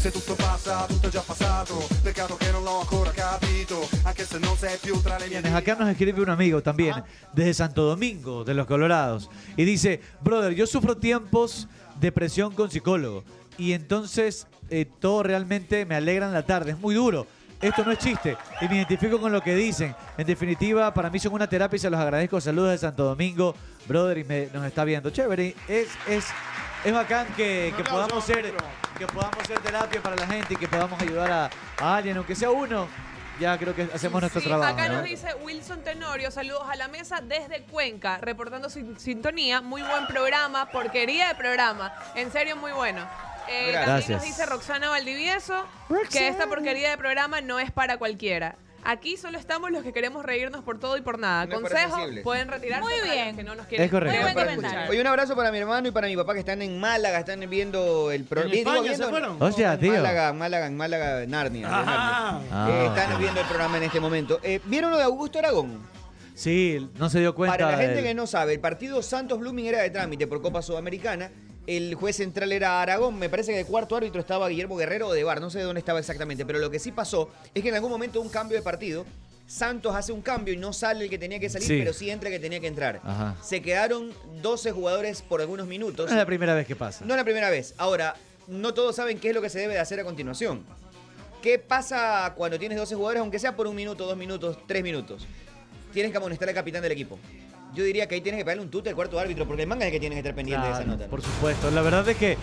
Se tutto passa, tutto è già passato. Peccato che non l'ho ancora capito. Anche se non sei più tra le mie
Quienes Acá nos escribe un amigo también, desde Santo Domingo, de los Colorados, y dice, brother, yo sufro tiempos de presión con psicólogo, y entonces eh, todo realmente me alegra en la tarde, es muy duro. Esto no es chiste, y me identifico con lo que dicen. En definitiva, para mí son una terapia y se los agradezco. Saludos de Santo Domingo, brother, y me- nos está viendo. Chévere, es, es, es bacán que, que podamos ser que podamos ser terapia para la gente y que podamos ayudar a, a alguien, aunque sea uno. Ya creo que hacemos nuestro
Sí,
trabajo.
acá
¿no?
nos dice Wilson Tenorio, saludos a la mesa desde Cuenca, reportando sin- sintonía, muy buen programa, porquería de programa, en serio muy bueno. Eh,
Gracias.
También
Gracias.
nos dice Roxana Valdivieso que esta porquería de programa no es para cualquiera. Aquí solo estamos los que queremos reírnos por todo y por nada.
No es para
Consejo,
sensibles.
pueden retirarse
Muy
para los
bien.
que no nos quieren.
Es correcto.
Muy buen
Para
comentario.
escuchar. Oye, un abrazo para mi hermano y para mi papá que están en Málaga, están viendo el
En
programa.
España se fueron. O sea, tío.
Málaga, Málaga, en Málaga, en Narnia. en Narnia.
Ah,
Eh,
ok.
están viendo el programa en este momento. Eh, ¿Vieron lo de Augusto Aragón?
Sí, no se dio cuenta.
Para la gente
del-
que no sabe, el partido Santos Blooming era de trámite por Copa Sudamericana. El juez central era Aragón. Me parece que de cuarto árbitro estaba Guillermo Guerrero o de Bar. No sé de dónde estaba exactamente. Pero lo que sí pasó es que en algún momento un cambio de partido. Santos hace un cambio y no sale el que tenía que salir,
Sí. Ah.
pero sí entra el que tenía que entrar.
Ajá.
Se quedaron 12 jugadores por algunos minutos.
No es la primera vez que pasa.
No es la primera vez. Ahora, no todos saben qué es lo que se debe de hacer a continuación. ¿Qué pasa cuando tienes 12 jugadores, aunque sea por un minuto, dos minutos, tres minutos? Tienes que amonestar al capitán del equipo. Yo diría que ahí tienes que pegarle un tute al cuarto árbitro, porque el manga es el que tienes que estar pendiente de esa
Claro,
nota. Ah, ¿no?
Por supuesto, la verdad es que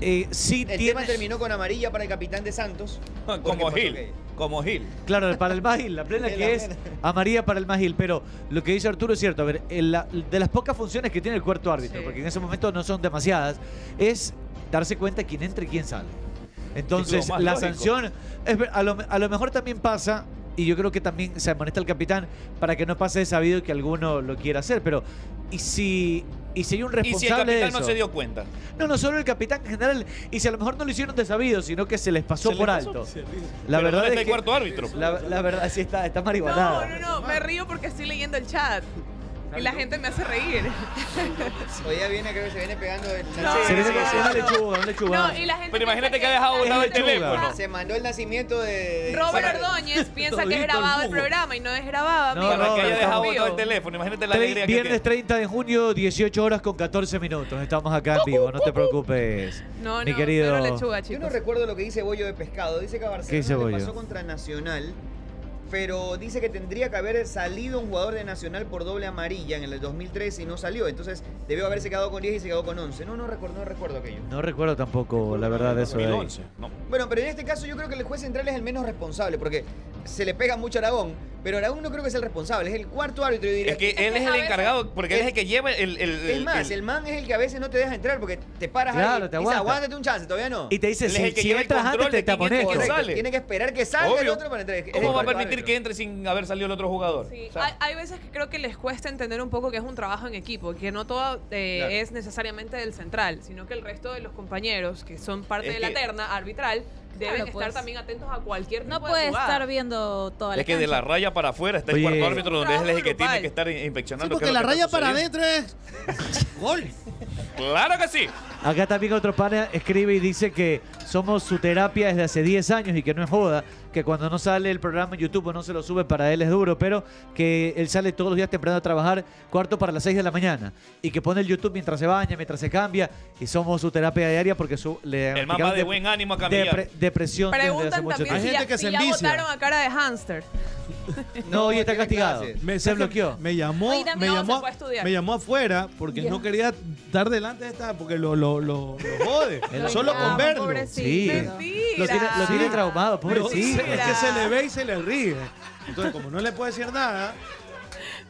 eh, sí
El tema
tiene-
terminó con amarilla para el capitán de Santos.
Como Gil, como Gil.
Claro, para el Magil, la plena que es amarilla para el Magil. Pero lo que dice Arturo es cierto. A ver, el- la- de las pocas funciones que tiene el cuarto árbitro, porque en ese momento no son demasiadas, es darse cuenta quién entra y quién sale. Entonces,
Es lo más
la
lógico.
sanción. es ver- a, lo, a lo mejor también pasa, y yo creo que también se amonesta al capitán para que no pase desabido y que alguno lo quiera hacer. Pero, y si Y si hay
Y
un
si
responsable
el
de
capitán
eso.
no se dio cuenta.
No, no solo el capitán en general. Y si a lo mejor no lo hicieron de sabido, sino que se les pasó por alto. La
Pero
verdad
¿dónde está
es
el
que-
cuarto árbitro?
La, la verdad, sí está, está
No,
marihuanada.
no, no, me río porque estoy leyendo el chat. Y la gente me hace reír.
Hoy ya viene, creo que se viene pegando el
Se viene con una lechuga, una lechuga.
No, y la gente
Pero imagínate que ha dejado
Es
botado el
lechuga.
teléfono.
Se mandó el nacimiento de.
Robert
Para-
Ordóñez piensa que
Todito
es
el
grabado el
jugo.
programa y no es grabado,
No,
amigo.
no,
Para que haya
no,
dejado
no.
botado el teléfono. Imagínate la
Tre-
alegría que tiene.
Viernes 30 de junio, 18 horas con 14 minutos. Estamos acá en vivo, no te preocupes.
No,
mi querido.
Yo no recuerdo lo que dice Bollo de Pescado. Dice que a
¿Qué dice
Barcelona le
Bollo?
pasó contra Nacional, pero dice que tendría que haber salido un jugador de Nacional por doble amarilla en el 2013 y no salió. Entonces debió haberse quedado con 10 y se quedó con 11. No, no recuerdo, no recuerdo aquello.
No recuerdo tampoco, la verdad, eso de ahí.
Bueno, pero en este caso yo creo que el juez central es el menos responsable porque se le pega mucho a Aragón, pero Aragón no creo que sea el responsable, es el cuarto árbitro. Yo diría.
Es que él es el encargado, porque él es el que lleva el. el, el-
Es más, el man es el que a veces no te deja entrar porque te paras ahí
Claro,
y
te
dice,
aguanta.
aguántate un chance, todavía no.
Y te dice,
Él es
si-
el que
si
lleva el
entras
control
antes,
de
te
quién entra y quién
taponesto.
sale.
Sale.
Tiene que esperar que salga el
Obvio.
otro para entrar. Es- es
¿Cómo
el
va a
cuarto
permitir
árbitro.
que entre sin haber salido el otro jugador?
Sí, hay, hay veces que creo que les cuesta entender un poco que es un trabajo en equipo, que no todo eh,
Claro.
es necesariamente del central, sino que el resto de los compañeros que son parte
Es
de la
que-
terna arbitral deben
Claro,
estar
pues.
también atentos a cualquier
No
tipo de
puede
jugada.
estar viendo toda la
Es que de la
cancha.
raya para afuera está el
Oye.
cuarto árbitro donde es el que
grupal.
tiene que estar in- inspeccionando.
porque
qué es lo
la
que está
raya para
sucediendo.
Gol.
¡Claro que sí!
Acá también otro pana escribe y dice que somos su terapia desde hace 10 años y que no es joda, que cuando no sale el programa en YouTube o no se lo sube para él es duro, pero que él sale todos los días temprano a trabajar, cuarto para las 6 de la mañana, y que pone el YouTube mientras se baña, mientras se cambia, y somos su terapia diaria porque su, le
El
diagnosticaron
mamá de
dep-
buen ánimo a cambiar.
depre- depresión desde hace
Preguntan
mucho
también
tiempo.
si ya, si ya votaron a cara de hámster.
No, hoy está castigado.
Me,
se
se
bloqueó.
Me llamó,
Oye, también
me
no, se
llamó,
fue a estudiar.
me llamó afuera porque
Ya.
no quería estar delante de esta, porque lo, lo, lo, lo jode.
Lo
solo
llama,
con
Ah,
verlo.
pobrecito. Sí. Mentira. Lo tiene- lo tiene traumado, pobrecito.
No, es que se le ve y se le ríe. Entonces, como no le puede decir nada,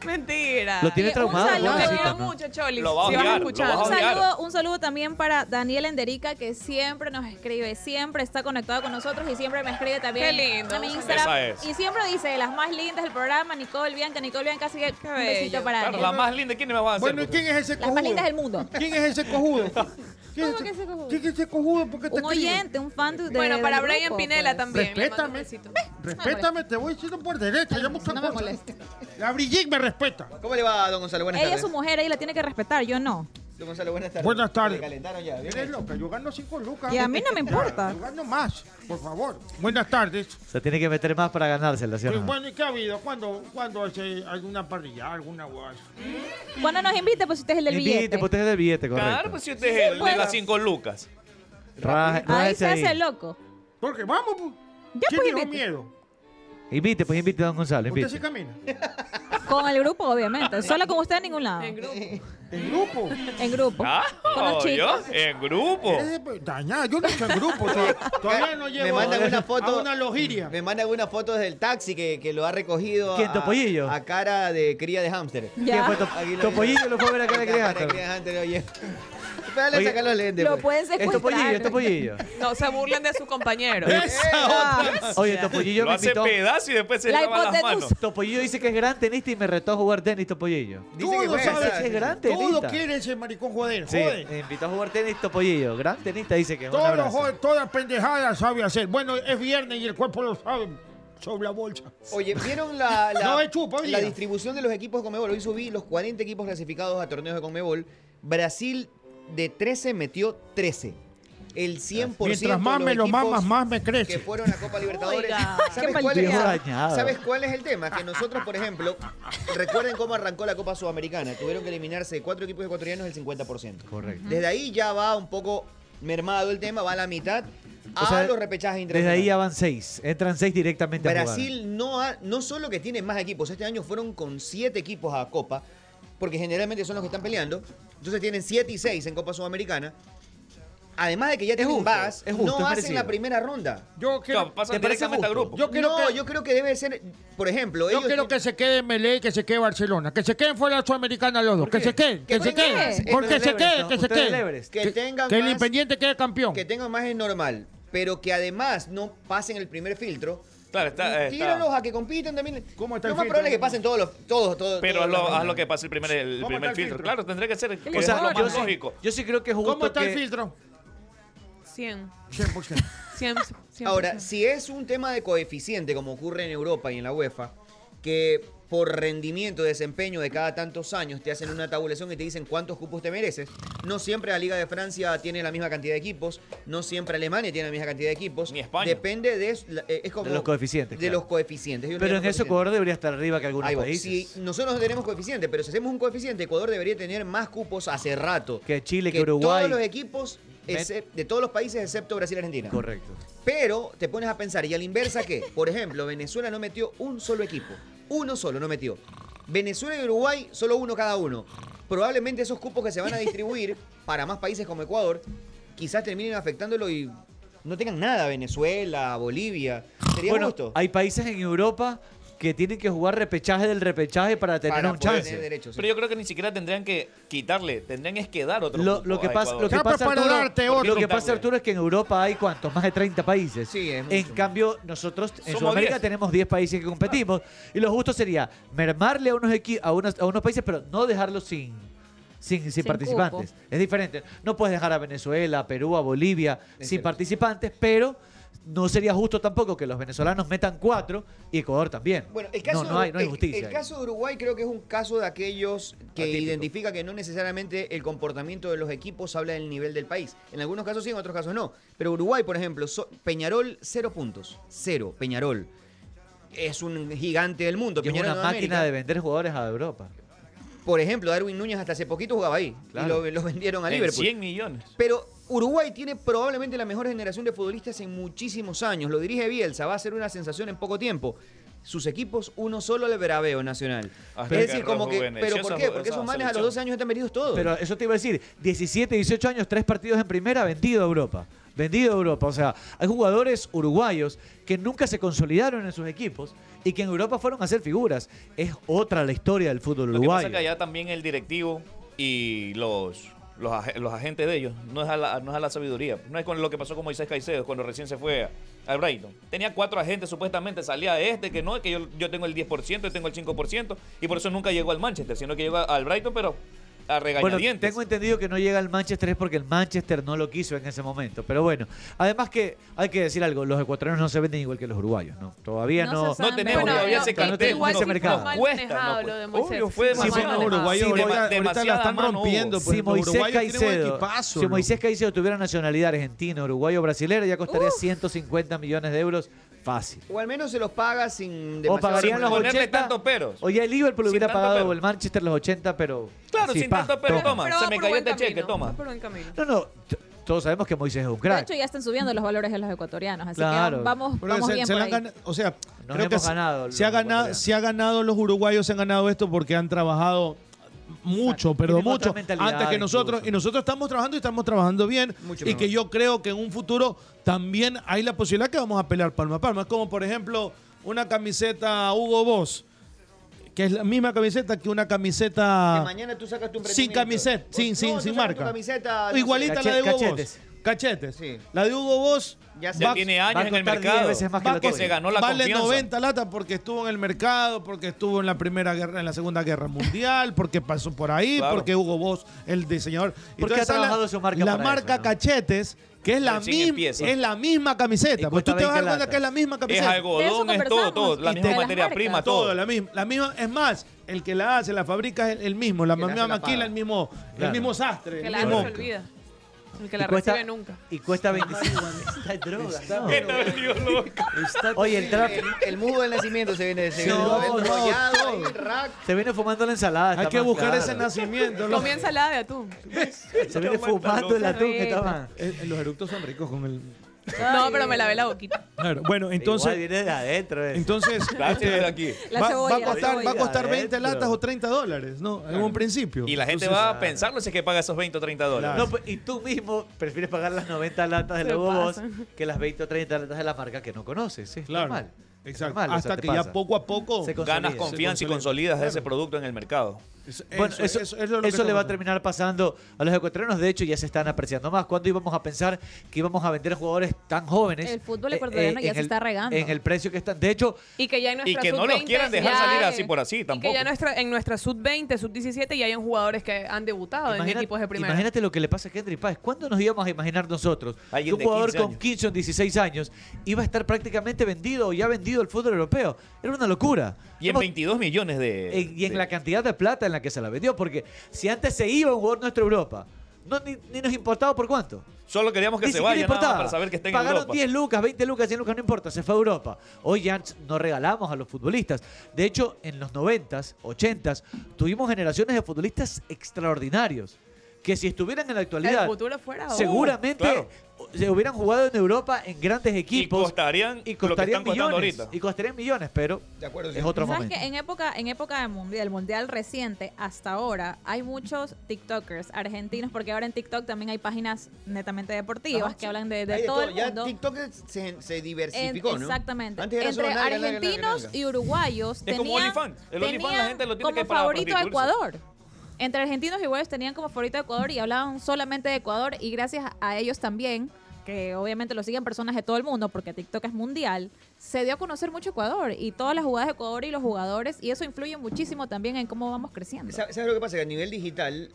Mentira.
Lo tiene
Y un
traumado,
saludo, Te
pobrecito,
quiero
¿no?
mucho, Choli.
Lo va a
si
odiar,
vas
lo
escuchando.
va
Un
a
Un
saludo.
saludo, un saludo también para Daniel Enderica, que siempre nos escribe, siempre está conectado con nosotros y siempre me escribe también
Qué lindo.
a mi
Esa
Instagram.
es.
Y siempre dice, de las más lindas del programa, Nicole Bianca, Nicole Bianca, así que un besito para
Claro,
Daniel.
la más linda, ¿quién me va a hacer?
Bueno, ¿y quién
es ese
Las más lindas del mundo.
¿Quién es ese cojudo?
¿Cómo que ese cojudo?
¿Quién es ese cojudo? ¿Por qué te
Un
escribe?
oyente, un fan de
Bueno,
del
para
grupo,
Brian Pinela
pues.
también. le mando un
Respétame.
besito.
respétame, te voy diciendo por derecha. Ya muchas cosas. La Brigitte me respeta.
¿Cómo le va, don Gonzalo? Buenas
Ella es
tardes.
su mujer, ella la tiene que respetar, yo no.
Don Gonzalo, buenas tardes.
Buenas tardes.
Se calentaron ya. bien
Eres
hecho.
loca, yo gano 5 lucas.
Y a mí no me importa.
Yo gano más, por favor. Buenas tardes.
Se tiene que meter más para ganársela, ¿sí o
Pues,
no?
bueno, ¿y qué ha habido? ¿Cuándo, cuándo hace alguna parrilla, alguna guasa?
Cuando nos invite, pues usted es el del billete.
Invite, pues, usted es el billete,
Claro,
correcto.
pues si usted es el de
bueno.
las cinco lucas.
Raja-
Ahí
rájese
se hace loco.
Porque vamos, pues.
Ya
¿Quién
pues
dijo
invite.
miedo?
Invite, pues invite a don Gonzalo,
¿Usted
invite.
sí camina?
Con el grupo, obviamente. Solo con usted en ningún lado. En
grupo.
¿En grupo?
En grupo.
Ah,
Con los
¿oyó?
chicos.
En grupo.
Eres, pues, Dañada, yo no estoy en grupo. todavía- Todavía no llevo
me mandan
a-
una foto
a una logiria.
Me mandan una foto del taxi que, que lo ha recogido
¿Quién,
Topollillo?
a, a cara de cría de hámster.
¿Quién fue Top-
Aquí lo-
Topollillo lo fue a ver a cara de cría de hámster.
hámster, oye. Espérale,
Oye,
sacar los lentes.
lo
pues.
pueden secuestrar. Es Topollillo, es Topollillo.
No, se burlan de su compañero.
Oye, Topollillo
Lo
me
hace
invitó.
pedazo y después se La lava las hipotenusa. manos.
Topollillo dice que es gran tenista y me retó a jugar tenis, Topollillo.
Todo sabe
es gran
Todo
tenista.
quiere ese maricón joder.
Sí,
joder.
me invitó a jugar tenis, Topollillo. Gran tenista dice que es un
Todo
abrazo.
joder, toda pendejada sabe hacer. Bueno, es viernes y el cuerpo lo sabe. Sobre la bolsa.
Oye, ¿vieron la, la-
No, es chupa,
la
oiga.
distribución de los equipos de Conmebol? Hoy subí los 40 equipos clasificados a torneos de Conmebol. Brasil de 13 metió 13. El 100%
Mientras
de
más
los
me lo
equipos
mamas, más me crece.
que fueron a Copa Libertadores.
Oiga,
¿Sabes,
qué
cuál es,
maldito dañado.
¿Sabes cuál es el tema? Que nosotros, por ejemplo, recuerden cómo arrancó la Copa Sudamericana. Tuvieron que eliminarse cuatro equipos ecuatorianos el 50%.
Correcto.
Desde ahí ya va un poco mermado el tema, va a la mitad. A
O sea,
Ah, los repechajes
Desde
internacionales.
ahí ya van seis. Entran seis directamente a jugar.
Brasil no, ha- no solo que tiene más equipos, este año fueron con siete equipos a Copa, porque generalmente son los que están peleando. Entonces tienen siete y seis en Copa Sudamericana. Además de que ya tienen
justo,
VAS,
es justo,
no
es
hacen
merecido.
la primera ronda.
Yo
creo- pasan ¿Te parece directamente al justo? grupo.
Yo
Yo
creo
creo
no,
que-
yo creo que debe ser, por ejemplo,
Yo
ellos
quiero que se quede Melé y que se quede Barcelona. Que se queden fuera la Sudamericana los dos. Que se queden, que
¿Por
se
qué?
queden.
Esto
Porque
es
se
del
queden,
Everest,
que
¿no?
se
Ustedes del
queden.
Everest. Que tengan
Que el
más-
Independiente quede campeón.
que tengan más es normal, pero que además no pasen el primer filtro,
Claro, está. está-
Tíralos a que compiten también. ¿Cómo
está
lo
el
más
filtro?
probable es que pasen todos los. Todos, todos,
Pero
todos
haz lo,
los-
haz lo que pase el primer, el
¿Cómo
primer
está el
filtro.
filtro?
Claro, tendría que ser. que
O
es
sea,
lo
yo
más
sí-
lógico.
yo sí creo que es justo
¿Cómo está el
que-
filtro?
100.
100%.
100%.
Ahora, si es un tema de coeficiente, como ocurre en Europa y en la UEFA, que por rendimiento, desempeño de cada tantos años te hacen una tabulación y te dicen cuántos cupos te mereces, no siempre la Liga de Francia tiene la misma cantidad de equipos, no siempre Alemania tiene la misma cantidad de equipos. Ni España. Depende de, es- la- eh, es como-
De los coeficientes,
De
claro.
los coeficientes. Ellos le
Pero
llaman
en eso
coeficientes.
Ecuador debería estar arriba que algunos
Ahí va.
países.
Si nosotros no tenemos coeficiente, pero si hacemos un coeficiente, Ecuador debería tener más cupos hace rato.
Que Chile, que,
que
Uruguay.
todos los equipos excep- de todos los países excepto Brasil y Argentina.
Correcto.
Pero te pones a pensar, ¿y a la inversa qué? Por ejemplo, Venezuela no metió un solo equipo. Uno solo no metió. Venezuela y Uruguay, solo uno cada uno. Probablemente esos cupos que se van a distribuir para más países como Ecuador, quizás terminen afectándolo y no tengan nada. Venezuela, Bolivia. Sería
bueno,
justo.
hay países en Europa que tienen que jugar repechaje del repechaje para tener un chance.
Pero yo creo que ni siquiera tendrían que quitarle, tendrían es que dar otro.
Lo,
cupo
lo que
a
pasa, lo
Ecuador.
que pasa, Arturo,
¿Por qué
lo que pasa,
quitarle?
Arturo, es que en Europa hay cuántos, más de 30 países. en cambio, nosotros en
Somos
Sudamérica
10.
tenemos 10 países que competimos. Y lo justo sería mermarle a unos, equi- a unos, a unos países, pero no dejarlos sin, sin, sin,
Sin
participantes.
cupo.
Es diferente. No puedes dejar a Venezuela, a Perú, a Bolivia sin participantes, pero no sería justo tampoco que los venezolanos metan cuatro y Ecuador también.
Bueno, el caso,
no, no hay, no hay
el-
justicia.
El,
ahí.
caso de Uruguay creo que es un caso de aquellos que identifica que no necesariamente el comportamiento de los equipos habla del nivel del país. En algunos casos sí, en otros casos no. Pero Uruguay, por ejemplo, so- Peñarol, cero puntos. Cero, Peñarol. Es un gigante del mundo.
Y es
Peñarol
una
de
máquina
América.
de vender jugadores a Europa.
Por ejemplo, Darwin Núñez hasta hace poquito jugaba ahí.
Claro.
Y lo, lo vendieron a
En
Liverpool.
100
millones.
Pero Uruguay tiene probablemente la mejor generación de futbolistas en muchísimos años. Lo dirige Bielsa, va a ser una sensación en poco tiempo. Sus equipos, uno solo le braveo nacional.
Hasta
es
que
decir, como
arroja
que.
jóvenes.
¿Pero
Esa-
por qué? Porque
esa
esos manes a
selección.
los 12 años están metidos todos.
Pero eh, eso te iba a decir, 17, 18 años, tres partidos en primera, vendido a Europa. Vendido a Europa. O sea, hay jugadores uruguayos que nunca se consolidaron en sus equipos y que en Europa fueron a hacer figuras. Es otra la historia del fútbol
Lo que pasa es que
uruguayo.
allá también el directivo y los, los, ag- los agentes de ellos no es, a la, no es a la sabiduría. No es con lo que pasó con Moisés Caicedo cuando recién se fue a- al Brighton. Tenía cuatro agentes supuestamente, salía este que no, que yo, yo tengo el 10%, yo tengo el 5%, y por eso nunca llegó al Manchester, sino que llegó a- al Brighton, pero a
Bueno,
regañadientes.
tengo entendido que no llega al Manchester es porque el Manchester no lo quiso en ese momento. Pero bueno, además que hay que decir algo, los ecuatorianos no se venden igual que los uruguayos, ¿no? Todavía no.
No tenemos todavía ese
no
cartel.
tenemos ese mercado.
mal manejado lo de Moisés.
Pues, Obvio, fue
Sí, fue
demasiado.
mal manejado.
Sí, dema- demasiada mano hubo.
si Moisés Caicedo, si Moisés Caicedo tuviera nacionalidad argentina, uruguayo, brasilera, ya costaría 150 millones de euros fácil.
O al menos se los paga sin
O
demasiado-
pagarían los 80. Oye, el Liverpool
Sin
hubiera
tanto
pagado
pero.
el Manchester los 80, pero.
Claro,
así,
sin
pa,
tanto pero, toma,
Pero va
se me
por
cayó
buen
este cheque,
camino,
toma.
va por buen camino.
No, no, t- todos sabemos que Moisés es un
De
crack.
hecho, ya están subiendo los valores de los ecuatorianos, así
Claro.
que vamos,
Pero
vamos
se-
bien
se
por
la
ahí.
han gan- O sea,
Nos
creo que
hemos
se-
ganado
Se ha, ganado, se ha ganado los uruguayos, se han ganado esto porque han trabajado mucho, pero
Tienen otra
mucho,
mentalidad
antes que nosotros. Y nosotros estamos trabajando y estamos trabajando bien. y que yo creo que en un futuro también hay la posibilidad que vamos a pelear palma a palma. Es como, por ejemplo, una camiseta Hugo Boss, que es la misma camiseta que una
Que
camiseta
mañana tú sacas tu
Ah. sin
emprendimiento.
camiseta, sin,
No,
sin, sin
tú sacas tu
marca.
camiseta, no
Igualita
sé.
la de Hugo
Cachetes.
Boss. Cachetes. La de Hugo Boss
Ya
se- Ya tiene años en el mercado. Va que se ganó la
vale
confianza.
90 latas porque estuvo en el mercado, porque estuvo en la primera guerra, en la segunda guerra mundial, porque pasó por ahí,
Claro.
porque Hugo Boss, el diseñador.
Porque ha
está la-
trabajado su marca
La
para
marca Cachetes, que es la,
Recién
misma-
empieza.
es la misma camiseta. Pues tú te vas a dar
20
cuenta que es la misma
Es
camiseta.
algodón, es todo, todo. La
Y
misma
te-
materia prima,
Todo,
todo.
la misma, la misma. Es más, el que la hace, la fabrica es el, el mismo, la
Que la hace
misma
la paga.
maquila, el mismo, el
Claro.
mismo sastre.
Que
el
la
mismo-
no se olvida. El que la
Y cuesta-
recibe nunca.
Y cuesta 25. Esta droga. no. Oye, el trap
El, el mudo del nacimiento se viene. Se viene
No, no,
enrollado
todo.
ahí, rack.
se viene fumando la ensalada.
Hay
está
que
más
buscar
claro.
ese nacimiento. loco.
Comí ensalada de atún.
Se viene fumando el atún que estaba.
Eh, eh, Los eructos son ricos con el.
No, pero me lavé la boquita.
Claro, bueno, entonces.
Igual viene de adentro. eh.
Entonces,
Claro,
este,
tiene de aquí.
Va,
La
va
cebolla,
a
la
costar, va a
cebolla.
costar 20
Adentro.
latas o 30 dólares, ¿no? En un principio.
Y la gente
Entonces,
va a pensarlo si es que paga esos 20 o 30 dólares.
No, pues, y tú mismo prefieres pagar las 90 latas de
Se
la Hugo Boss
pasan.
que las 20 o 30 latas de la marca que no conoces. Es normal.
Exacto.
normal, o
Hasta
sea, te
que
pasa.
ya poco a poco
Se consolida.
Ganas confianza y consolidas ese producto en el mercado.
Bueno, eso, eso le va a terminar pasando a los ecuatorianos. De hecho, ya se están apreciando más. ¿Cuándo íbamos a pensar que íbamos a vender jugadores tan jóvenes? Eh,
El fútbol ecuatoriano ya
en
se está regando.
En el precio que están. De hecho,
Y que ya en nuestra sub-20 ya-
pues,
Y que ya nuestra- en nuestra sub-20, sub-17 ya hay jugadores que han debutado en
Imagina-
equipos de primera.
Imagínate lo que le pasa a Kendry Páez. ¿Cuándo nos íbamos a imaginar nosotros que
Alguien
un
de
jugador
15
con 15 o 16 años iba a estar prácticamente vendido o ya vendido al fútbol europeo? Era una locura.
Y en
Hemos-
22 millones de.
en- y en la cantidad de plata en la que se la vendió. Porque si antes se iba un jugador nuestro a Europa, no, ni, ni nos importaba por cuánto.
Solo queríamos que
Ni
se
siquiera
vaya nada más
importaba.
para saber que está en
Pagaron
Europa.
10 lucas, 20 lucas, 100 lucas, no importa, se fue a Europa. Hoy ya nos regalamos a los futbolistas. De hecho, en los 90s, 80s, tuvimos generaciones de futbolistas extraordinarios. Que si estuvieran en la actualidad,
El futuro fuera ahora.
seguramente
Claro.
se hubieran jugado en Europa en grandes equipos. Y costarían,
están costando
millones.
ahorita.
Y costarían millones, pero es otro
¿Sabes
momento.
que en época, en época de mundial, mundial reciente, hasta ahora, hay muchos TikTokers argentinos, porque ahora en TikTok también hay páginas netamente deportivas
Ajá,
que
sí.
hablan de, de
Hay
todo el
ya
mundo.
TikTok se, se diversificó,
En-
¿no?
Exactamente.
Antes era
Entre
solo nalga, nalga, nalga,
argentinos
nalga.
y uruguayos
Es como
tenían,
OnlyFans.
El OnlyFans la
tenían
gente lo tiene
como
que para
favorito a
prostituirse.
Ecuador. Entre argentinos y uruguayos tenían como favorito a Ecuador y hablaban solamente de Ecuador y gracias a ellos también que obviamente lo siguen personas de todo el mundo porque TikTok es mundial, se dio a conocer mucho Ecuador y todas las jugadas de Ecuador y los jugadores y eso influye muchísimo también en cómo vamos creciendo.
Sa- ¿Sabes lo que pasa? Que a nivel digital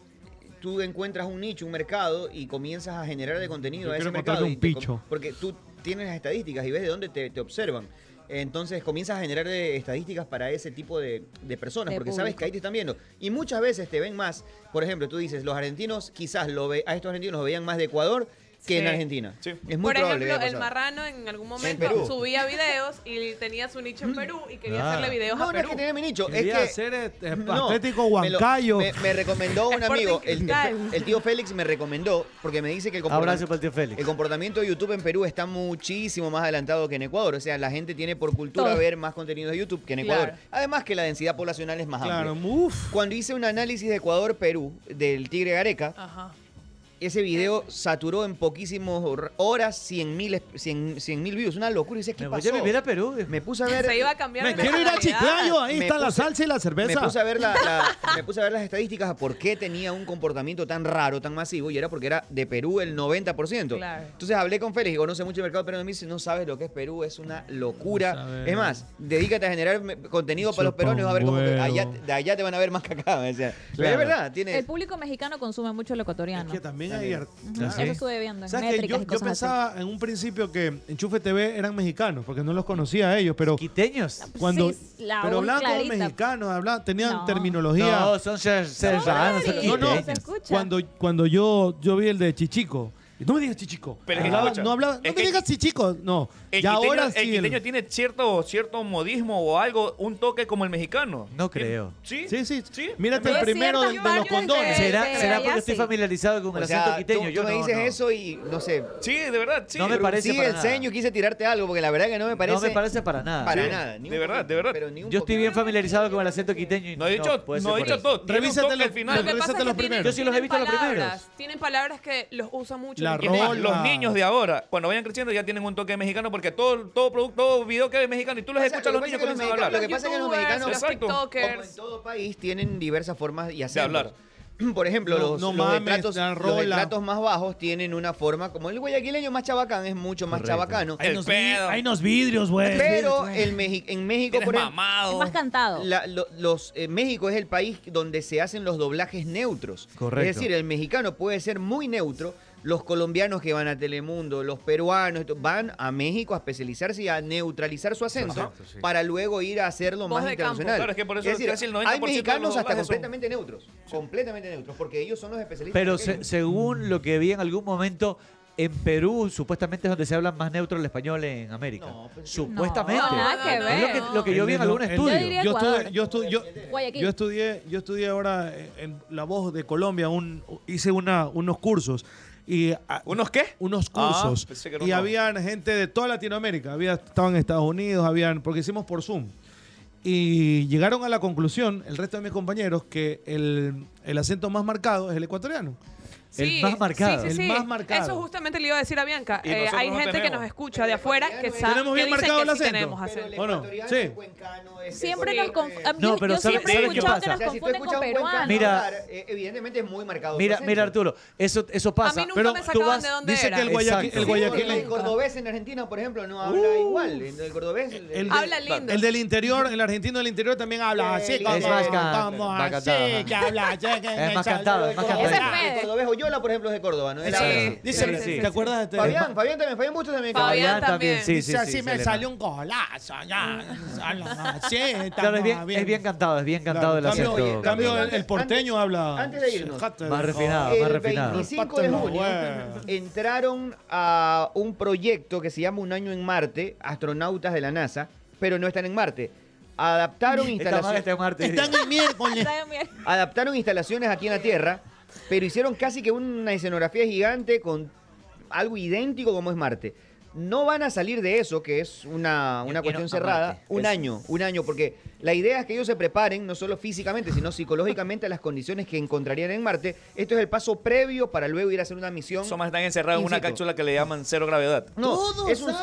tú encuentras un nicho, un mercado y comienzas a generar de contenido
Yo
a ese
quiero encontrarle un
mercado. y te com-
picho.
Porque tú tienes las estadísticas y ves de dónde te, te observan. Entonces comienzas a generar de- estadísticas para ese tipo de, de personas,
De
porque sabes
público.
que ahí te están viendo. Y muchas veces te ven más, por ejemplo, tú dices, los argentinos quizás lo ve, a estos argentinos lo veían más de Ecuador que en
Sí.
Argentina. Es muy
Por
probable que haya
ejemplo, el
pasado.
marrano en algún momento
Perú.
subía videos y tenía su nicho
Mm.
en Perú y quería
Claro.
hacerle videos
No,
a
no
Perú.
es que tenía mi nicho, es
Quería
que
hacer, este,
No,
Atlético
me lo-
Huancayo.
Me, me recomendó un
Sporting
amigo, el,
Cristal.
el tío Félix me recomendó, porque me dice que el
Abrazo
comportamiento, el comportamiento de YouTube en Perú está muchísimo más adelantado que en Ecuador. O sea, la gente tiene por cultura
Todo.
ver más contenido de YouTube que en
Claro.
Ecuador. Además que la densidad poblacional es más
Claro,
amplia. Cuando hice un análisis de Ecuador-Perú, del Tigre Gareca,
Ajá.
ese video saturó en poquísimas hor- horas 100 mil views. Una locura. Y dices, ¿qué
Me voy
pasó?
a vivir a Perú.
Me puse a ver...
Se iba a cambiar
Me
de
quiero ir a
nacionalidad.
Chiclayo, ahí Me está la puse- salsa
y la
Me puse, a ver la- la- me puse a ver las estadísticas a por qué tenía un comportamiento tan raro, tan masivo, y era porque era de Perú el 90%.
Claro.
Entonces hablé con Félix, que conoce mucho el mercado peruano, y me dice, no sabes lo que es Perú, es una
No
locura.
sabes.
Es más, dedícate a generar me- contenido para los
Chupa
peruanos, a ver
un
cómo te-
huevo.
allá, de allá te van a ver más que acá. me decía. Pero es
Claro.
verdad, tiene...
El público mexicano consume mucho lo ecuatoriano.
que también hay art-
Ujú,
¿Ah,
claro.
Eso estuve viendo en
¿Sabes qué?
métricas
Yo,
y
yo
cosas así.
pensaba en un principio que Enchufe TV eran mexicanos, porque no los conocía a ellos, pero.
¿Quiteños?
Cuando,
Sí, la
pero
voz
hablaban como
clarita.
mexicanos, hablaban, tenían
No.
terminología.
No, son ser- serranos, son
No, no.
quiteños. Se escucha.
Cuando, cuando yo, yo vi el de Chichico. No me digas Chichico.
Pero es que
Hablaba-
escucha,
no hablaba, no me digas Chichico. No.
El
Y
quiteño,
ahora
el
sí. el-
quiteño tiene cierto, cierto modismo o algo, un toque como el mexicano.
No creo.
Sí,
sí, sí.
Mírate el primero de- de los condones.
¿Será,
de- de
será
allá
porque estoy
sí.
familiarizado con el
O sea,
acento quiteño?
tú- tú
Yo
me
no,
dices
no.
eso y no sé.
Sí, de verdad, sí.
No me parece
Sí,
para
el
nada.
ceño quise tirarte algo, porque la verdad que no me parece.
no me parece para nada.
Para nada. ni un poquito, Pero ni un
Yo estoy bien familiarizado con el acento quiteño. y
No he dicho-
puede
no
ser
he
por
dicho
eso.
todo, tiene un Revísate toque los- al final,
Lo que pasa es que tienen,
Yo sí los he
tienen
visto los primeros.
palabras, Tienen palabras que los usa mucho.
Y es más, los niños de ahora, cuando vayan creciendo, ya tienen un toque mexicano porque todo, todo producto, todo video que es mexicano y tú los escuchas a los niños comienzan a hablar.
Lo que pasa es que los mexicanos,
Exacto.
como en todo país, tienen diversas formas y acentos.
hablar.
Por ejemplo,
No-
los,
no
los
mames,
estratos,
la
los
rola.
estratos más bajos tienen una forma, como el guayaquileño más chabacán, es mucho más chabacano.
Hay unos, vi- hay unos vidrios, güey.
Pero el Mexi- en México, por ejemplo,
Es más cantado.
la- lo- los, eh, México es el país donde se hacen los doblajes neutros.
Correcto.
Es decir, el mexicano puede ser muy neutro. Los colombianos que van a Telemundo, los peruanos, esto, van a México a especializarse y a neutralizar su acento
Exacto, sí.
para luego ir a hacerlo
Voz
más
de campo.
internacional.
Claro, es que por eso
decir,
casi el 90% de
hay
los
mexicanos hasta
doblajes son-
completamente neutros. Completamente neutros, porque ellos son los especialistas.
Pero
en
se-
aquello.
según lo que vi en algún momento, en Perú supuestamente es donde se habla más neutro el español en América. supuestamente.
No, nada que
Es lo
ver.
que, lo que yo vi en
No,
algún
el-
estudio.
Yo diría
Yo
Ecuador.
estudié, yo, estu- yo-
Guayaquil.
yo estudié, yo estudié ahora en, en la voz de Colombia, un, hice una, unos cursos. Y,
¿Unos qué?
Unos
Ah,
cursos.
pensé que era
y
uno.
habían gente de toda Latinoamérica. Había, estaban en Estados Unidos, habían, porque hicimos por Zoom. Y llegaron a la conclusión, el resto de mis compañeros, que el,
el acento más marcado es el ecuatoriano.
Sí, Sí, sí, sí.
El más marcado.
Eso justamente le iba a decir a Bianca.
Y
Eh,
nosotros
hay
no
gente que
tenemos.
nos escucha de afuera que
¿Tenemos
sabe que
bien
dicen
marcado
que
el
sí
acento?
Ah,
tenemos acento.
¿O no? Sí.
Siempre nos confunden.
No, pero ¿sabes- sabes qué
escuchado que
pasa?
nos
O sea,
Si tú escuchas
confunden
un
con
cuencano
peruanos.
Mira.
hablar, eh, evidentemente es muy marcado.
Mira,
su
mira
acento.
Arturo, eso, eso pasa. pero tú vas, dice que el guayaquil, el guayaquil- Uh.
El cordobés en Argentina, por ejemplo, no habla igual. El cordobés...
El, de- el del interior, el argentino del interior también habla así,
Es
como,
más cantado,
como
más
así,
cantado, ajá.
que habla así, que
Es más
me
cantado,
saluda
es más
el
cantado.
cordobés.
El cordobés Oyola, por ejemplo, es de Córdoba, ¿no? Él
Sí.
habla.
Dice,
Él habla así.
¿te acuerdas de este?
Fabián, Fabián también, Fabián Busto también.
Fabián también, sí, sí,
sí,
así
se
me
le
salió un golazo. allá, allá, así,
Claro, es
estamos
bien, es bien cantado, es bien cantado el
Cambio,
acento.
en cambio, el, el porteño habla.
Antes de irnos.
Jate
Más
de-
refinado,
el
más refinado.
25 de junio entraron a un proyecto que se llama Un año en Marte, astronautas de la NASA, pero no están en Marte.
Está
Adaptaron
mal
instalaciones.
este Marte.
miércoles.
Adaptaron instalaciones aquí en la Tierra, pero hicieron casi que una escenografía gigante con algo idéntico como es Marte. No van a salir de eso, que es una, una
quiero
cuestión
a
cerrada,
Marte.
un
Eso.
año, un año, porque la idea es que ellos se preparen, no solo físicamente, sino psicológicamente a las condiciones que encontrarían en Marte. Esto es el paso previo para luego ir a hacer una misión.
Son más están encerrados en una
Insisto.
cápsula que le llaman cero gravedad.
No, este es un-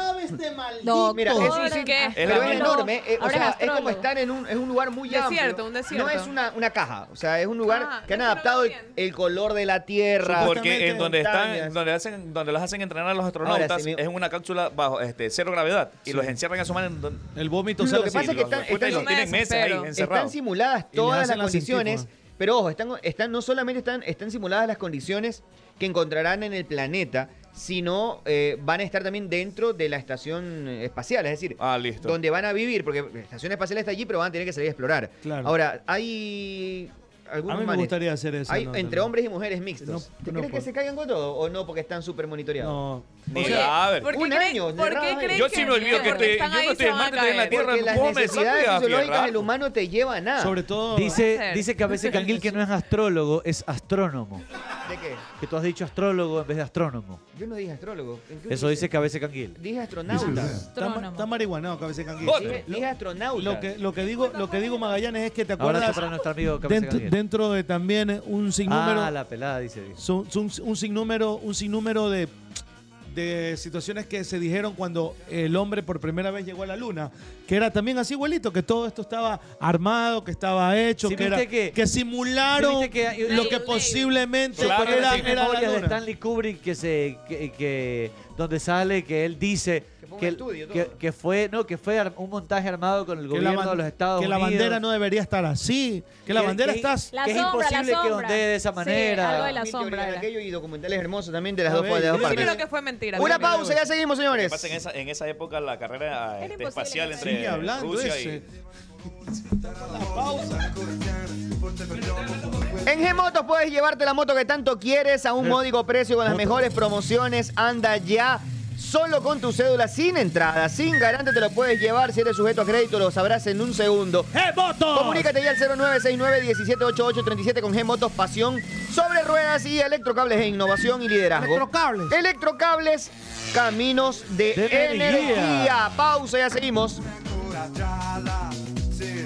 No, mira, es un sitio
¿Qué?
pero
Es la
es
misma-
enorme. eh, o
Ahora es
sea, es como
astrólogo.
estar en un, es un lugar muy
Desierto,
amplio.
un desierto.
No es una, una caja, o sea, es un lugar
Ah,
que han adaptado el, el color de la tierra.
Porque en donde
montañas.
están, donde hacen, donde los hacen entrenar a los
Ahora
astronautas
sí,
es en una cápsula bajo este cero gravedad y los encierran a su mano en don-
el vómito
Lo que pasa es que están,
pues.
están-
tienen meses ahí
están
encerrados.
simuladas
Y les
todas
hacen
las
la
condiciones,
centrífuga.
pero ojo, están, están, no solamente están, están simuladas las condiciones que encontrarán en el planeta, sino eh, van a estar también dentro de la estación espacial, es decir,
Ah,
donde van a vivir, porque la estación espacial está allí, pero van a tener que salir a explorar.
Claro.
Ahora, hay... Algunos
A mí me
manes-
gustaría hacer eso,
Hay
no,
entre
no, no.
hombres y mujeres mixtos. ¿Te
no
crees que
puedo.
se caigan con todo o no porque están súper monitoreados?
No.
Ni la- a ver.
un año.
por qué
cerrados ahí.
creen Yo sí que- me olvido que porque estoy- están yo no ahí estoy se en van Marte, a estoy en la caer? Tierra,
Porque las
¿cómo me saco de la
necesidades fisiológicas
tierra?
del humano te lleva a nada.
Dice, dice que a veces Canguil que no es astrólogo, es astrónomo.
¿De qué?
Que tú has dicho astrólogo en vez de astrónomo.
Yo no dije astrólogo. ¿En qué
Eso
dije?
dice que a veces Canguil.
Dije astronauta.
Está, ma- está marihuanado, cabeza de canguil.
Dije, dije astronauta.
Lo que, lo que digo, lo que digo Magallanes es que te
Ahora
acuerdas
para nuestro amigo Cabeza
dentro,
Canguil.
dentro de también un sinnúmero
Ah, la pelada, dice. dice.
son, son un sinnúmero un sinnúmero de de situaciones que se dijeron cuando el hombre por primera vez llegó a la luna, que era también así igualito, que todo esto estaba armado, que estaba hecho,
Sí,
que,
viste
era-
que-
que simularon
sí, viste que-
lo que posiblemente
Son cuatro
era,
de las
era la
memorias de
luna.
Stanley Kubrick que se que, que- donde sale que él dice que,
estudio,
que- que fue no que fue ar- un montaje armado con el
que la,
gobierno
ban-
de los Estados
que la
Unidos.
bandera no debería estar así, que la bandera
que-
está...
La que es sombra, la imposible que sombra. ondee de esa Sí, manera. algo de la
Mil teorías
sombra
de
era.
aquello y documentales hermosos también de las
A
dos,
ver,
de las dos
yo
partes.
creo
Creo que fue mentira.
Una pausa, ya seguimos,
Lo que
señores.
pasa en esa, en esa época la carrera este, espacial
que-
entre
Sigue hablando
Rusia
ese.
y
En G-Motos puedes llevarte la moto que tanto quieres a un módico precio con las mejores promociones. Anda ya. Solo con tu cédula, sin entrada, sin garante, te lo puedes llevar. Si eres sujeto a crédito, lo sabrás en un segundo.
¡G-Motos!
Comunícate ya al 0969-178837 con G-Motos Pasión sobre ruedas y electrocables e innovación y liderazgo. Electrocables. Electrocables, caminos de,
De energía.
energía. Pausa, ya seguimos.
ancora gialla, sì.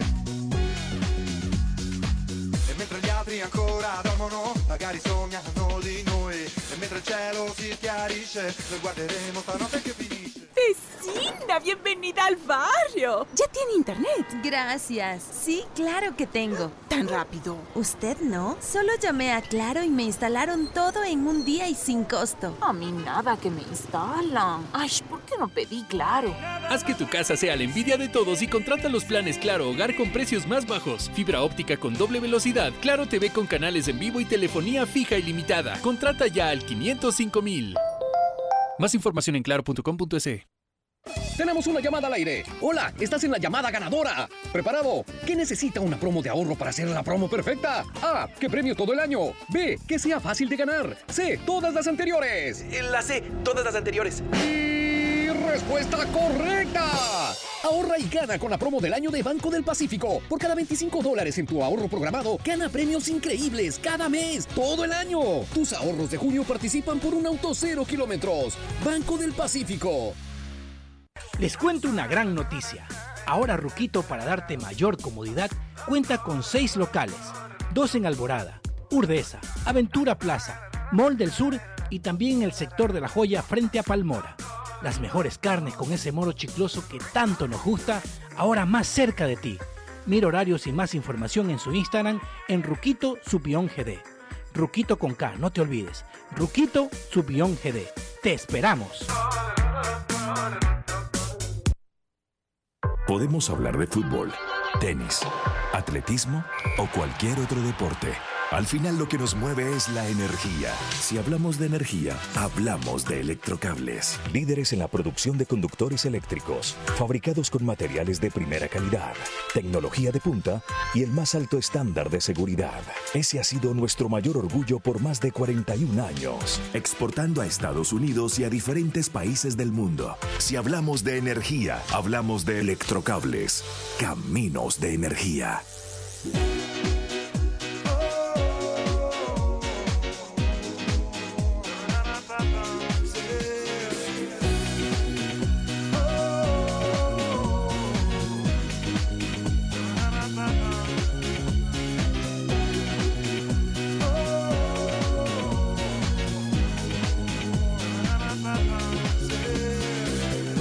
E mentre gli altri ancora dormono, magari sognano di noi. E mentre il cielo si chiarisce, noi guarderemo stanotte che finisce.
¡Vecina! ¡Bienvenida al barrio! ¿Ya tiene internet? Gracias. Sí, claro que tengo. Tan rápido. ¿Usted no? Solo llamé a Claro y me instalaron todo en un día y sin costo. A mí nada que me instalan. Ay, ¿por qué no pedí Claro?
Haz que tu casa sea la envidia de todos y contrata los planes Claro Hogar con precios más bajos, fibra óptica con doble velocidad, Claro TV con canales en vivo y telefonía fija ilimitada. Contrata ya al 505 mil. Más información en claro.com.es.
Tenemos una llamada al aire. Hola, estás en la llamada ganadora. ¿Preparado? ¿Qué necesita una promo de ahorro para hacer la promo perfecta? A. Que premio todo el año. B. Que sea fácil de ganar. C. Todas las anteriores.
La C, todas las anteriores.
Y respuesta correcta. Ahorra y gana con la promo del año de Banco del Pacífico. Por cada 25 dólares en tu ahorro programado, gana premios increíbles cada mes, todo el año. Tus ahorros de junio participan por un auto cero kilómetros. Banco del Pacífico.
Les cuento una gran noticia. Ahora Ruquito, para darte mayor comodidad, cuenta con seis locales, dos en Alborada, Urdesa, Aventura Plaza, Mall del Sur y también en el sector de La Joya frente a Palmora. Las mejores carnes con ese moro chicloso que tanto nos gusta, ahora más cerca de ti. Mira horarios y más información en su Instagram en Ruquito Supión GD. Ruquito con K, no te olvides. Ruquito Supión GD. Te esperamos.
Podemos hablar de fútbol, tenis, atletismo o cualquier otro deporte.
Al final lo que nos mueve es la energía.
Si hablamos de energía, hablamos de electrocables. Líderes en la producción de conductores eléctricos, fabricados con materiales de primera calidad, tecnología de punta y el más alto estándar de seguridad. Ese ha sido nuestro mayor orgullo por más de 41 años.
Exportando a Estados Unidos y a diferentes países del mundo. Si hablamos de energía, hablamos de electrocables. Caminos de energía.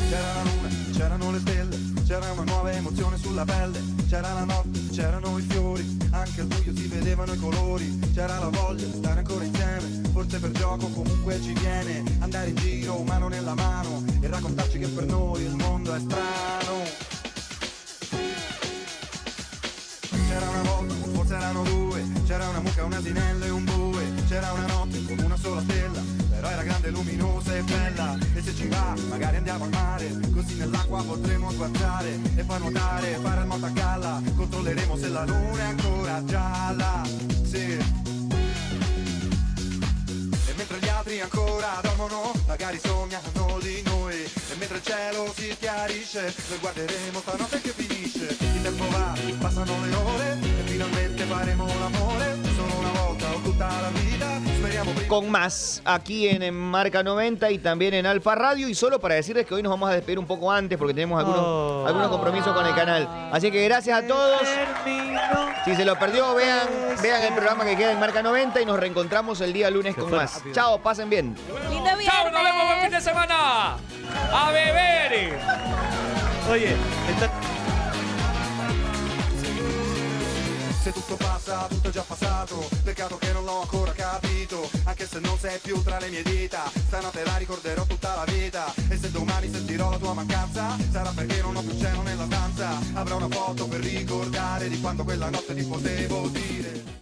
C'era la luna, c'erano le stelle, c'era una nuova emozione sulla pelle, c'era la notte, c'erano i fiori, anche al buio si vedevano i colori, c'era la voglia di stare ancora insieme, forse per gioco comunque ci viene, andare in giro mano nella mano e raccontarci che per noi il mondo è strano. C'era una volta, forse erano due, c'era una mucca, un asinello e un bue, c'era una notte con una sola stella, però era grande, luminosa e bella, e se ci va magari andiamo al mare, così nell'acqua potremo guardare e far nuotare, fare nuoto a galla, controlleremo se la luna è ancora gialla, sì. E mentre gli altri ancora dormono, magari sognano di noi. E mentre il cielo si chiarisce, noi guarderemo stanotte che finisce. Il tempo va, passano le ore, e finalmente faremo l'amore. Solo una volta o tutta la vita, speriamo prima.
Con más, aquí en en Marca 90 y también en Alfa Radio. Y solo para decirles que hoy nos vamos a despedir un poco antes porque tenemos algunos, algunos compromisos con el canal. Así que gracias a todos. Si se lo perdió, vean, vean el programa que queda en Marca 90 y nos reencontramos el día lunes con más. Chao, pasen bien.
Lindo viernes.
Chao, nos vemos buen fin de semana. A beber.
Oye,
Se tutto passa, tutto è già passato Peccato che non l'ho ancora capito Anche se non sei più tra le mie dita Stanotte la ricorderò tutta la vita E se domani sentirò la tua mancanza Sarà perché non ho più cielo nella stanza Avrò una foto per ricordare Di quando quella notte ti potevo dire